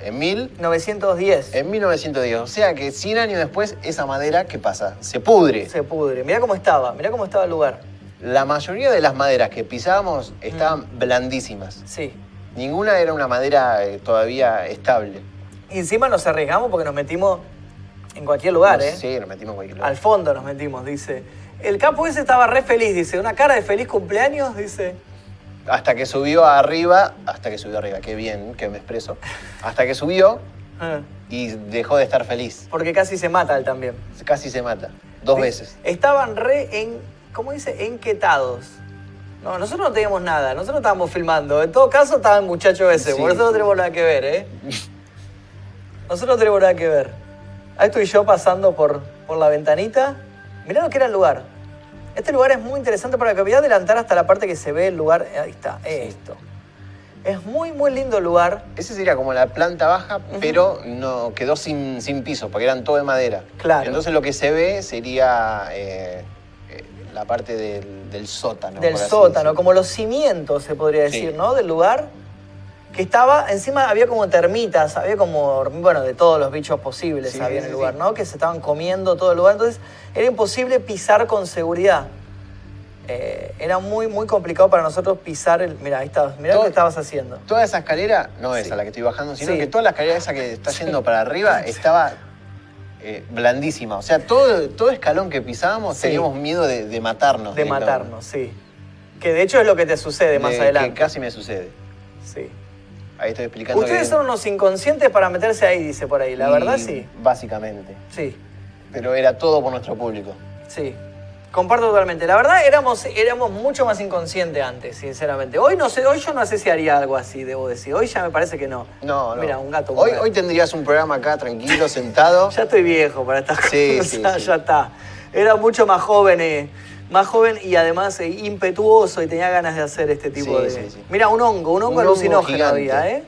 Speaker 3: En, mil,
Speaker 2: 910.
Speaker 3: en 1910. O sea que 100 años después, esa madera, ¿qué pasa? Se pudre.
Speaker 2: Se pudre. Mirá cómo estaba, mirá cómo estaba el lugar.
Speaker 3: La mayoría de las maderas que pisábamos estaban
Speaker 2: Mm.
Speaker 3: blandísimas.
Speaker 2: Sí.
Speaker 3: Ninguna era una madera eh, todavía estable.
Speaker 2: Y encima nos arriesgamos porque nos metimos en cualquier lugar,
Speaker 3: No
Speaker 2: ¿eh?
Speaker 3: sé, nos metimos en cualquier lugar.
Speaker 2: Al fondo nos metimos, dice. El capo ese estaba re feliz, dice. Una cara de feliz cumpleaños, dice.
Speaker 3: Hasta que subió arriba, hasta que subió arriba, qué bien que me expreso. Hasta que subió
Speaker 2: Ah,
Speaker 3: y dejó de estar feliz.
Speaker 2: Porque casi se mata él también.
Speaker 3: Casi se mata, dos
Speaker 2: Sí.
Speaker 3: veces.
Speaker 2: Estaban re en. ¿Cómo dice? Enquetados. No, nosotros no teníamos nada, nosotros estábamos filmando. En todo caso estaba el muchacho ese,
Speaker 3: Sí,
Speaker 2: por eso no
Speaker 3: sí.
Speaker 2: tenemos nada que ver, ¿eh? Nosotros no tenemos nada que ver. Ahí estoy yo pasando por, por la ventanita. Mirá lo que era el lugar. Este lugar es muy interesante para que voy a adelantar hasta la parte que se ve el lugar. Ahí está, esto. Es muy, muy lindo el lugar.
Speaker 3: Ese sería como la planta baja, pero no quedó sin, sin piso, porque eran todo de madera.
Speaker 2: Claro.
Speaker 3: Entonces lo que se ve sería eh, eh, la parte del, del sótano.
Speaker 2: del
Speaker 3: por así
Speaker 2: sótano,
Speaker 3: decirlo.
Speaker 2: como los cimientos, se podría
Speaker 3: Sí.
Speaker 2: decir, ¿no? Del lugar. Que estaba, encima había como termitas, había como, bueno, de todos los bichos posibles
Speaker 3: Sí,
Speaker 2: había en
Speaker 3: sí,
Speaker 2: el lugar,
Speaker 3: sí.
Speaker 2: ¿no? Que se estaban comiendo todo el lugar, entonces era imposible pisar con seguridad. Eh, era muy, muy complicado para nosotros pisar el. Mira, ahí estabas, mirá lo
Speaker 3: Todo-
Speaker 2: que estabas haciendo.
Speaker 3: Toda esa escalera, no
Speaker 2: Sí.
Speaker 3: esa la que estoy bajando, sino
Speaker 2: Sí.
Speaker 3: que toda la escalera esa que está yendo para arriba estaba eh, blandísima. O sea, todo, todo escalón que pisábamos
Speaker 2: Sí.
Speaker 3: teníamos miedo de, de matarnos.
Speaker 2: De
Speaker 3: directamente.
Speaker 2: matarnos, sí. Que de hecho es lo que te sucede
Speaker 3: De-
Speaker 2: más
Speaker 3: Eh, Que
Speaker 2: adelante.
Speaker 3: casi me sucede.
Speaker 2: Sí.
Speaker 3: Ahí estoy explicando.
Speaker 2: Ustedes
Speaker 3: que-
Speaker 2: son unos inconscientes para meterse ahí, dice por ahí. La
Speaker 3: y
Speaker 2: verdad, sí.
Speaker 3: Básicamente.
Speaker 2: Sí.
Speaker 3: Pero era todo por nuestro público.
Speaker 2: Sí, comparto totalmente. La verdad, éramos, éramos mucho más inconscientes antes, sinceramente. Hoy no sé, hoy yo no sé si haría algo así, debo decir. Hoy ya me parece que no.
Speaker 3: No, no.
Speaker 2: Mira, un gato.
Speaker 3: Hoy,
Speaker 2: con-
Speaker 3: hoy tendrías un programa acá tranquilo, sentado.
Speaker 2: Ya estoy viejo para estas
Speaker 3: Sí,
Speaker 2: cosas,
Speaker 3: sí, sí.
Speaker 2: ya está. Era mucho más joven, eh, más joven y además eh, impetuoso y tenía ganas de hacer este tipo
Speaker 3: Sí,
Speaker 2: de.
Speaker 3: sí, sí.
Speaker 2: Mira, un hongo, un hongo
Speaker 3: Un hongo
Speaker 2: alucinógeno
Speaker 3: gigante.
Speaker 2: había, ¿eh?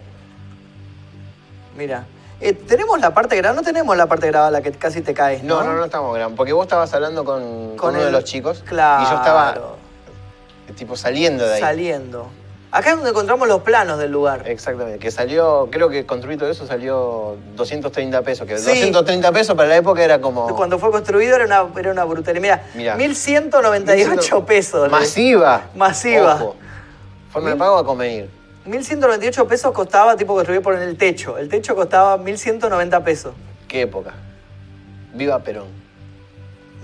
Speaker 2: Mira. Eh, ¿Tenemos la parte grabada? No tenemos la parte grabada, la que casi te caes.
Speaker 3: No,
Speaker 2: No,
Speaker 3: no, no estamos gran. Porque vos estabas hablando con, con uno
Speaker 2: el-
Speaker 3: de los chicos.
Speaker 2: Claro.
Speaker 3: Y yo estaba, tipo, saliendo de ahí. Eh,
Speaker 2: saliendo. Acá es donde encontramos los planos del lugar.
Speaker 3: Exactamente, que salió, creo que construir todo eso salió 230 pesos, que
Speaker 2: Sí.
Speaker 3: 230 pesos para la época era como
Speaker 2: Cuando fue construido era una, era una brutalidad. Mira,
Speaker 3: Mirá.
Speaker 2: 1198 pesos. ¿eh?
Speaker 3: masiva.
Speaker 2: Masiva.
Speaker 3: Ojo, Forma de pago a convenir.
Speaker 2: 1198 pesos costaba tipo construir por el techo. El techo costaba 1190 pesos.
Speaker 3: Qué época. Viva Perón.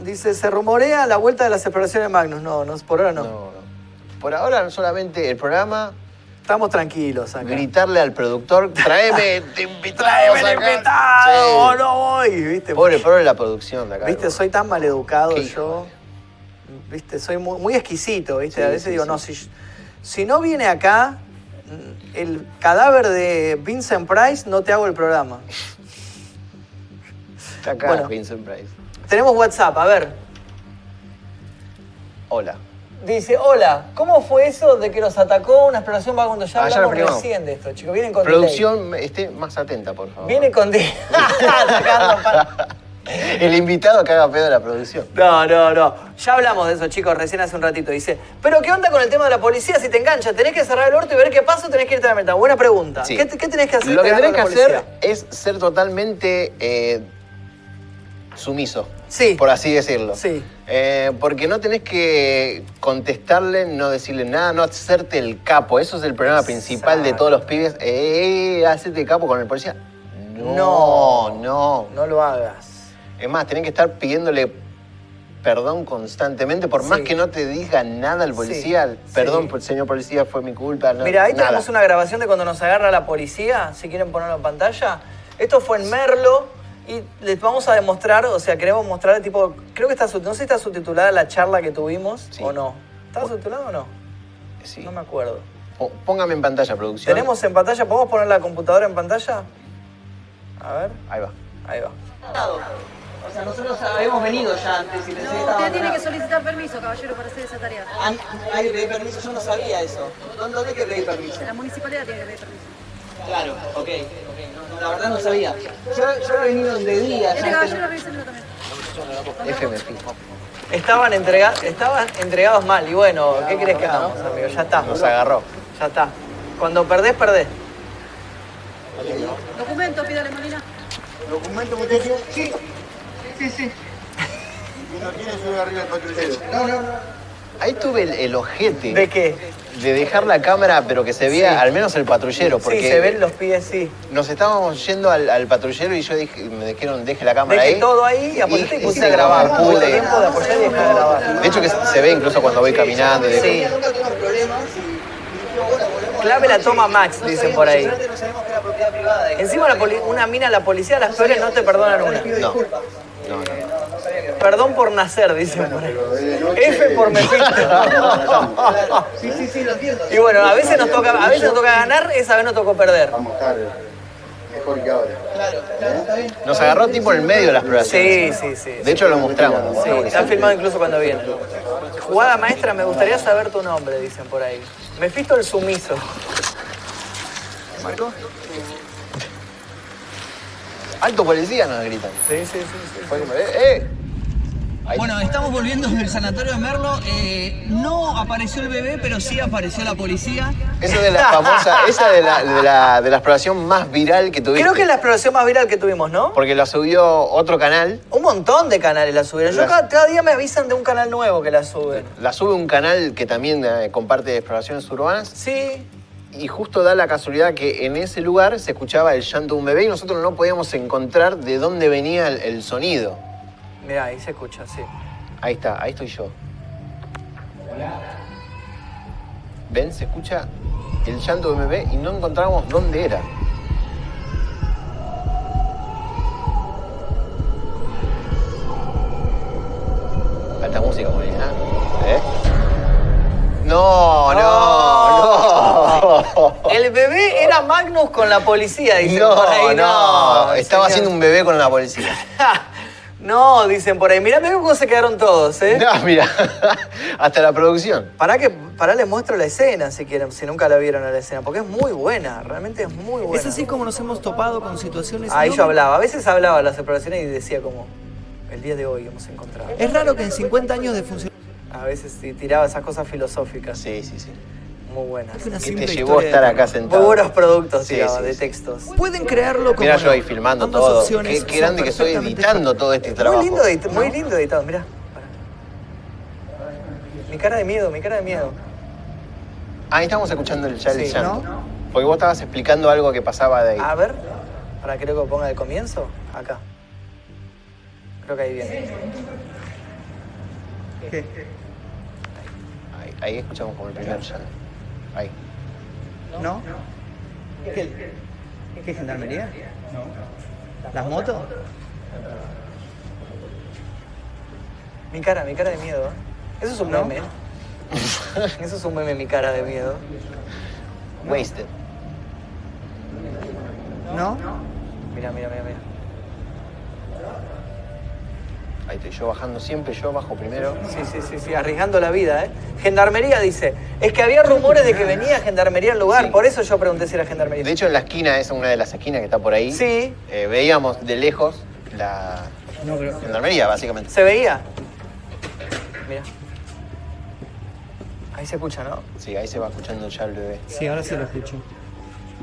Speaker 2: Dice, se rumorea la vuelta de las exploraciones Magnus. No, no por ahora no.
Speaker 3: Por ahora solamente el programa,
Speaker 2: Estamos tranquilos acá.
Speaker 3: gritarle al productor, tráeme, te
Speaker 2: ¡Tráeme
Speaker 3: invitamos
Speaker 2: el
Speaker 3: acá".
Speaker 2: invitado!
Speaker 3: Sí.
Speaker 2: ¡No voy! ¿Viste?
Speaker 3: Pobre, pobre la producción de acá.
Speaker 2: ¿Viste? Soy tan maleducado
Speaker 3: Qué
Speaker 2: yo.
Speaker 3: hijo
Speaker 2: ¿Viste? Soy muy, muy exquisito, ¿viste?
Speaker 3: Sí,
Speaker 2: a veces
Speaker 3: sí,
Speaker 2: digo,
Speaker 3: sí.
Speaker 2: no, si, si no viene acá mm, el cadáver de Vincent Price, no te hago el programa.
Speaker 3: Está acá
Speaker 2: Bueno.
Speaker 3: Vincent Price.
Speaker 2: Tenemos WhatsApp, a ver.
Speaker 3: Hola.
Speaker 2: Dice, hola, ¿cómo fue eso de que nos atacó una exploración vagunda? Ya
Speaker 3: Ah, ya lo
Speaker 2: hablamos
Speaker 3: primero.
Speaker 2: recién de esto, chicos. Vienen con delay.
Speaker 3: Producción, esté más atenta, por favor.
Speaker 2: Viene con delay. Atacando para-
Speaker 3: El invitado que haga pedo de la producción.
Speaker 2: No, no, no. Ya hablamos de eso, chicos, recién hace un ratito. Dice, ¿pero qué onda con el tema de la policía si te engancha? ¿Tenés que cerrar el orto y ver qué pasa o tenés que irte a la meta? Buena pregunta.
Speaker 3: Sí.
Speaker 2: ¿Qué, te- qué tenés que hacer?
Speaker 3: Lo que
Speaker 2: te
Speaker 3: tenés
Speaker 2: agarra
Speaker 3: que
Speaker 2: la
Speaker 3: hacer
Speaker 2: policía?
Speaker 3: es ser totalmente eh, sumiso.
Speaker 2: Sí.
Speaker 3: Por así decirlo.
Speaker 2: Sí.
Speaker 3: Eh, porque no tenés que contestarle, no decirle nada, no hacerte el capo. Eso es el problema principal de
Speaker 2: Exacto.
Speaker 3: todos los pibes. Eh, hacete capo con el policía.
Speaker 2: No.
Speaker 3: No, no.
Speaker 2: No lo hagas.
Speaker 3: Es más, tenés que estar pidiéndole perdón constantemente. Por más
Speaker 2: Sí.
Speaker 3: que no te diga nada el policía,
Speaker 2: Sí,
Speaker 3: perdón, pues,
Speaker 2: sí.
Speaker 3: señor policía, fue mi culpa. no,
Speaker 2: Mira, ahí
Speaker 3: nada.
Speaker 2: tenemos una grabación de cuando nos agarra la policía, si quieren ponerlo en pantalla. Esto fue en Merlo y les vamos a demostrar, o sea, queremos mostrar, tipo, creo que está, sub- no sé si está subtitulada la charla que tuvimos
Speaker 3: Sí.
Speaker 2: o no. ¿Está subtitulada o no?
Speaker 3: Sí.
Speaker 2: No me acuerdo.
Speaker 3: Po- Póngame en pantalla, producción.
Speaker 2: Tenemos en pantalla, ¿podemos poner la computadora en pantalla? A ver,
Speaker 3: Ahí va.
Speaker 2: ahí va.
Speaker 7: O sea, nosotros habíamos venido ya antes y les
Speaker 8: No,
Speaker 7: estaba
Speaker 8: usted tiene que
Speaker 7: atrás.
Speaker 8: solicitar permiso, caballero, para hacer esa tarea.
Speaker 7: An- Hay que pedir permiso, yo no sabía eso. ¿Dónde dónde hay que pedir permiso?
Speaker 8: La municipalidad tiene que pedir permiso.
Speaker 7: Claro, ok, ok. no, no, la verdad no sabía. Yo, yo he venido de día.
Speaker 8: Este
Speaker 7: ya
Speaker 8: caballero
Speaker 7: este-
Speaker 8: revísenlo también.
Speaker 3: FMF.
Speaker 2: Estaban, entrega- estaban entregados mal. Y bueno, ¿qué crees que hagamos, amigo? Ya está.
Speaker 3: Nos agarró.
Speaker 2: Ya está. Cuando perdés, perdés.
Speaker 8: Documento, pídale, Molina.
Speaker 9: ¿Documento, muchachos? Sí. Sí, sí. Si no tiene, sube arriba el patrullero. No, no, no.
Speaker 3: Ahí tuve el, el ojete
Speaker 2: ¿De
Speaker 3: de,
Speaker 2: qué?
Speaker 3: dejar la cámara, pero que se vea
Speaker 2: Sí.
Speaker 3: al menos el patrullero, porque
Speaker 2: Sí, se ven los pies, sí.
Speaker 3: nos estábamos yendo al, al patrullero y yo dije, me dijeron, deje la cámara
Speaker 2: Dejé
Speaker 3: ahí.
Speaker 2: todo ahí y apoyé y
Speaker 3: Y-
Speaker 2: puse
Speaker 3: y
Speaker 2: a grabar.
Speaker 3: grababa,
Speaker 2: Tuve
Speaker 3: pude.
Speaker 2: tiempo de apoyar y dejé de grabar.
Speaker 3: De hecho, que se ve incluso cuando voy
Speaker 2: Ah,
Speaker 3: caminando. y
Speaker 2: Sí.
Speaker 3: digo,
Speaker 7: Nunca tuvimos problemas. y dijimos, bueno, volvemos a
Speaker 2: Clave la
Speaker 7: noche.
Speaker 2: toma Max,
Speaker 7: No
Speaker 2: dicen
Speaker 7: sabíamos
Speaker 2: por ahí.
Speaker 7: nosotros no sabíamos que era propiedad privada. de-
Speaker 2: Encima la poli- una mina, la policía, las peores no te perdonan una.
Speaker 3: No. No, no.
Speaker 2: Perdón por nacer, dicen por ahí.
Speaker 9: de noche-
Speaker 2: F por Mephisto.
Speaker 7: Sí, sí, sí, lo entiendo.
Speaker 2: Y bueno, a veces nos toca, a veces nos toca ganar, esa vez nos tocó perder.
Speaker 9: Vamos tarde. Mejor que ahora.
Speaker 7: Claro, claro, está bien.
Speaker 3: ¿Eh? Nos agarró tipo en el medio de la exploración.
Speaker 2: Sí, sí, sí.
Speaker 3: De hecho, lo mostramos. lo
Speaker 2: Sí,
Speaker 3: mostramos.
Speaker 2: está filmado incluso cuando viene. Jugada maestra, me gustaría saber tu nombre, dicen por ahí. Mefisto el sumiso.
Speaker 3: Alto policía nos gritan.
Speaker 2: Sí, sí, sí.
Speaker 3: Fue como, ¡eh! eh.
Speaker 2: Bueno, estamos volviendo del sanatorio de Merlo. Eh, no apareció el bebé, pero sí apareció la policía.
Speaker 3: Esa de la famosa, esa de la, de la, de la exploración más viral que tuviste.
Speaker 2: Creo que es la exploración más viral que tuvimos, ¿no?
Speaker 3: Porque la subió otro canal,
Speaker 2: Un montón de canales la subieron. Yo
Speaker 3: La-
Speaker 2: cada, cada día me avisan de un canal nuevo que la suben.
Speaker 3: la sube un canal que también eh, comparte exploraciones urbanas
Speaker 2: Sí,
Speaker 3: y justo da la casualidad que en ese lugar se escuchaba el llanto de un bebé y nosotros no podíamos encontrar de dónde venía el, el sonido.
Speaker 2: mira, ahí se escucha, sí.
Speaker 3: Ahí está, ahí estoy yo. ¿Ven? Se escucha el llanto de un bebé y no encontrábamos dónde era. Alta música, Molina. ¿Eh? No, no, no.
Speaker 2: El bebé era Magnus con la policía, dicen por
Speaker 3: Oh. No,
Speaker 2: ahí.
Speaker 3: no. Estaba
Speaker 2: señor.
Speaker 3: haciendo un bebé con la policía.
Speaker 2: no, dicen por ahí. Mirá, mirá cómo se quedaron todos, ¿eh?
Speaker 3: No, mira. Hasta la producción.
Speaker 2: Pará, que, pará, les muestro la escena si quieren, si nunca la vieron a la escena, porque es muy buena, realmente es muy buena.
Speaker 4: Es así como nos hemos topado con situaciones.
Speaker 2: Ahí
Speaker 4: no
Speaker 2: yo
Speaker 4: me-
Speaker 2: hablaba, a veces hablaba de las separaciones y decía como, el día de hoy hemos encontrado.
Speaker 4: Es raro que en 50 años de funcionamiento
Speaker 2: A veces sí, tiraba esas cosas filosóficas,
Speaker 3: Sí, sí, sí.
Speaker 2: muy buenas.
Speaker 4: una
Speaker 3: que
Speaker 4: simple
Speaker 3: te llevó a
Speaker 4: historia de
Speaker 3: estar
Speaker 4: terror.
Speaker 3: acá
Speaker 2: Muy
Speaker 3: sentado.
Speaker 2: buenos productos
Speaker 3: Sí,
Speaker 2: tiraba
Speaker 3: sí,
Speaker 2: de
Speaker 3: sí.
Speaker 2: textos.
Speaker 4: Pueden crearlo como.
Speaker 3: Mirá yo ahí
Speaker 4: no.
Speaker 3: filmando
Speaker 4: Ambas
Speaker 3: todo.
Speaker 4: opciones
Speaker 3: Qué, qué
Speaker 4: son
Speaker 3: grande que estoy
Speaker 4: perfectamente
Speaker 3: editando todo este trabajo.
Speaker 2: Muy lindo editado, muy lindo editado, mirá. Pará. Mi cara de miedo, mi cara de miedo.
Speaker 3: Ahí estamos escuchando el, ya
Speaker 2: Sí,
Speaker 3: el llanto. Porque vos estabas explicando algo que pasaba de ahí.
Speaker 4: Ah.
Speaker 2: A ver, para creo que ponga el comienzo, acá. Creo que ahí viene.
Speaker 3: Ahí, ahí escuchamos como el primer llanto. Ahí.
Speaker 4: ¿No? ¿Qué, qué gendarmería? No. ¿Las motos?
Speaker 2: Mi cara, mi cara de miedo. ¿eh? Eso es un meme. Eso es un meme, mi cara de miedo.
Speaker 3: Wasted.
Speaker 4: ¿No?
Speaker 2: Mira, mira, mira, mira.
Speaker 3: Ahí estoy yo bajando siempre, yo bajo primero.
Speaker 2: Sí, sí, sí, sí, arriesgando la vida, ¿eh? Gendarmería dice, es que había rumores de que venía gendarmería al lugar,
Speaker 3: Sí.
Speaker 2: por eso yo pregunté si era gendarmería.
Speaker 3: De hecho, en la esquina, esa una de las esquinas que está por ahí,
Speaker 2: Sí.
Speaker 3: eh, veíamos de lejos la gendarmería, básicamente.
Speaker 2: ¿Se veía? Mira. Ahí se escucha, ¿no?
Speaker 3: Sí, ahí se va escuchando ya el bebé.
Speaker 4: Sí, ahora sí lo escucho.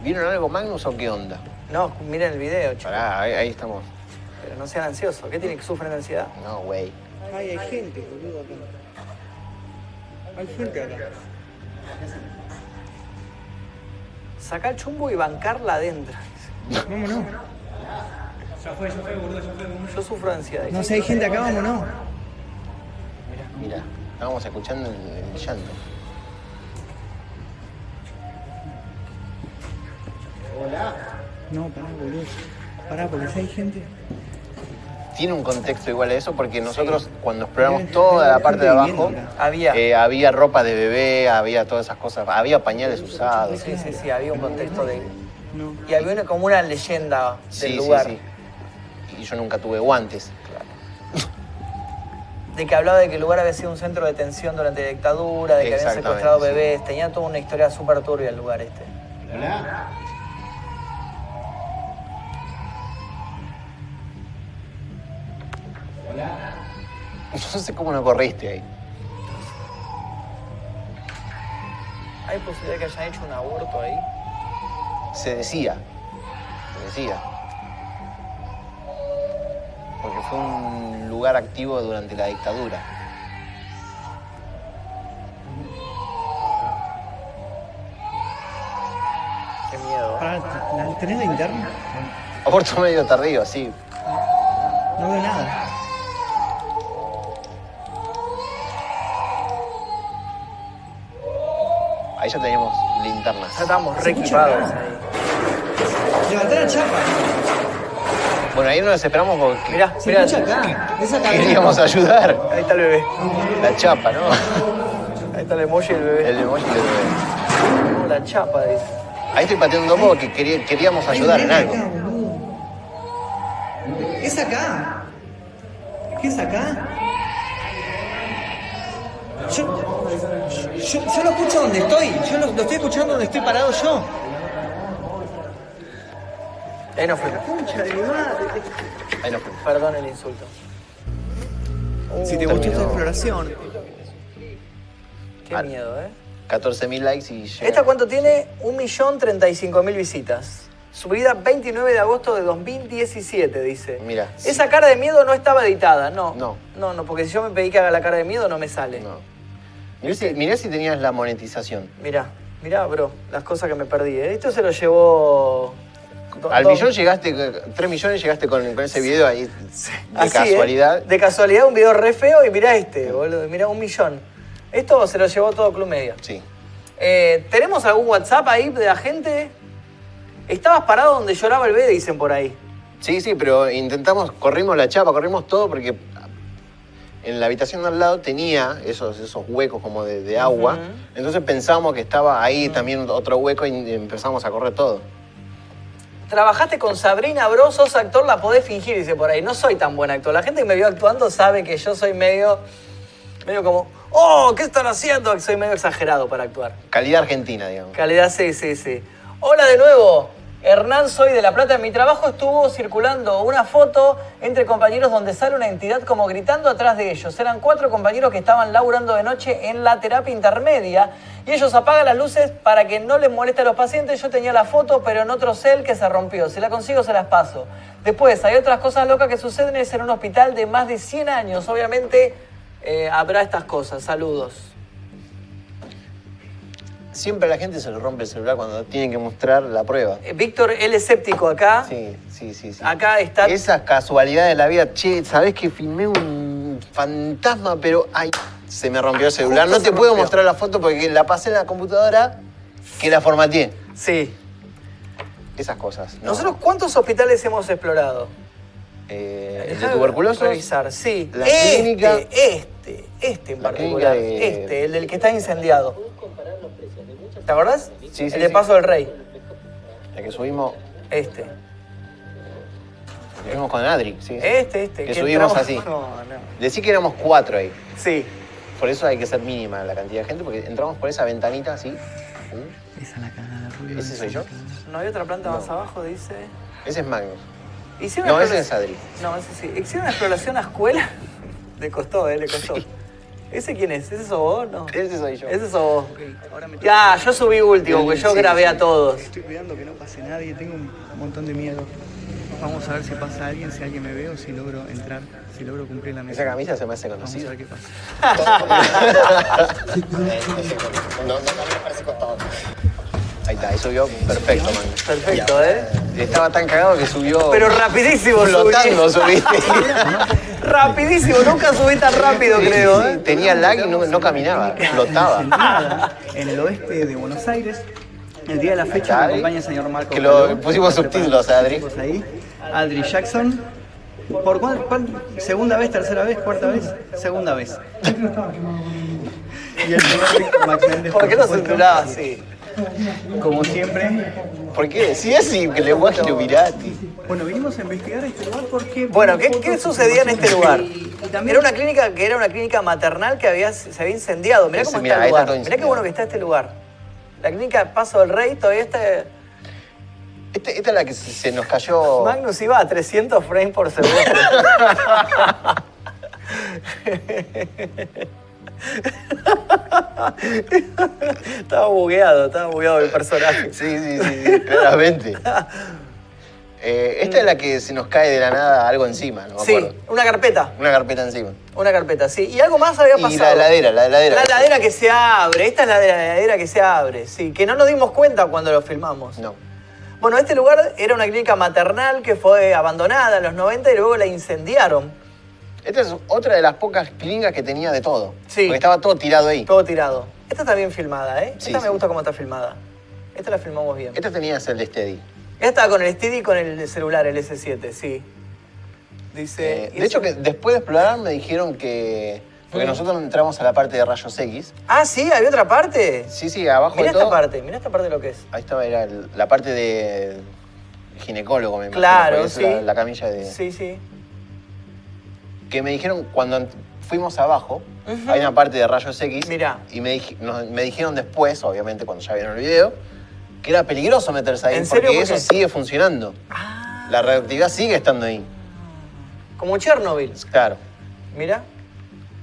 Speaker 3: ¿Vieron algo Magnus o qué onda?
Speaker 2: No, miren el video, chicos.
Speaker 3: Pará, ahí, ahí estamos.
Speaker 2: Pero no sean ansiosos. ¿Qué tiene que sufren de ansiedad?
Speaker 3: No, güey.
Speaker 4: Ay, hay gente, boludo, acá. Hay gente acá.
Speaker 2: Sacar chumbo y bancarla adentro.
Speaker 4: Vámonos.
Speaker 2: Yo sufro de ansiedad.
Speaker 4: No sé, hay gente acá, vámonos.
Speaker 3: Mira, estábamos escuchando el, el llanto.
Speaker 4: No, pará, boludo. Pará, porque si hay gente.
Speaker 3: Tiene un contexto igual a eso porque nosotros cuando exploramos toda la parte de abajo
Speaker 2: Había.
Speaker 3: eh, había ropa de bebé, había todas esas cosas, había pañales usados.
Speaker 2: Sí, sí, sí, había un contexto de...
Speaker 4: No.
Speaker 2: Y había una, como una leyenda del
Speaker 3: Sí, sí,
Speaker 2: lugar.
Speaker 3: sí. Y yo nunca tuve guantes.
Speaker 2: De que hablaba de que el lugar había sido un centro de detención durante la dictadura, de que habían
Speaker 3: Exactamente,
Speaker 2: secuestrado
Speaker 3: sí.
Speaker 2: bebés. Tenía toda una historia súper turbia el lugar este.
Speaker 3: No sé cómo no corriste ahí.
Speaker 2: ¿Hay posibilidad que hayan hecho un aborto ahí?
Speaker 3: Se decía. Se decía. Porque fue un lugar activo durante la dictadura.
Speaker 2: Qué miedo.
Speaker 5: Pará, ¿la- ¿Tenés la interna?
Speaker 3: Aborto medio tardío, sí.
Speaker 5: No veo nada.
Speaker 3: Ahí ya teníamos linternas.
Speaker 2: Ya estamos re equipados ahí.
Speaker 5: Levantá la chapa. Ah.
Speaker 3: Bueno, ahí nos desesperamos porque
Speaker 2: Mirá,
Speaker 5: Se
Speaker 2: mirá.
Speaker 5: escucha acá. Esa
Speaker 3: queríamos ayudar.
Speaker 2: Ahí está el bebé.
Speaker 3: La chapa, ¿no?
Speaker 2: Ahí está el emoji del bebé.
Speaker 3: El emoji del bebé.
Speaker 2: No, la chapa, dice.
Speaker 3: Ahí estoy pateando un porque quería- queríamos ayudar en algo.
Speaker 5: Es acá. ¿Qué es acá? Yo, yo, yo lo escucho donde estoy. Yo lo, lo estoy escuchando donde estoy parado yo.
Speaker 2: Ahí no fue.
Speaker 3: Ahí nos fuimos.
Speaker 2: Perdón el insulto. Uh,
Speaker 4: Si te gustó esta
Speaker 3: Terminó.
Speaker 4: exploración,
Speaker 2: Qué
Speaker 3: Vale.
Speaker 2: miedo, ¿eh?
Speaker 3: 14.000 likes y llegamos.
Speaker 2: ¿Esta cuánto tiene? 1.035.000 visitas. Subida 29 de agosto de 2017, dice.
Speaker 3: Mirá.
Speaker 2: Esa cara de miedo no estaba editada, no.
Speaker 3: No.
Speaker 2: No, no, porque si yo me pedí que haga la cara de miedo no me sale.
Speaker 3: No. Mirá si, mirá si tenías la monetización.
Speaker 2: Mirá, mirá, bro, las cosas que me perdí. ¿eh? Esto se lo llevó... do-
Speaker 3: Al
Speaker 2: do-
Speaker 3: millón llegaste, 3 millones llegaste con, con ese video ahí. De
Speaker 2: Así, ¿eh?
Speaker 3: casualidad.
Speaker 2: De casualidad un video re feo y mirá este, boludo, mirá un millón. Esto se lo llevó todo Club Media.
Speaker 3: Sí.
Speaker 2: Eh, ¿Tenemos algún WhatsApp ahí de la gente? Estabas parado donde lloraba el bebé, dicen por ahí.
Speaker 3: Sí, sí, pero intentamos, corrimos la chapa, corrimos todo porque en la habitación de al lado tenía esos, esos huecos como de, de agua. Entonces pensamos que estaba ahí también otro hueco y empezamos a correr todo.
Speaker 2: Trabajaste con Sabrina Bro, sos actor, la podés fingir, dice por ahí. No soy tan buen actor. La gente que me vio actuando sabe que yo soy medio. medio como. ¡Oh! ¿Qué están haciendo? Soy medio exagerado para actuar.
Speaker 3: Calidad argentina, digamos.
Speaker 2: Calidad sí, sí, sí. Hola de nuevo. Hernán, soy de La Plata. En mi trabajo estuvo circulando una foto entre compañeros donde sale una entidad como gritando atrás de ellos. Eran cuatro compañeros que estaban laburando de noche en la terapia intermedia y ellos apagan las luces para que no les moleste a los pacientes. Yo tenía la foto, pero en otro cel que se rompió. Si la consigo, se las paso. Después, hay otras cosas locas que suceden. Es en un hospital de más de 100 años. Obviamente, eh, habrá estas cosas. Saludos.
Speaker 3: Siempre a la gente se le rompe el celular cuando tienen que mostrar la prueba.
Speaker 2: Eh, Víctor, el escéptico acá.
Speaker 3: Sí, sí, sí. sí.
Speaker 2: Acá está-
Speaker 3: Esas casualidades de la vida. Che, ¿sabés que filmé un fantasma? Pero, ay, se me rompió el celular.
Speaker 2: Justo
Speaker 3: no
Speaker 2: se
Speaker 3: te puedo
Speaker 2: rompió.
Speaker 3: mostrar la foto porque la pasé en la computadora que la formateé.
Speaker 2: Sí.
Speaker 3: Esas cosas. ¿no?
Speaker 2: ¿Nosotros cuántos hospitales hemos explorado?
Speaker 3: Eh, el de
Speaker 2: Dejá
Speaker 3: tuberculosis.
Speaker 2: Revisar, sí.
Speaker 3: La
Speaker 2: este,
Speaker 3: clínica-
Speaker 2: este, este en
Speaker 3: La
Speaker 2: particular.
Speaker 3: clínica de-
Speaker 2: Este, el del que está incendiado. ¿Te acordás?
Speaker 3: Sí,
Speaker 2: el
Speaker 3: sí,
Speaker 2: de
Speaker 3: sí.
Speaker 2: Paso del Rey.
Speaker 3: La que subimos,
Speaker 2: Este.
Speaker 3: la que subimos con Adri. Sí, sí.
Speaker 2: Este, este.
Speaker 3: Que subimos
Speaker 2: entramos-
Speaker 3: así.
Speaker 2: No, no.
Speaker 3: Decí que éramos cuatro ahí.
Speaker 2: Sí.
Speaker 3: Por eso hay que ser mínima la cantidad de gente porque entramos por esa ventanita así.
Speaker 5: Esa es la cara de rubio.
Speaker 3: Ese soy yo.
Speaker 2: ¿No hay otra planta más abajo? Dice.
Speaker 3: Ese es Magnus.
Speaker 2: Hicieron
Speaker 3: No,
Speaker 2: una
Speaker 3: ese es
Speaker 2: exploración-
Speaker 3: Adri.
Speaker 2: No, ese sí. Hicieron una exploración a escuela. Le costó, eh, le costó. ¿Ese quién es? ¿Ese sos vos? No.
Speaker 3: Ese soy yo.
Speaker 2: Ese sos vos.
Speaker 4: ahora me tengo,
Speaker 2: Ya, yo subí último, porque yo
Speaker 3: Sí,
Speaker 2: grabé
Speaker 3: sí.
Speaker 2: a todos.
Speaker 4: estoy cuidando que no pase nadie, tengo un montón de miedo. Vamos a ver si pasa alguien, si alguien me ve o si logro entrar, si logro cumplir la
Speaker 3: Esa
Speaker 4: misión.
Speaker 3: camisa se me hace
Speaker 4: Vamos a
Speaker 3: conocida.
Speaker 4: ver qué pasa.
Speaker 3: Ahí está, ahí subió perfecto, man.
Speaker 2: Perfecto, ¿eh?
Speaker 3: Estaba tan cagado que subió
Speaker 2: Pero rapidísimo
Speaker 3: flotando,
Speaker 2: subí.
Speaker 3: subiste.
Speaker 2: Rapidísimo, nunca subí tan rápido, creo,
Speaker 3: Sí,
Speaker 2: ¿eh?
Speaker 3: Tenía lag y no, no caminaba, flotaba.
Speaker 4: Ensenada, en el oeste de Buenos Aires. El día de la fecha me
Speaker 3: Adri,
Speaker 4: acompaña el señor Marco.
Speaker 3: que lo-
Speaker 4: Caló.
Speaker 3: pusimos subtítulos, Adri.
Speaker 4: Pusimos Ahí. Adri Jackson. ¿Por cuál, cuál- ¿Segunda vez, tercera vez, cuarta vez? Segunda vez. Y el señor Max Méndez,
Speaker 2: ¿Por qué lo
Speaker 4: supuesto.
Speaker 2: censuraba así?
Speaker 4: Como siempre.
Speaker 3: ¿Por qué? Si es así, que lenguaje Illuminati.
Speaker 4: Bueno, vinimos a investigar este lugar porque...
Speaker 2: Bueno, ¿qué,
Speaker 4: fotos,
Speaker 2: qué sucedía en este lugar?
Speaker 4: Y, y también
Speaker 2: Era una clínica que era una clínica maternal que había, se había incendiado. Mirá
Speaker 3: Ese,
Speaker 2: cómo
Speaker 3: mirá,
Speaker 2: está
Speaker 3: ahí
Speaker 2: el
Speaker 3: está
Speaker 2: lugar.
Speaker 3: todo
Speaker 2: Mirá qué bueno
Speaker 3: incendiado.
Speaker 2: que está este lugar. La clínica Paso del Rey todavía está...
Speaker 3: Este- esta es la que se se nos cayó.
Speaker 2: Magnus iba a 300 frames por segundo. estaba bugueado, estaba bugueado el personaje.
Speaker 3: Sí, sí, sí, sí, claramente. Eh, esta es la que se nos cae de la nada algo encima, no me
Speaker 2: Sí,
Speaker 3: acuerdo.
Speaker 2: una carpeta,
Speaker 3: Una carpeta encima.
Speaker 2: una carpeta, sí. Y algo más había pasado.
Speaker 3: Y la heladera, la heladera.
Speaker 2: La heladera que se abre, esta es la de la heladera que se abre, sí, que no nos dimos cuenta cuando lo filmamos.
Speaker 3: No.
Speaker 2: Bueno, este lugar era una clínica maternal que fue abandonada en los 90 y luego la incendiaron.
Speaker 3: Esta es otra de las pocas clínicas que tenía de todo.
Speaker 2: Sí.
Speaker 3: Porque estaba todo tirado ahí.
Speaker 2: Todo tirado. Esta está bien filmada, ¿eh?
Speaker 3: Sí,
Speaker 2: Esta me
Speaker 3: sí.
Speaker 2: gusta cómo está filmada. Esta la filmamos bien.
Speaker 3: Esta tenía el de Steady.
Speaker 2: Esta estaba con el Steady y con el celular, el S7, sí. Dice.
Speaker 3: Eh,
Speaker 2: y
Speaker 3: de hecho, que
Speaker 2: eso-
Speaker 3: después de explorar me dijeron que... Porque nosotros entramos a la parte de rayos X.
Speaker 2: Ah, sí, había otra parte.
Speaker 3: Sí, sí, abajo
Speaker 2: Mira
Speaker 3: de
Speaker 2: esta
Speaker 3: todo.
Speaker 2: parte, mira esta parte de lo que es.
Speaker 3: Ahí estaba, era el- la parte de ginecólogo, me imagino.
Speaker 2: Claro,
Speaker 3: por eso
Speaker 2: sí.
Speaker 3: La, la camilla de...
Speaker 2: Sí, sí.
Speaker 3: que me dijeron cuando ent- fuimos abajo, hay una parte de rayos X.
Speaker 2: Mirá.
Speaker 3: Y me, dij- nos- me dijeron después, obviamente cuando ya vieron el video, que era peligroso meterse ahí
Speaker 2: ¿En
Speaker 3: porque
Speaker 2: serio? ¿Por
Speaker 3: eso
Speaker 2: qué? Ah.
Speaker 3: sigue funcionando. La radioactividad sigue estando ahí.
Speaker 2: Como Chernobyl.
Speaker 3: Claro.
Speaker 2: Mira.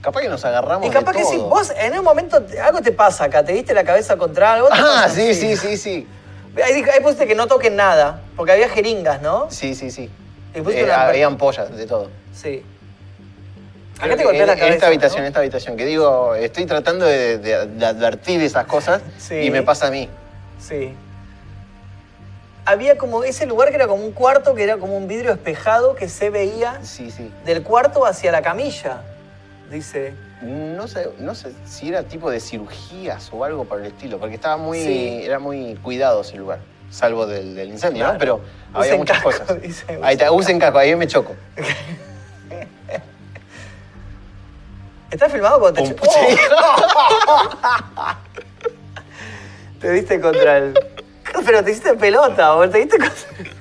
Speaker 3: Capaz que nos agarramos
Speaker 2: Y capaz
Speaker 3: de
Speaker 2: que
Speaker 3: todo.
Speaker 2: sí, vos en un momento te- algo te pasa acá, te diste la cabeza contra algo. te
Speaker 3: Ah,
Speaker 2: pasa
Speaker 3: sí,
Speaker 2: así.
Speaker 3: sí, sí, sí.
Speaker 2: Ahí, dij- ahí pusiste que no toquen nada, porque había jeringas, ¿no?
Speaker 3: Sí, sí, sí.
Speaker 2: Y pusiste
Speaker 3: Eh,
Speaker 2: una-
Speaker 3: había ampollas de todo.
Speaker 2: Sí.
Speaker 3: Creo
Speaker 2: Acá te
Speaker 3: que
Speaker 2: golpea
Speaker 3: en-
Speaker 2: la
Speaker 3: en
Speaker 2: cabeza.
Speaker 3: Esta habitación,
Speaker 2: ¿no?
Speaker 3: esta habitación, que digo, estoy tratando de, de- de advertir esas cosas
Speaker 2: Sí.
Speaker 3: y me pasa a mí.
Speaker 2: Sí. Había como ese lugar que era como un cuarto, que era como un vidrio espejado que se veía
Speaker 3: Sí, sí.
Speaker 2: del cuarto hacia la camilla. Dice.
Speaker 3: No sé, no sé si era tipo de cirugías o algo por el estilo, porque estaba muy,
Speaker 2: Sí.
Speaker 3: era muy cuidado ese lugar, salvo del, del incendio,
Speaker 2: Claro.
Speaker 3: ¿no? Pero había
Speaker 2: Usen
Speaker 3: muchas
Speaker 2: casco,
Speaker 3: cosas.
Speaker 2: dice,
Speaker 3: ahí
Speaker 2: usen
Speaker 3: está, usen caco, ahí me choco.
Speaker 2: ¿Está filmado cuando te
Speaker 3: Pum,
Speaker 2: cho-
Speaker 3: sí.
Speaker 2: Te diste contra el. Pero te hiciste pelota, boludo. Te diste contra.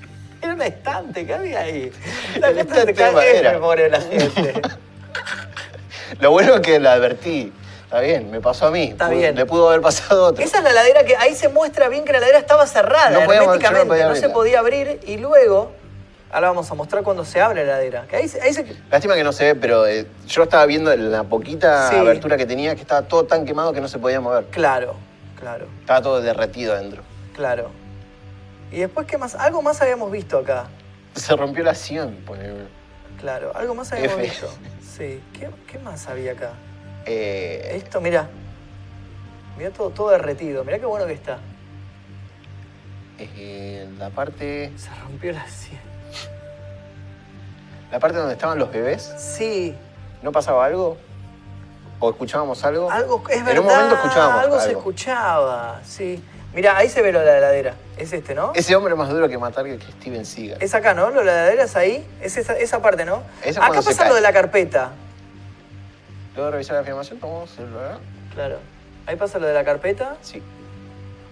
Speaker 2: Era un estante, ¿qué había ahí? La
Speaker 3: El
Speaker 2: gente
Speaker 3: estante
Speaker 2: te
Speaker 3: de madera.
Speaker 2: cae pobre la gente.
Speaker 3: Lo bueno es que la advertí. Está bien, me pasó a mí.
Speaker 2: Está
Speaker 3: Pudo-
Speaker 2: bien.
Speaker 3: Le pudo haber pasado a otro.
Speaker 2: Esa es la ladera que ahí se muestra bien que la ladera estaba cerrada
Speaker 3: No podíamos- yo no
Speaker 2: herméticamente, no,
Speaker 3: podía abrirla.
Speaker 2: se podía abrir y luego ahora vamos a mostrar cuando se abre la ladera. Que ahí, se- ahí se-
Speaker 3: Lástima que no se ve, pero eh, yo estaba viendo la poquita
Speaker 2: Sí.
Speaker 3: abertura que tenía, que estaba todo tan quemado que no se podía mover.
Speaker 2: claro, claro,
Speaker 3: Estaba todo derretido adentro.
Speaker 2: claro. Y después qué más, algo más habíamos visto acá.
Speaker 3: Se rompió la sillón, ponele.
Speaker 2: Claro, algo más habíamos
Speaker 3: F.
Speaker 2: visto. Sí, ¿Qué, qué más había acá?
Speaker 3: Eh,
Speaker 2: Esto, mira. Mira todo todo derretido, mira qué bueno que está.
Speaker 3: eh, la parte.
Speaker 2: Se rompió la sien.
Speaker 3: La parte donde estaban los bebés.
Speaker 2: Sí,
Speaker 3: ¿No pasaba algo? ¿O escuchábamos algo?
Speaker 2: Algo, es verdad.
Speaker 3: En un momento escuchábamos algo.
Speaker 2: Algo se escuchaba, sí. Mira, ahí se ve lo de la heladera. Es este, ¿no? Es,
Speaker 3: Ese hombre más duro que matar que Steven Seagal.
Speaker 2: acá, ¿no? Lo de la heladera es ahí. Es esa, esa parte, ¿no?
Speaker 3: Esa es
Speaker 2: acá
Speaker 3: cuando se
Speaker 2: pasa
Speaker 3: cae.
Speaker 2: lo de la carpeta.
Speaker 3: ¿Puedo revisar la filmación? ¿Tomamos celular?
Speaker 2: Claro. Ahí pasa lo de la carpeta.
Speaker 3: eh? Sí.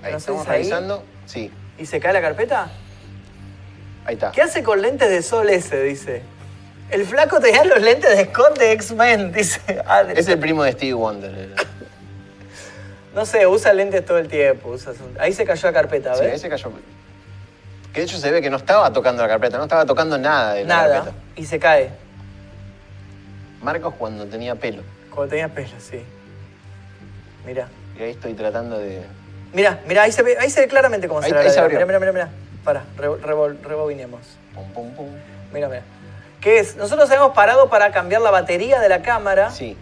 Speaker 2: ¿No
Speaker 3: Ahí
Speaker 2: sé
Speaker 3: estamos
Speaker 2: si ahí?
Speaker 3: revisando. Sí.
Speaker 2: ¿Y se cae la carpeta?
Speaker 3: Ahí está.
Speaker 2: ¿Qué hace con lentes de sol ese? Dice. El flaco tenía los lentes de Scott de X-Men, dice. Ah, de-
Speaker 3: Es el primo de Steve Wonder. el-
Speaker 2: No sé, usa lentes todo el tiempo. usa su- Ahí se cayó la carpeta,
Speaker 3: Sí,
Speaker 2: ¿ves?
Speaker 3: ese cayó. Que de hecho se ve que no estaba tocando la carpeta, no estaba tocando nada de la
Speaker 2: Nada.
Speaker 3: carpeta.
Speaker 2: Y se cae.
Speaker 3: Marcos cuando tenía pelo.
Speaker 2: Cuando tenía pelo, sí. Mira.
Speaker 3: Y ahí estoy tratando de.
Speaker 2: Mirá, mirá, ahí se ve, ahí se ve claramente cómo
Speaker 3: Ahí-
Speaker 2: se ve.
Speaker 3: ahí se
Speaker 2: Mirá,
Speaker 3: abrió.
Speaker 2: mirá, mirá, mirá. Pará, re- revol- rebobinemos.
Speaker 3: Pum, pum, pum.
Speaker 2: Mirá, mirá. ¿Qué es? Nosotros habíamos parado para cambiar la batería de la cámara
Speaker 3: Sí.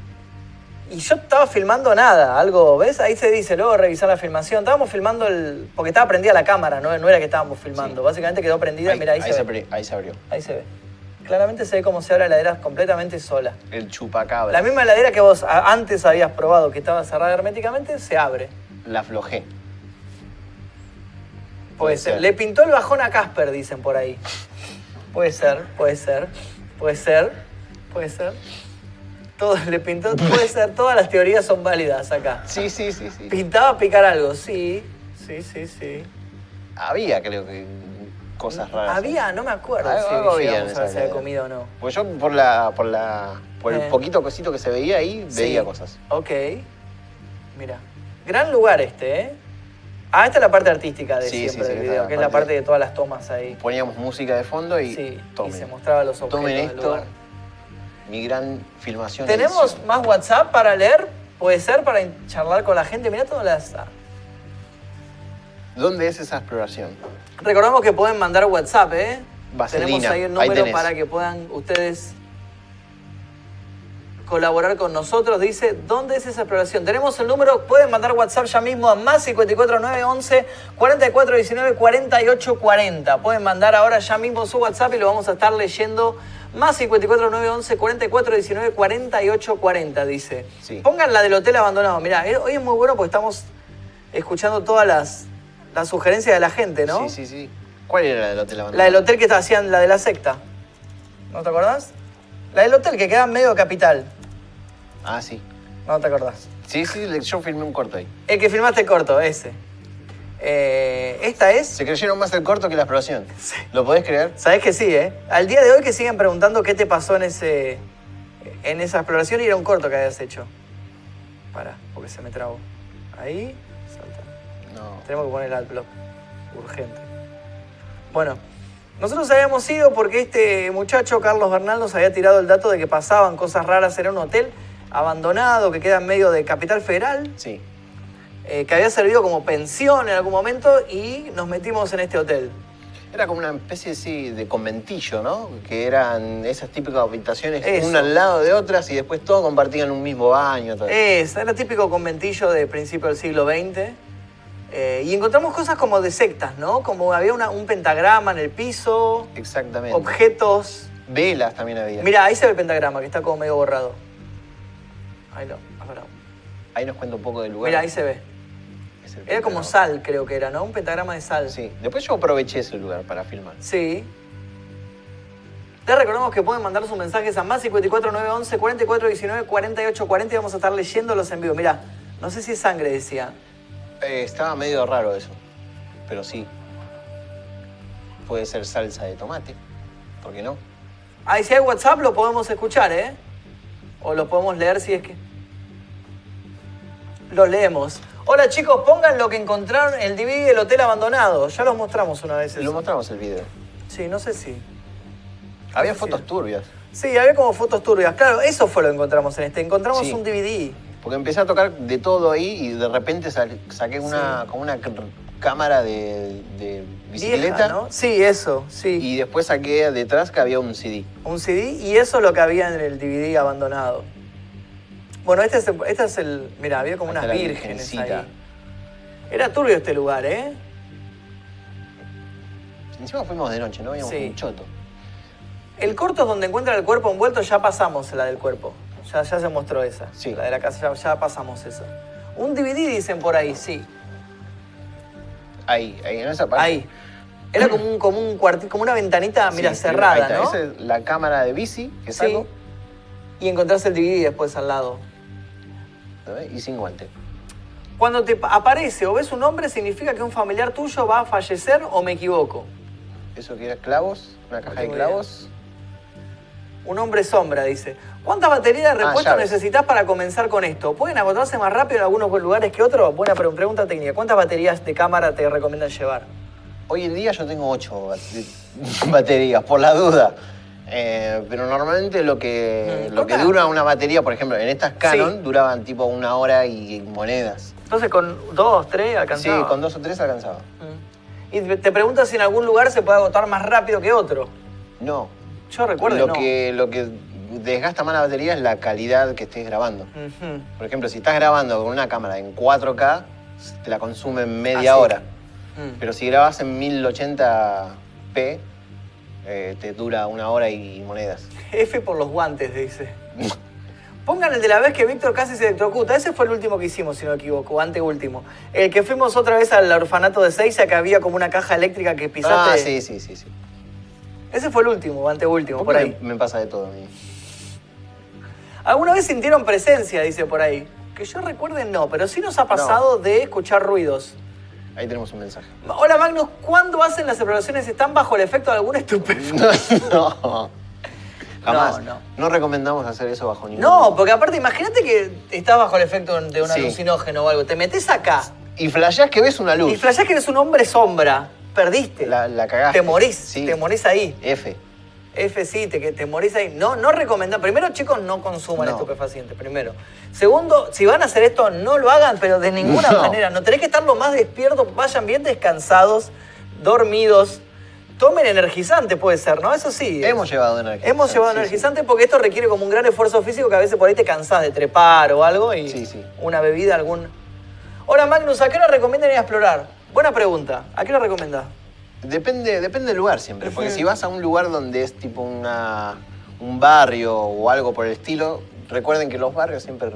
Speaker 2: y yo estaba filmando nada, algo, ¿ves? Ahí se dice, luego revisar la filmación. Estábamos filmando el... porque estaba prendida la cámara, no, no era que estábamos filmando. Básicamente quedó prendida,
Speaker 3: Ahí,
Speaker 2: mirá, ahí,
Speaker 3: ahí
Speaker 2: se,
Speaker 3: se
Speaker 2: ve.
Speaker 3: abri- ahí se abrió.
Speaker 2: Ahí se ve. Claramente se ve cómo se abre la heladera completamente sola.
Speaker 3: El chupacabra.
Speaker 2: La misma heladera que vos a- antes habías probado que estaba cerrada herméticamente, se abre.
Speaker 3: La flojé.
Speaker 2: Puede
Speaker 3: Puede
Speaker 2: ser.
Speaker 3: ser.
Speaker 2: Le pintó el bajón a Casper, dicen por ahí. Puede ser, puede ser, puede ser, puede ser. Todo, le pintó, puede ser, todas las teorías son válidas acá.
Speaker 3: Sí, sí, sí, sí.
Speaker 2: Pintaba picar algo, sí, sí, sí, sí.
Speaker 3: Había, creo que, cosas raras.
Speaker 2: Mm, Había, no me acuerdo
Speaker 3: Algo-
Speaker 2: si
Speaker 3: algo había en
Speaker 2: llegamos
Speaker 3: esa
Speaker 2: a ver si había
Speaker 3: heladera.
Speaker 2: comido o no.
Speaker 3: Pues yo por la. por la. por el
Speaker 2: Eh.
Speaker 3: poquito cosito que se veía ahí, veía
Speaker 2: Sí.
Speaker 3: cosas.
Speaker 2: Ok. Mira. Gran lugar este, ¿eh? Ah, esta es la parte artística de
Speaker 3: Sí, sí,
Speaker 2: siempre
Speaker 3: sí,
Speaker 2: del
Speaker 3: esta es
Speaker 2: video,
Speaker 3: la
Speaker 2: que es la
Speaker 3: parte-
Speaker 2: parte de todas las tomas ahí.
Speaker 3: Poníamos música de fondo y.
Speaker 2: Sí, y
Speaker 3: tomen.
Speaker 2: se mostraba los objetos
Speaker 3: tomen
Speaker 2: del
Speaker 3: esto.
Speaker 2: lugar.
Speaker 3: mi gran filmación. y
Speaker 2: ¿Tenemos
Speaker 3: edición.
Speaker 2: más WhatsApp para leer? Puede ser para in- charlar con la gente. Mirá todas las. ah.
Speaker 3: ¿Dónde es esa exploración?
Speaker 2: Recordamos que pueden mandar WhatsApp, ¿eh?
Speaker 3: Vaselina,
Speaker 2: Tenemos ahí el
Speaker 3: ahí
Speaker 2: número
Speaker 3: tenés.
Speaker 2: para que puedan ustedes colaborar con nosotros. Dice, ¿dónde es esa exploración? Tenemos el número, pueden mandar WhatsApp ya mismo a más 54911 4419 4840. Pueden mandar ahora ya mismo su WhatsApp y lo vamos a estar leyendo. Más 54911 4419 4840, dice.
Speaker 3: Sí.
Speaker 2: Pongan la del hotel abandonado. Mirá, eh, hoy es muy bueno porque estamos escuchando todas las, las sugerencias de la gente, ¿no?
Speaker 3: Sí, sí, sí. ¿Cuál era la del hotel abandonado?
Speaker 2: La del hotel que te hacían, la de la secta. ¿No te acordás? La del hotel que queda en medio capital.
Speaker 3: Ah, sí.
Speaker 2: No te acordás.
Speaker 3: Sí, sí, le- yo filmé un corto ahí.
Speaker 2: El que filmaste corto, ese. Eh, esta es.
Speaker 3: Se creyeron más el corto que la exploración. ¿Lo podés creer?
Speaker 2: Sabés que sí, ¿eh? Al día de hoy que siguen preguntando qué te pasó en ese. en esa exploración y era un corto que habías hecho. Pará, porque se me trabó. Ahí, salta.
Speaker 3: No.
Speaker 2: Tenemos que poner al blog. Urgente. Bueno, nosotros habíamos ido porque este muchacho, Carlos Bernal, nos había tirado el dato de que pasaban cosas raras. Era un hotel abandonado que queda en medio de Capital Federal,
Speaker 3: Sí.
Speaker 2: eh, que había servido como pensión en algún momento y nos metimos en este hotel.
Speaker 3: Era como una especie sí, de conventillo, ¿no? Que eran esas típicas habitaciones,
Speaker 2: Eso.
Speaker 3: una al lado de otras y después todos compartían un mismo baño. todo.
Speaker 2: Es, era típico conventillo de principio del siglo XX. eh, y encontramos cosas como de sectas, ¿no? Como había una- un pentagrama en el piso,
Speaker 3: Exactamente.
Speaker 2: objetos.
Speaker 3: Velas también había.
Speaker 2: Mira, ahí se ve el pentagrama, que está como medio borrado. Ahí lo, ahora.
Speaker 3: Ahí nos cuenta un poco del lugar.
Speaker 2: Mira, ahí se ve.
Speaker 3: Es el
Speaker 2: Era como
Speaker 3: pentagrama.
Speaker 2: sal, creo que era, ¿no? Un pentagrama de sal.
Speaker 3: Sí. Después yo aproveché ese lugar para filmar.
Speaker 2: Sí. Les recordamos que pueden mandar sus mensajes a más 54911 4419 4840 y vamos a estar leyéndolos en vivo. Mira, no sé si es sangre, decía.
Speaker 3: Eh, estaba medio raro eso. Pero sí. Puede ser salsa de tomate. ¿Por qué no?
Speaker 2: Ah, y si hay WhatsApp lo podemos escuchar, ¿eh? O lo podemos leer si es que. Lo leemos. Hola chicos, pongan lo que encontraron el DVD del hotel abandonado. Ya los mostramos una vez.
Speaker 3: Lo
Speaker 2: eso.
Speaker 3: mostramos el video.
Speaker 2: Sí, no sé si. Ah,
Speaker 3: Había fotos turbias.
Speaker 2: Sí, había como fotos turbias. Claro, eso fue lo que encontramos en este. Encontramos
Speaker 3: Sí.
Speaker 2: un DVD.
Speaker 3: Porque empecé a tocar de todo ahí y de repente sa- saqué una, como una cr- cámara de, de bicicleta.
Speaker 2: Vieja, ¿no? Sí, eso, sí.
Speaker 3: Y después saqué detrás que había un CD.
Speaker 2: Un CD y eso es lo que había en el DVD abandonado. Bueno, este es, el- este es el. Mira, había como
Speaker 3: Acá
Speaker 2: unas
Speaker 3: la
Speaker 2: vírgenes
Speaker 3: virgencita.
Speaker 2: ahí. Era turbio este lugar, ¿eh?
Speaker 3: Encima fuimos de noche, no habíamos
Speaker 2: Sí.
Speaker 3: un choto.
Speaker 2: El corto es donde encuentran el cuerpo envuelto, ya pasamos la del cuerpo. Ya, ya se mostró esa.
Speaker 3: Sí.
Speaker 2: La de la casa, ya, ya pasamos esa. Un DVD dicen por ahí, sí.
Speaker 3: Ahí, ahí en esa parte.
Speaker 2: Ahí. Era como un, como un cuarti- como una ventanita,
Speaker 3: Sí,
Speaker 2: mira,
Speaker 3: sí, ahí
Speaker 2: cerrada,
Speaker 3: está.
Speaker 2: ¿no?
Speaker 3: Esa es la cámara de bici que
Speaker 2: Sí.
Speaker 3: saco
Speaker 2: Y encontrás el DVD después al lado.
Speaker 3: ¿no? y sin guante.
Speaker 2: Cuando te pa- aparece o ves un nombre, ¿significa que un familiar tuyo va a fallecer o me equivoco?
Speaker 3: Eso que era clavos, una caja de
Speaker 2: tengo
Speaker 3: clavos.
Speaker 2: Un hombre sombra, dice. ¿Cuántas baterías de
Speaker 3: Ah,
Speaker 2: repuesto
Speaker 3: llaves.
Speaker 2: necesitas para comenzar con esto? ¿Pueden agotarse más rápido en algunos lugares que otros? Buena pre- pregunta técnica. ¿Cuántas baterías de cámara te recomiendan llevar?
Speaker 3: Hoy en día yo tengo ocho bate- baterías, por la duda. Eh, pero normalmente lo que,
Speaker 2: Mm,
Speaker 3: lo que
Speaker 2: copa.
Speaker 3: dura una batería, por ejemplo, en estas Canon
Speaker 2: Sí.
Speaker 3: duraban tipo una hora y monedas.
Speaker 2: Entonces, con dos, tres, alcanzaba.
Speaker 3: Sí, con dos o tres alcanzaba.
Speaker 2: Mm. Y te preguntas si en algún lugar se puede agotar más rápido que otro.
Speaker 3: No.
Speaker 2: Yo recuerdo
Speaker 3: lo
Speaker 2: no.
Speaker 3: que Lo que desgasta más la batería es la calidad que estés grabando.
Speaker 2: Ujú.
Speaker 3: Por ejemplo, si estás grabando con una cámara en 4K, te la consume en media
Speaker 2: Ah, sí.
Speaker 3: hora.
Speaker 2: Mm.
Speaker 3: Pero si grabas en 1080p, eh, te dura una hora y monedas.
Speaker 2: F por los guantes, dice. Pongan el de la vez que Víctor casi se electrocuta. Ese fue el último que hicimos, si no me equivoco, anteúltimo. El que fuimos otra vez al orfanato de Seiza, que había como una caja eléctrica que pisaste.
Speaker 3: Ah, sí, sí, sí. sí.
Speaker 2: Ese fue el último, o anteúltimo, por
Speaker 3: Me-
Speaker 2: ahí.
Speaker 3: Me pasa de todo a mí.
Speaker 2: ¿Alguna vez sintieron presencia, dice por ahí? Que yo recuerde, no, pero sí nos ha pasado de escuchar ruidos.
Speaker 3: Ahí tenemos un mensaje.
Speaker 2: Hola Magnus, ¿cuándo hacen las exploraciones? ¿Están bajo el efecto de algún estupefaciente?
Speaker 3: No, no. Jamás.
Speaker 2: No,
Speaker 3: No,
Speaker 2: no.
Speaker 3: recomendamos hacer eso bajo ningún.
Speaker 2: No, porque aparte imagínate que estás bajo el efecto de un
Speaker 3: Sí.
Speaker 2: alucinógeno o algo. Te metes acá
Speaker 3: Y flasheás que ves una luz.
Speaker 2: y flashás que eres un hombre sombra. Perdiste.
Speaker 3: La, la cagaste.
Speaker 2: te morís.
Speaker 3: Sí.
Speaker 2: Te morís ahí.
Speaker 3: F.
Speaker 2: F sí, te, que te morís ahí. No, no recomendar. Primero, chicos, no consuman
Speaker 3: No.
Speaker 2: estupefacientes, primero. Segundo, si van a hacer esto, no lo hagan, pero de ninguna
Speaker 3: No.
Speaker 2: manera. No tenés que estar lo más despierto, vayan bien descansados, dormidos. Tomen energizante, puede ser, ¿no? Eso sí.
Speaker 3: Hemos llevado energía.
Speaker 2: Hemos llevado
Speaker 3: Sí,
Speaker 2: energizante porque esto requiere como un gran esfuerzo físico que a veces por ahí te cansás de trepar o algo y
Speaker 3: Sí, sí.
Speaker 2: una bebida, algún... Hola Magnus, ¿a qué hora recomiendan ir a explorar? Buena pregunta. ¿A qué hora recomendás?
Speaker 3: sí. Depende, depende del lugar siempre. Porque si vas a un lugar donde es tipo una, un barrio o algo por el estilo, recuerden que los barrios siempre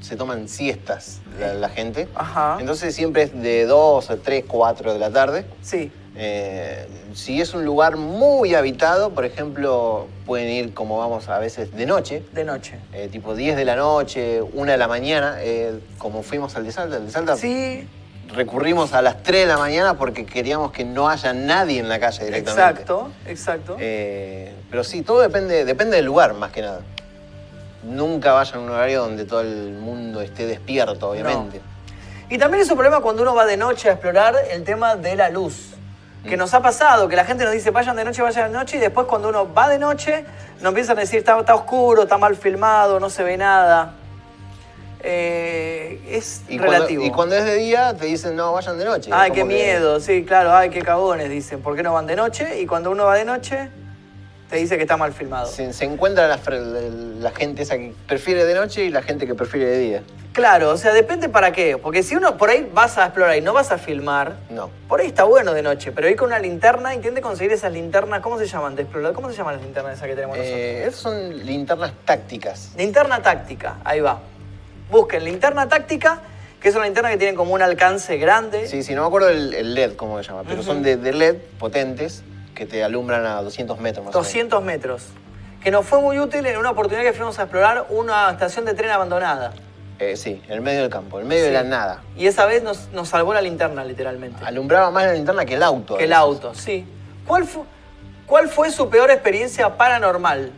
Speaker 3: se toman siestas la, la gente.
Speaker 2: Ajá.
Speaker 3: Entonces siempre es de 2 a 3, 4 de la tarde.
Speaker 2: Sí.
Speaker 3: Eh, si es un lugar muy habitado, por ejemplo, pueden ir como vamos a veces de noche,
Speaker 2: De noche.
Speaker 3: eh, tipo 10 de la noche, 1 de la mañana, eh, como fuimos al de Salta. Al de Salta
Speaker 2: Sí,
Speaker 3: recurrimos a las 3 de la mañana porque queríamos que no haya nadie en la calle directamente.
Speaker 2: exacto, exacto.
Speaker 3: Eh, pero sí, todo depende, depende del lugar más que nada. Nunca vayan a un horario donde todo el mundo esté despierto, obviamente.
Speaker 2: Y también es un problema cuando uno va de noche a explorar el tema de la luz. Que
Speaker 3: Mm.
Speaker 2: nos ha pasado, que la gente nos dice vayan de noche, vayan de noche, y después cuando uno va de noche, nos empiezan a decir está, está oscuro, está mal filmado, no se ve nada. Eh, es
Speaker 3: Y, cuando,
Speaker 2: relativo.
Speaker 3: y cuando es de día te dicen no, vayan de noche.
Speaker 2: Ay,
Speaker 3: Como
Speaker 2: qué
Speaker 3: que-
Speaker 2: miedo, sí, claro, ay, qué cagones, dicen. ¿Por qué no van de noche? Y cuando uno va de noche, te dice que está mal filmado.
Speaker 3: Se, se encuentra la, fre- la gente esa que prefiere de noche y la gente que prefiere de día.
Speaker 2: Claro, o sea, depende para qué. Porque si uno por ahí vas a explorar y no vas a filmar,
Speaker 3: No.
Speaker 2: por ahí está bueno de noche, pero ir con una linterna, intente conseguir esas linternas, ¿cómo se llaman? De explorar, ¿cómo se llaman las linternas esas que tenemos nosotros?
Speaker 3: Eh, esas son linternas tácticas.
Speaker 2: Linterna táctica, ahí va. Busquen linterna táctica, que es una linterna que tiene como un alcance grande.
Speaker 3: Sí, sí, no me acuerdo el, el LED, cómo se llama, pero son de, de LED potentes que te alumbran a 200 metros más o menos.
Speaker 2: 200 metros. Que nos fue muy útil en una oportunidad que fuimos a explorar una estación de tren abandonada.
Speaker 3: Eh, sí, en el medio del campo, en el medio de la nada.
Speaker 2: Y esa vez nos, nos salvó la linterna, literalmente.
Speaker 3: Alumbraba más la linterna que el auto.
Speaker 2: Que el
Speaker 3: a veces.
Speaker 2: auto, sí. ¿Cuál, fu- ¿Cuál fue su peor experiencia paranormal?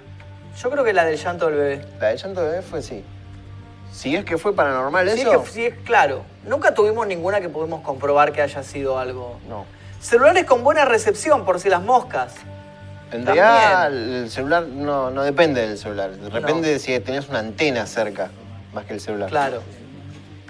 Speaker 2: Yo creo que la del llanto del bebé.
Speaker 3: La del llanto de bebé fue sí. Si es que fue paranormal
Speaker 2: Si es,
Speaker 3: eso.
Speaker 2: que- si es claro. Nunca tuvimos ninguna que pudimos comprobar que haya sido algo.
Speaker 3: No.
Speaker 2: Celulares con buena recepción, por si las moscas.
Speaker 3: En
Speaker 2: También.
Speaker 3: realidad, el celular no, no depende del celular. Depende de si tenés una antena cerca, más que el celular.
Speaker 2: Claro.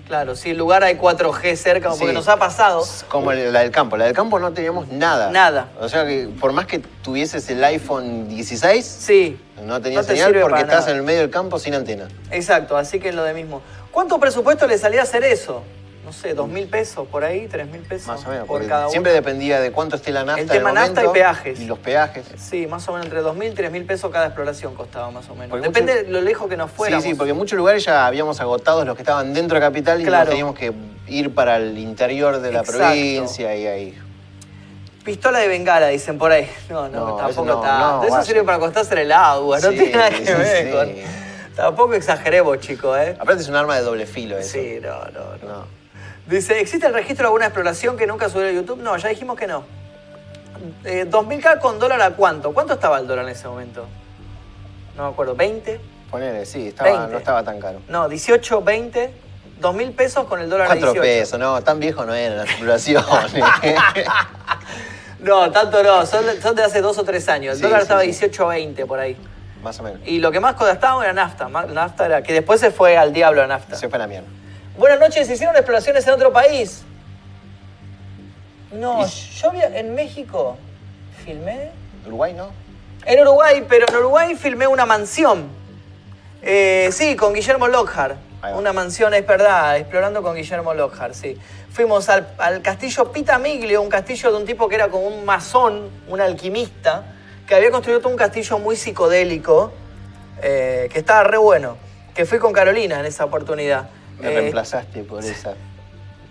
Speaker 2: Claro, si el lugar hay 4G cerca, porque
Speaker 3: Sí.
Speaker 2: nos ha pasado.
Speaker 3: Como el- la del campo. La del campo no teníamos nada.
Speaker 2: Nada.
Speaker 3: O sea que por más que tuvieses el iPhone 16,
Speaker 2: Sí,
Speaker 3: no tenías
Speaker 2: No te
Speaker 3: señal
Speaker 2: sirve
Speaker 3: porque
Speaker 2: para
Speaker 3: estás
Speaker 2: nada.
Speaker 3: en el medio del campo sin antena.
Speaker 2: exacto, así que es lo de mismo. ¿Cuánto presupuesto le salía hacer eso? No sé, dos mil pesos por ahí, tres mil pesos
Speaker 3: Más o menos.
Speaker 2: por
Speaker 3: porque
Speaker 2: cada uno.
Speaker 3: siempre dependía de cuánto esté la nafta.
Speaker 2: El
Speaker 3: en
Speaker 2: tema nafta y
Speaker 3: momento
Speaker 2: peajes.
Speaker 3: Y los peajes.
Speaker 2: Sí, más o menos entre 2.000 y 3.000 pesos cada exploración costaba más o menos.
Speaker 3: Porque
Speaker 2: Depende
Speaker 3: mucho-
Speaker 2: de lo lejos que nos fuéramos.
Speaker 3: Sí, sí, porque en muchos lugares ya habíamos agotado los que estaban dentro de Capital y no
Speaker 2: Claro.
Speaker 3: teníamos que ir para el interior de la
Speaker 2: Exacto.
Speaker 3: provincia y ahí.
Speaker 2: Pistola de bengala, dicen por ahí. No, no,
Speaker 3: No,
Speaker 2: tampoco
Speaker 3: eso no,
Speaker 2: está.
Speaker 3: no,
Speaker 2: eso
Speaker 3: vaya.
Speaker 2: sirve para acostarse en el agua, no
Speaker 3: Sí,
Speaker 2: tiene nada que
Speaker 3: sí,
Speaker 2: ver
Speaker 3: sí.
Speaker 2: con- Tampoco exageremos, chicos, ¿eh?
Speaker 3: Aparte es un arma de doble filo eso.
Speaker 2: Sí, no, no, no.
Speaker 3: No.
Speaker 2: Dice, ¿existe el registro de alguna exploración que nunca subió a YouTube? No, ya dijimos que no. Eh, 2000K con dólar a cuánto? ¿Cuánto estaba el dólar en ese momento? No me acuerdo, ¿20?
Speaker 3: Ponele, sí, estaba-
Speaker 2: 20.
Speaker 3: no estaba tan caro.
Speaker 2: No, 18, 20, 2000 pesos con el dólar a
Speaker 3: Cuatro
Speaker 2: 18.
Speaker 3: pesos, no, tan viejo no eran las exploraciones.
Speaker 2: No, tanto no, son de, son de hace dos o tres años. El
Speaker 3: Sí,
Speaker 2: dólar
Speaker 3: sí,
Speaker 2: estaba
Speaker 3: sí.
Speaker 2: 18 a 20 por ahí.
Speaker 3: Más o menos.
Speaker 2: Y lo que más costaba era nafta. ma- Nafta era que después se fue al diablo la nafta.
Speaker 3: Se fue a la mierda.
Speaker 2: Buenas noches, ¿hicieron exploraciones en otro país? No, yo había- en México filmé.
Speaker 3: Uruguay, ¿no?
Speaker 2: En Uruguay, pero en Uruguay filmé una mansión. Eh, sí, con Guillermo Lockhart.
Speaker 3: Ahí va.
Speaker 2: Una mansión, es verdad, explorando con Guillermo Lockhart, sí. Fuimos al, al castillo Pitamiglio, un castillo de un tipo que era como un masón, un alquimista, que había construido todo un castillo muy psicodélico, eh, que estaba re bueno. Que fui con Carolina en esa oportunidad.
Speaker 3: Me
Speaker 2: Eh,
Speaker 3: reemplazaste por esa.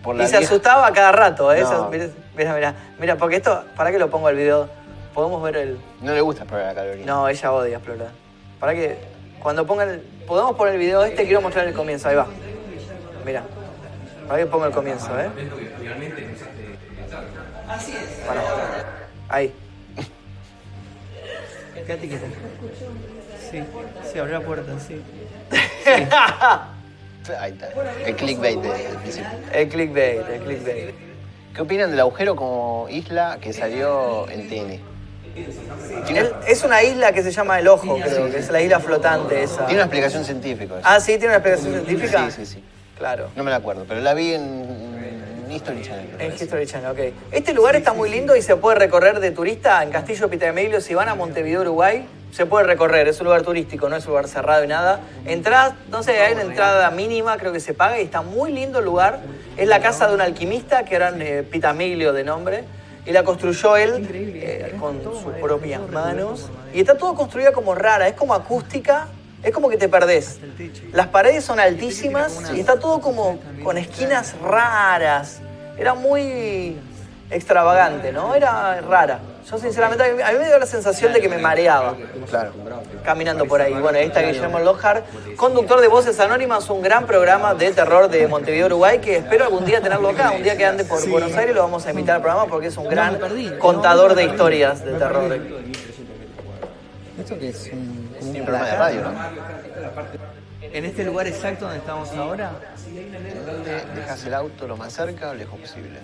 Speaker 3: Por la
Speaker 2: y se
Speaker 3: vieja.
Speaker 2: asustaba cada rato, ¿eh?
Speaker 3: No.
Speaker 2: Mira, mira, mira, mira, porque esto, para que lo pongo al video, podemos ver el...
Speaker 3: No le gusta explorar a Carolina.
Speaker 2: No, ella odia explorar. Para que cuando pongan, el- podamos poner el video este, quiero mostrar el comienzo, ahí va. Mira, para que ponga el comienzo, ¿eh? Pará. Ahí.
Speaker 4: Quédate quieta. Sí, sí, abrió la puerta, sí.
Speaker 3: Ahí está. El clickbait de- del principio.
Speaker 2: El clickbait, el clickbait.
Speaker 3: ¿Qué opinan del agujero como isla que salió en TN?
Speaker 2: Él- es una isla que se llama El Ojo, creo, que es la isla flotante esa.
Speaker 3: Tiene una explicación científica. eso.
Speaker 2: Ah, sí, tiene una explicación científica.
Speaker 3: Sí, sí, sí.
Speaker 2: Claro.
Speaker 3: No me la acuerdo, pero la vi en, en History Channel. me
Speaker 2: En
Speaker 3: parece.
Speaker 2: History Channel, ok. Este lugar está muy lindo y se puede recorrer de turista en Castillo Pitameglio. Si van a Montevideo, Uruguay, se puede recorrer. Es un lugar turístico, no es un lugar cerrado y nada. Entrás, no sé, hay una entrada mínima, creo que se paga y está muy lindo el lugar. Es la casa de un alquimista, que era eh, Pitameglio de nombre, y la construyó él eh, con sus propias manos. Y está todo construida como rara, es como acústica. Es como que te perdés. Las paredes son altísimas y está todo como con esquinas raras era muy extravagante, ¿no? Era rara. Yo sinceramente, a mí, a mí me dio la sensación de que me mareaba
Speaker 3: Claro.
Speaker 2: caminando por ahí. Bueno, ahí está Guillermo Lojar, conductor de Voces Anónimas, un gran programa de terror de Montevideo, Uruguay, que espero algún día tenerlo acá, un día que ande por Buenos Aires lo vamos a invitar al programa porque es un gran contador de historias de terror.
Speaker 5: ¿Esto qué es? Un, como un
Speaker 3: Tiene un programa de radio, ¿no?
Speaker 5: ¿En este lugar exacto donde estamos ahora?
Speaker 3: ¿Dónde dejas el auto lo más cerca o lejos posible?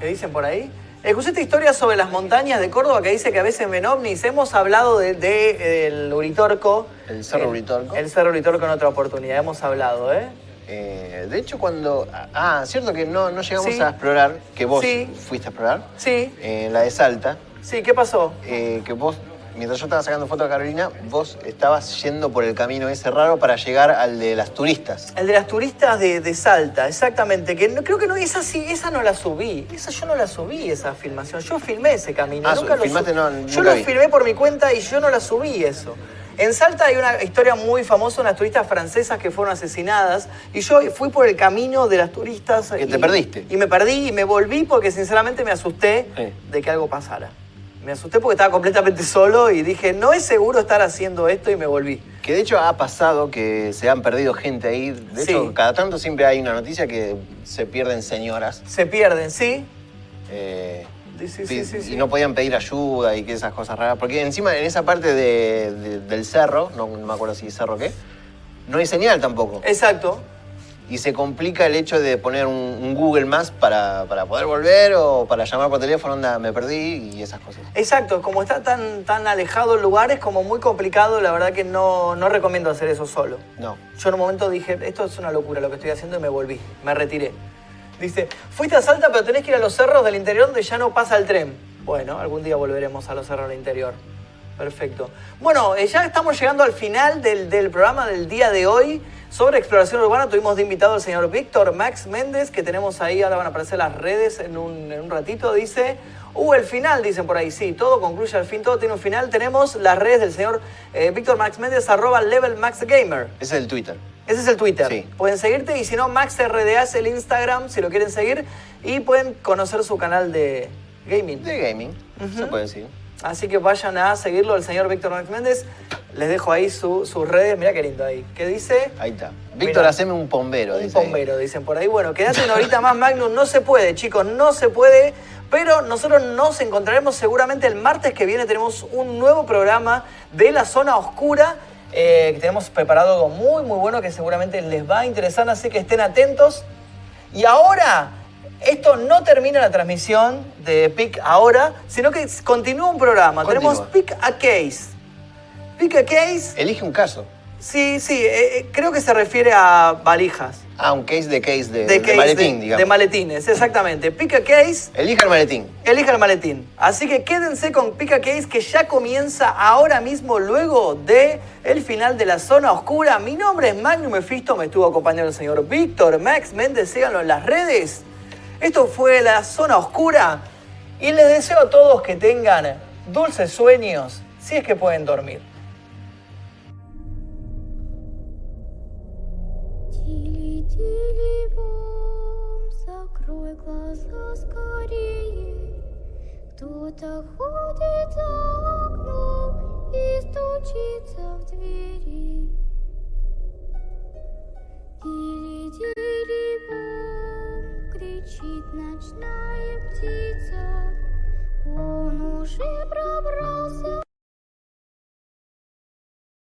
Speaker 2: ¿Qué dicen por ahí? Escuchaste historias sobre las montañas de Córdoba que dice que a veces ven ovnis. Hemos hablado del de, el Uritorco.
Speaker 3: El Cerro Uritorco.
Speaker 2: El Cerro Uritorco en otra oportunidad. Hemos hablado, ¿eh?
Speaker 3: Eh, de hecho, cuando. Ah, cierto que no, no llegamos
Speaker 2: Sí.
Speaker 3: a explorar, que vos
Speaker 2: Sí.
Speaker 3: fuiste a explorar,
Speaker 2: Sí,
Speaker 3: eh, la de Salta,
Speaker 2: sí, ¿qué pasó?
Speaker 3: eh, que vos, mientras yo estaba sacando foto a Carolina, vos estabas yendo por el camino ese raro para llegar al de las turistas.
Speaker 2: El de las turistas de, de Salta, exactamente. Que no- creo que no, esa sí, esa no la subí. Esa yo no la subí, esa filmación. Yo filmé ese camino.
Speaker 3: Ah,
Speaker 2: nunca
Speaker 3: su-
Speaker 2: lo
Speaker 3: filmaste,
Speaker 2: sub-
Speaker 3: no, nunca
Speaker 2: Yo lo
Speaker 3: vi.
Speaker 2: filmé por mi cuenta y yo no la subí eso. En Salta hay una historia muy famosa, unas turistas francesas que fueron asesinadas y yo fui por el camino de las turistas.
Speaker 3: Que
Speaker 2: y-
Speaker 3: te perdiste.
Speaker 2: Y me perdí y me volví porque sinceramente me asusté
Speaker 3: Sí.
Speaker 2: de que algo pasara. Me asusté porque estaba completamente solo y dije, no es seguro estar haciendo esto y me volví.
Speaker 3: Que de hecho ha pasado que se han perdido gente ahí. De
Speaker 2: Sí.
Speaker 3: hecho, cada tanto siempre hay una noticia que se pierden señoras.
Speaker 2: Se pierden, ¿sí?
Speaker 3: eh,
Speaker 2: Sí, sí,
Speaker 3: pi-
Speaker 2: sí, sí, sí.
Speaker 3: Y no podían pedir ayuda y que esas cosas raras. Porque encima en esa parte de- de- del cerro, no, no me acuerdo si es cerro o qué, no hay señal tampoco.
Speaker 2: Exacto.
Speaker 3: Y se complica el hecho de poner un, un Google Maps para, para poder volver o para llamar por teléfono, onda, me perdí y esas cosas.
Speaker 2: Exacto, como está tan, tan alejado el lugar, es como muy complicado, la verdad que no, no recomiendo hacer eso solo.
Speaker 3: No.
Speaker 2: Yo en un momento dije, esto es una locura lo que estoy haciendo y me volví, me retiré. Dice, fuiste a Salta pero tenés que ir a los cerros del interior donde ya no pasa el tren. Bueno, algún día volveremos a los cerros del interior. Perfecto. Bueno, eh, ya estamos llegando al final del, del programa del día de hoy sobre exploración urbana. Tuvimos de invitado al señor Víctor Max Méndez, que tenemos ahí, ahora van a aparecer las redes en un, en un ratito, dice. Uh, el final, dicen por ahí, sí, todo concluye al fin, todo tiene un final. Tenemos las redes del señor eh, Víctor Max Méndez, arroba level Max Gamer.
Speaker 3: Ese es el Twitter.
Speaker 2: Ese es el Twitter.
Speaker 3: Sí.
Speaker 2: Pueden seguirte y si no, MaxRDA es el Instagram si lo quieren seguir y pueden conocer su canal de gaming.
Speaker 3: De gaming, se puede decir.
Speaker 2: Así que vayan a seguirlo al señor Víctor Max Méndez. Les dejo ahí su- sus redes. Mirá qué lindo ahí. ¿Qué dice?
Speaker 3: Ahí está. Víctor,
Speaker 2: Mirá.
Speaker 3: haceme un pombero.
Speaker 2: Un
Speaker 3: dice ahí.
Speaker 2: bombero, dicen por ahí. Bueno, quédate una horita más, Magnus. No se puede, chicos, no se puede. Pero nosotros nos encontraremos seguramente el martes que viene. Tenemos un nuevo programa de la zona oscura. eh, que tenemos preparado algo muy, muy bueno que seguramente les va a interesar. Así que estén atentos. Y ahora, esto no termina la transmisión de PIC ahora, sino que continúa un programa.
Speaker 3: Continúa.
Speaker 2: Tenemos PIC a Case. PIC a Case.
Speaker 3: Elige un caso.
Speaker 2: Sí, sí, eh, eh, creo que se refiere a valijas
Speaker 3: Ah, un case de case de, de
Speaker 2: case,
Speaker 3: maletín,
Speaker 2: de-
Speaker 3: digamos.
Speaker 2: de maletines, exactamente. Pica case,
Speaker 3: Elija el maletín.
Speaker 2: elija el maletín. Así que quédense con Pica case que ya comienza ahora mismo luego de el final de la zona oscura. Mi nombre es Magnum Mefisto, me estuvo acompañando el señor Víctor Max Méndez, síganlo en las redes. Esto fue la zona oscura y les deseo a todos que tengan dulces sueños si es que pueden dormir.
Speaker 1: Теле-телебом, закрой глаза скорее. Кто-то ходит за окном и стучится в двери. Теле-телебом, кричит ночная птица. Он уже проснулся.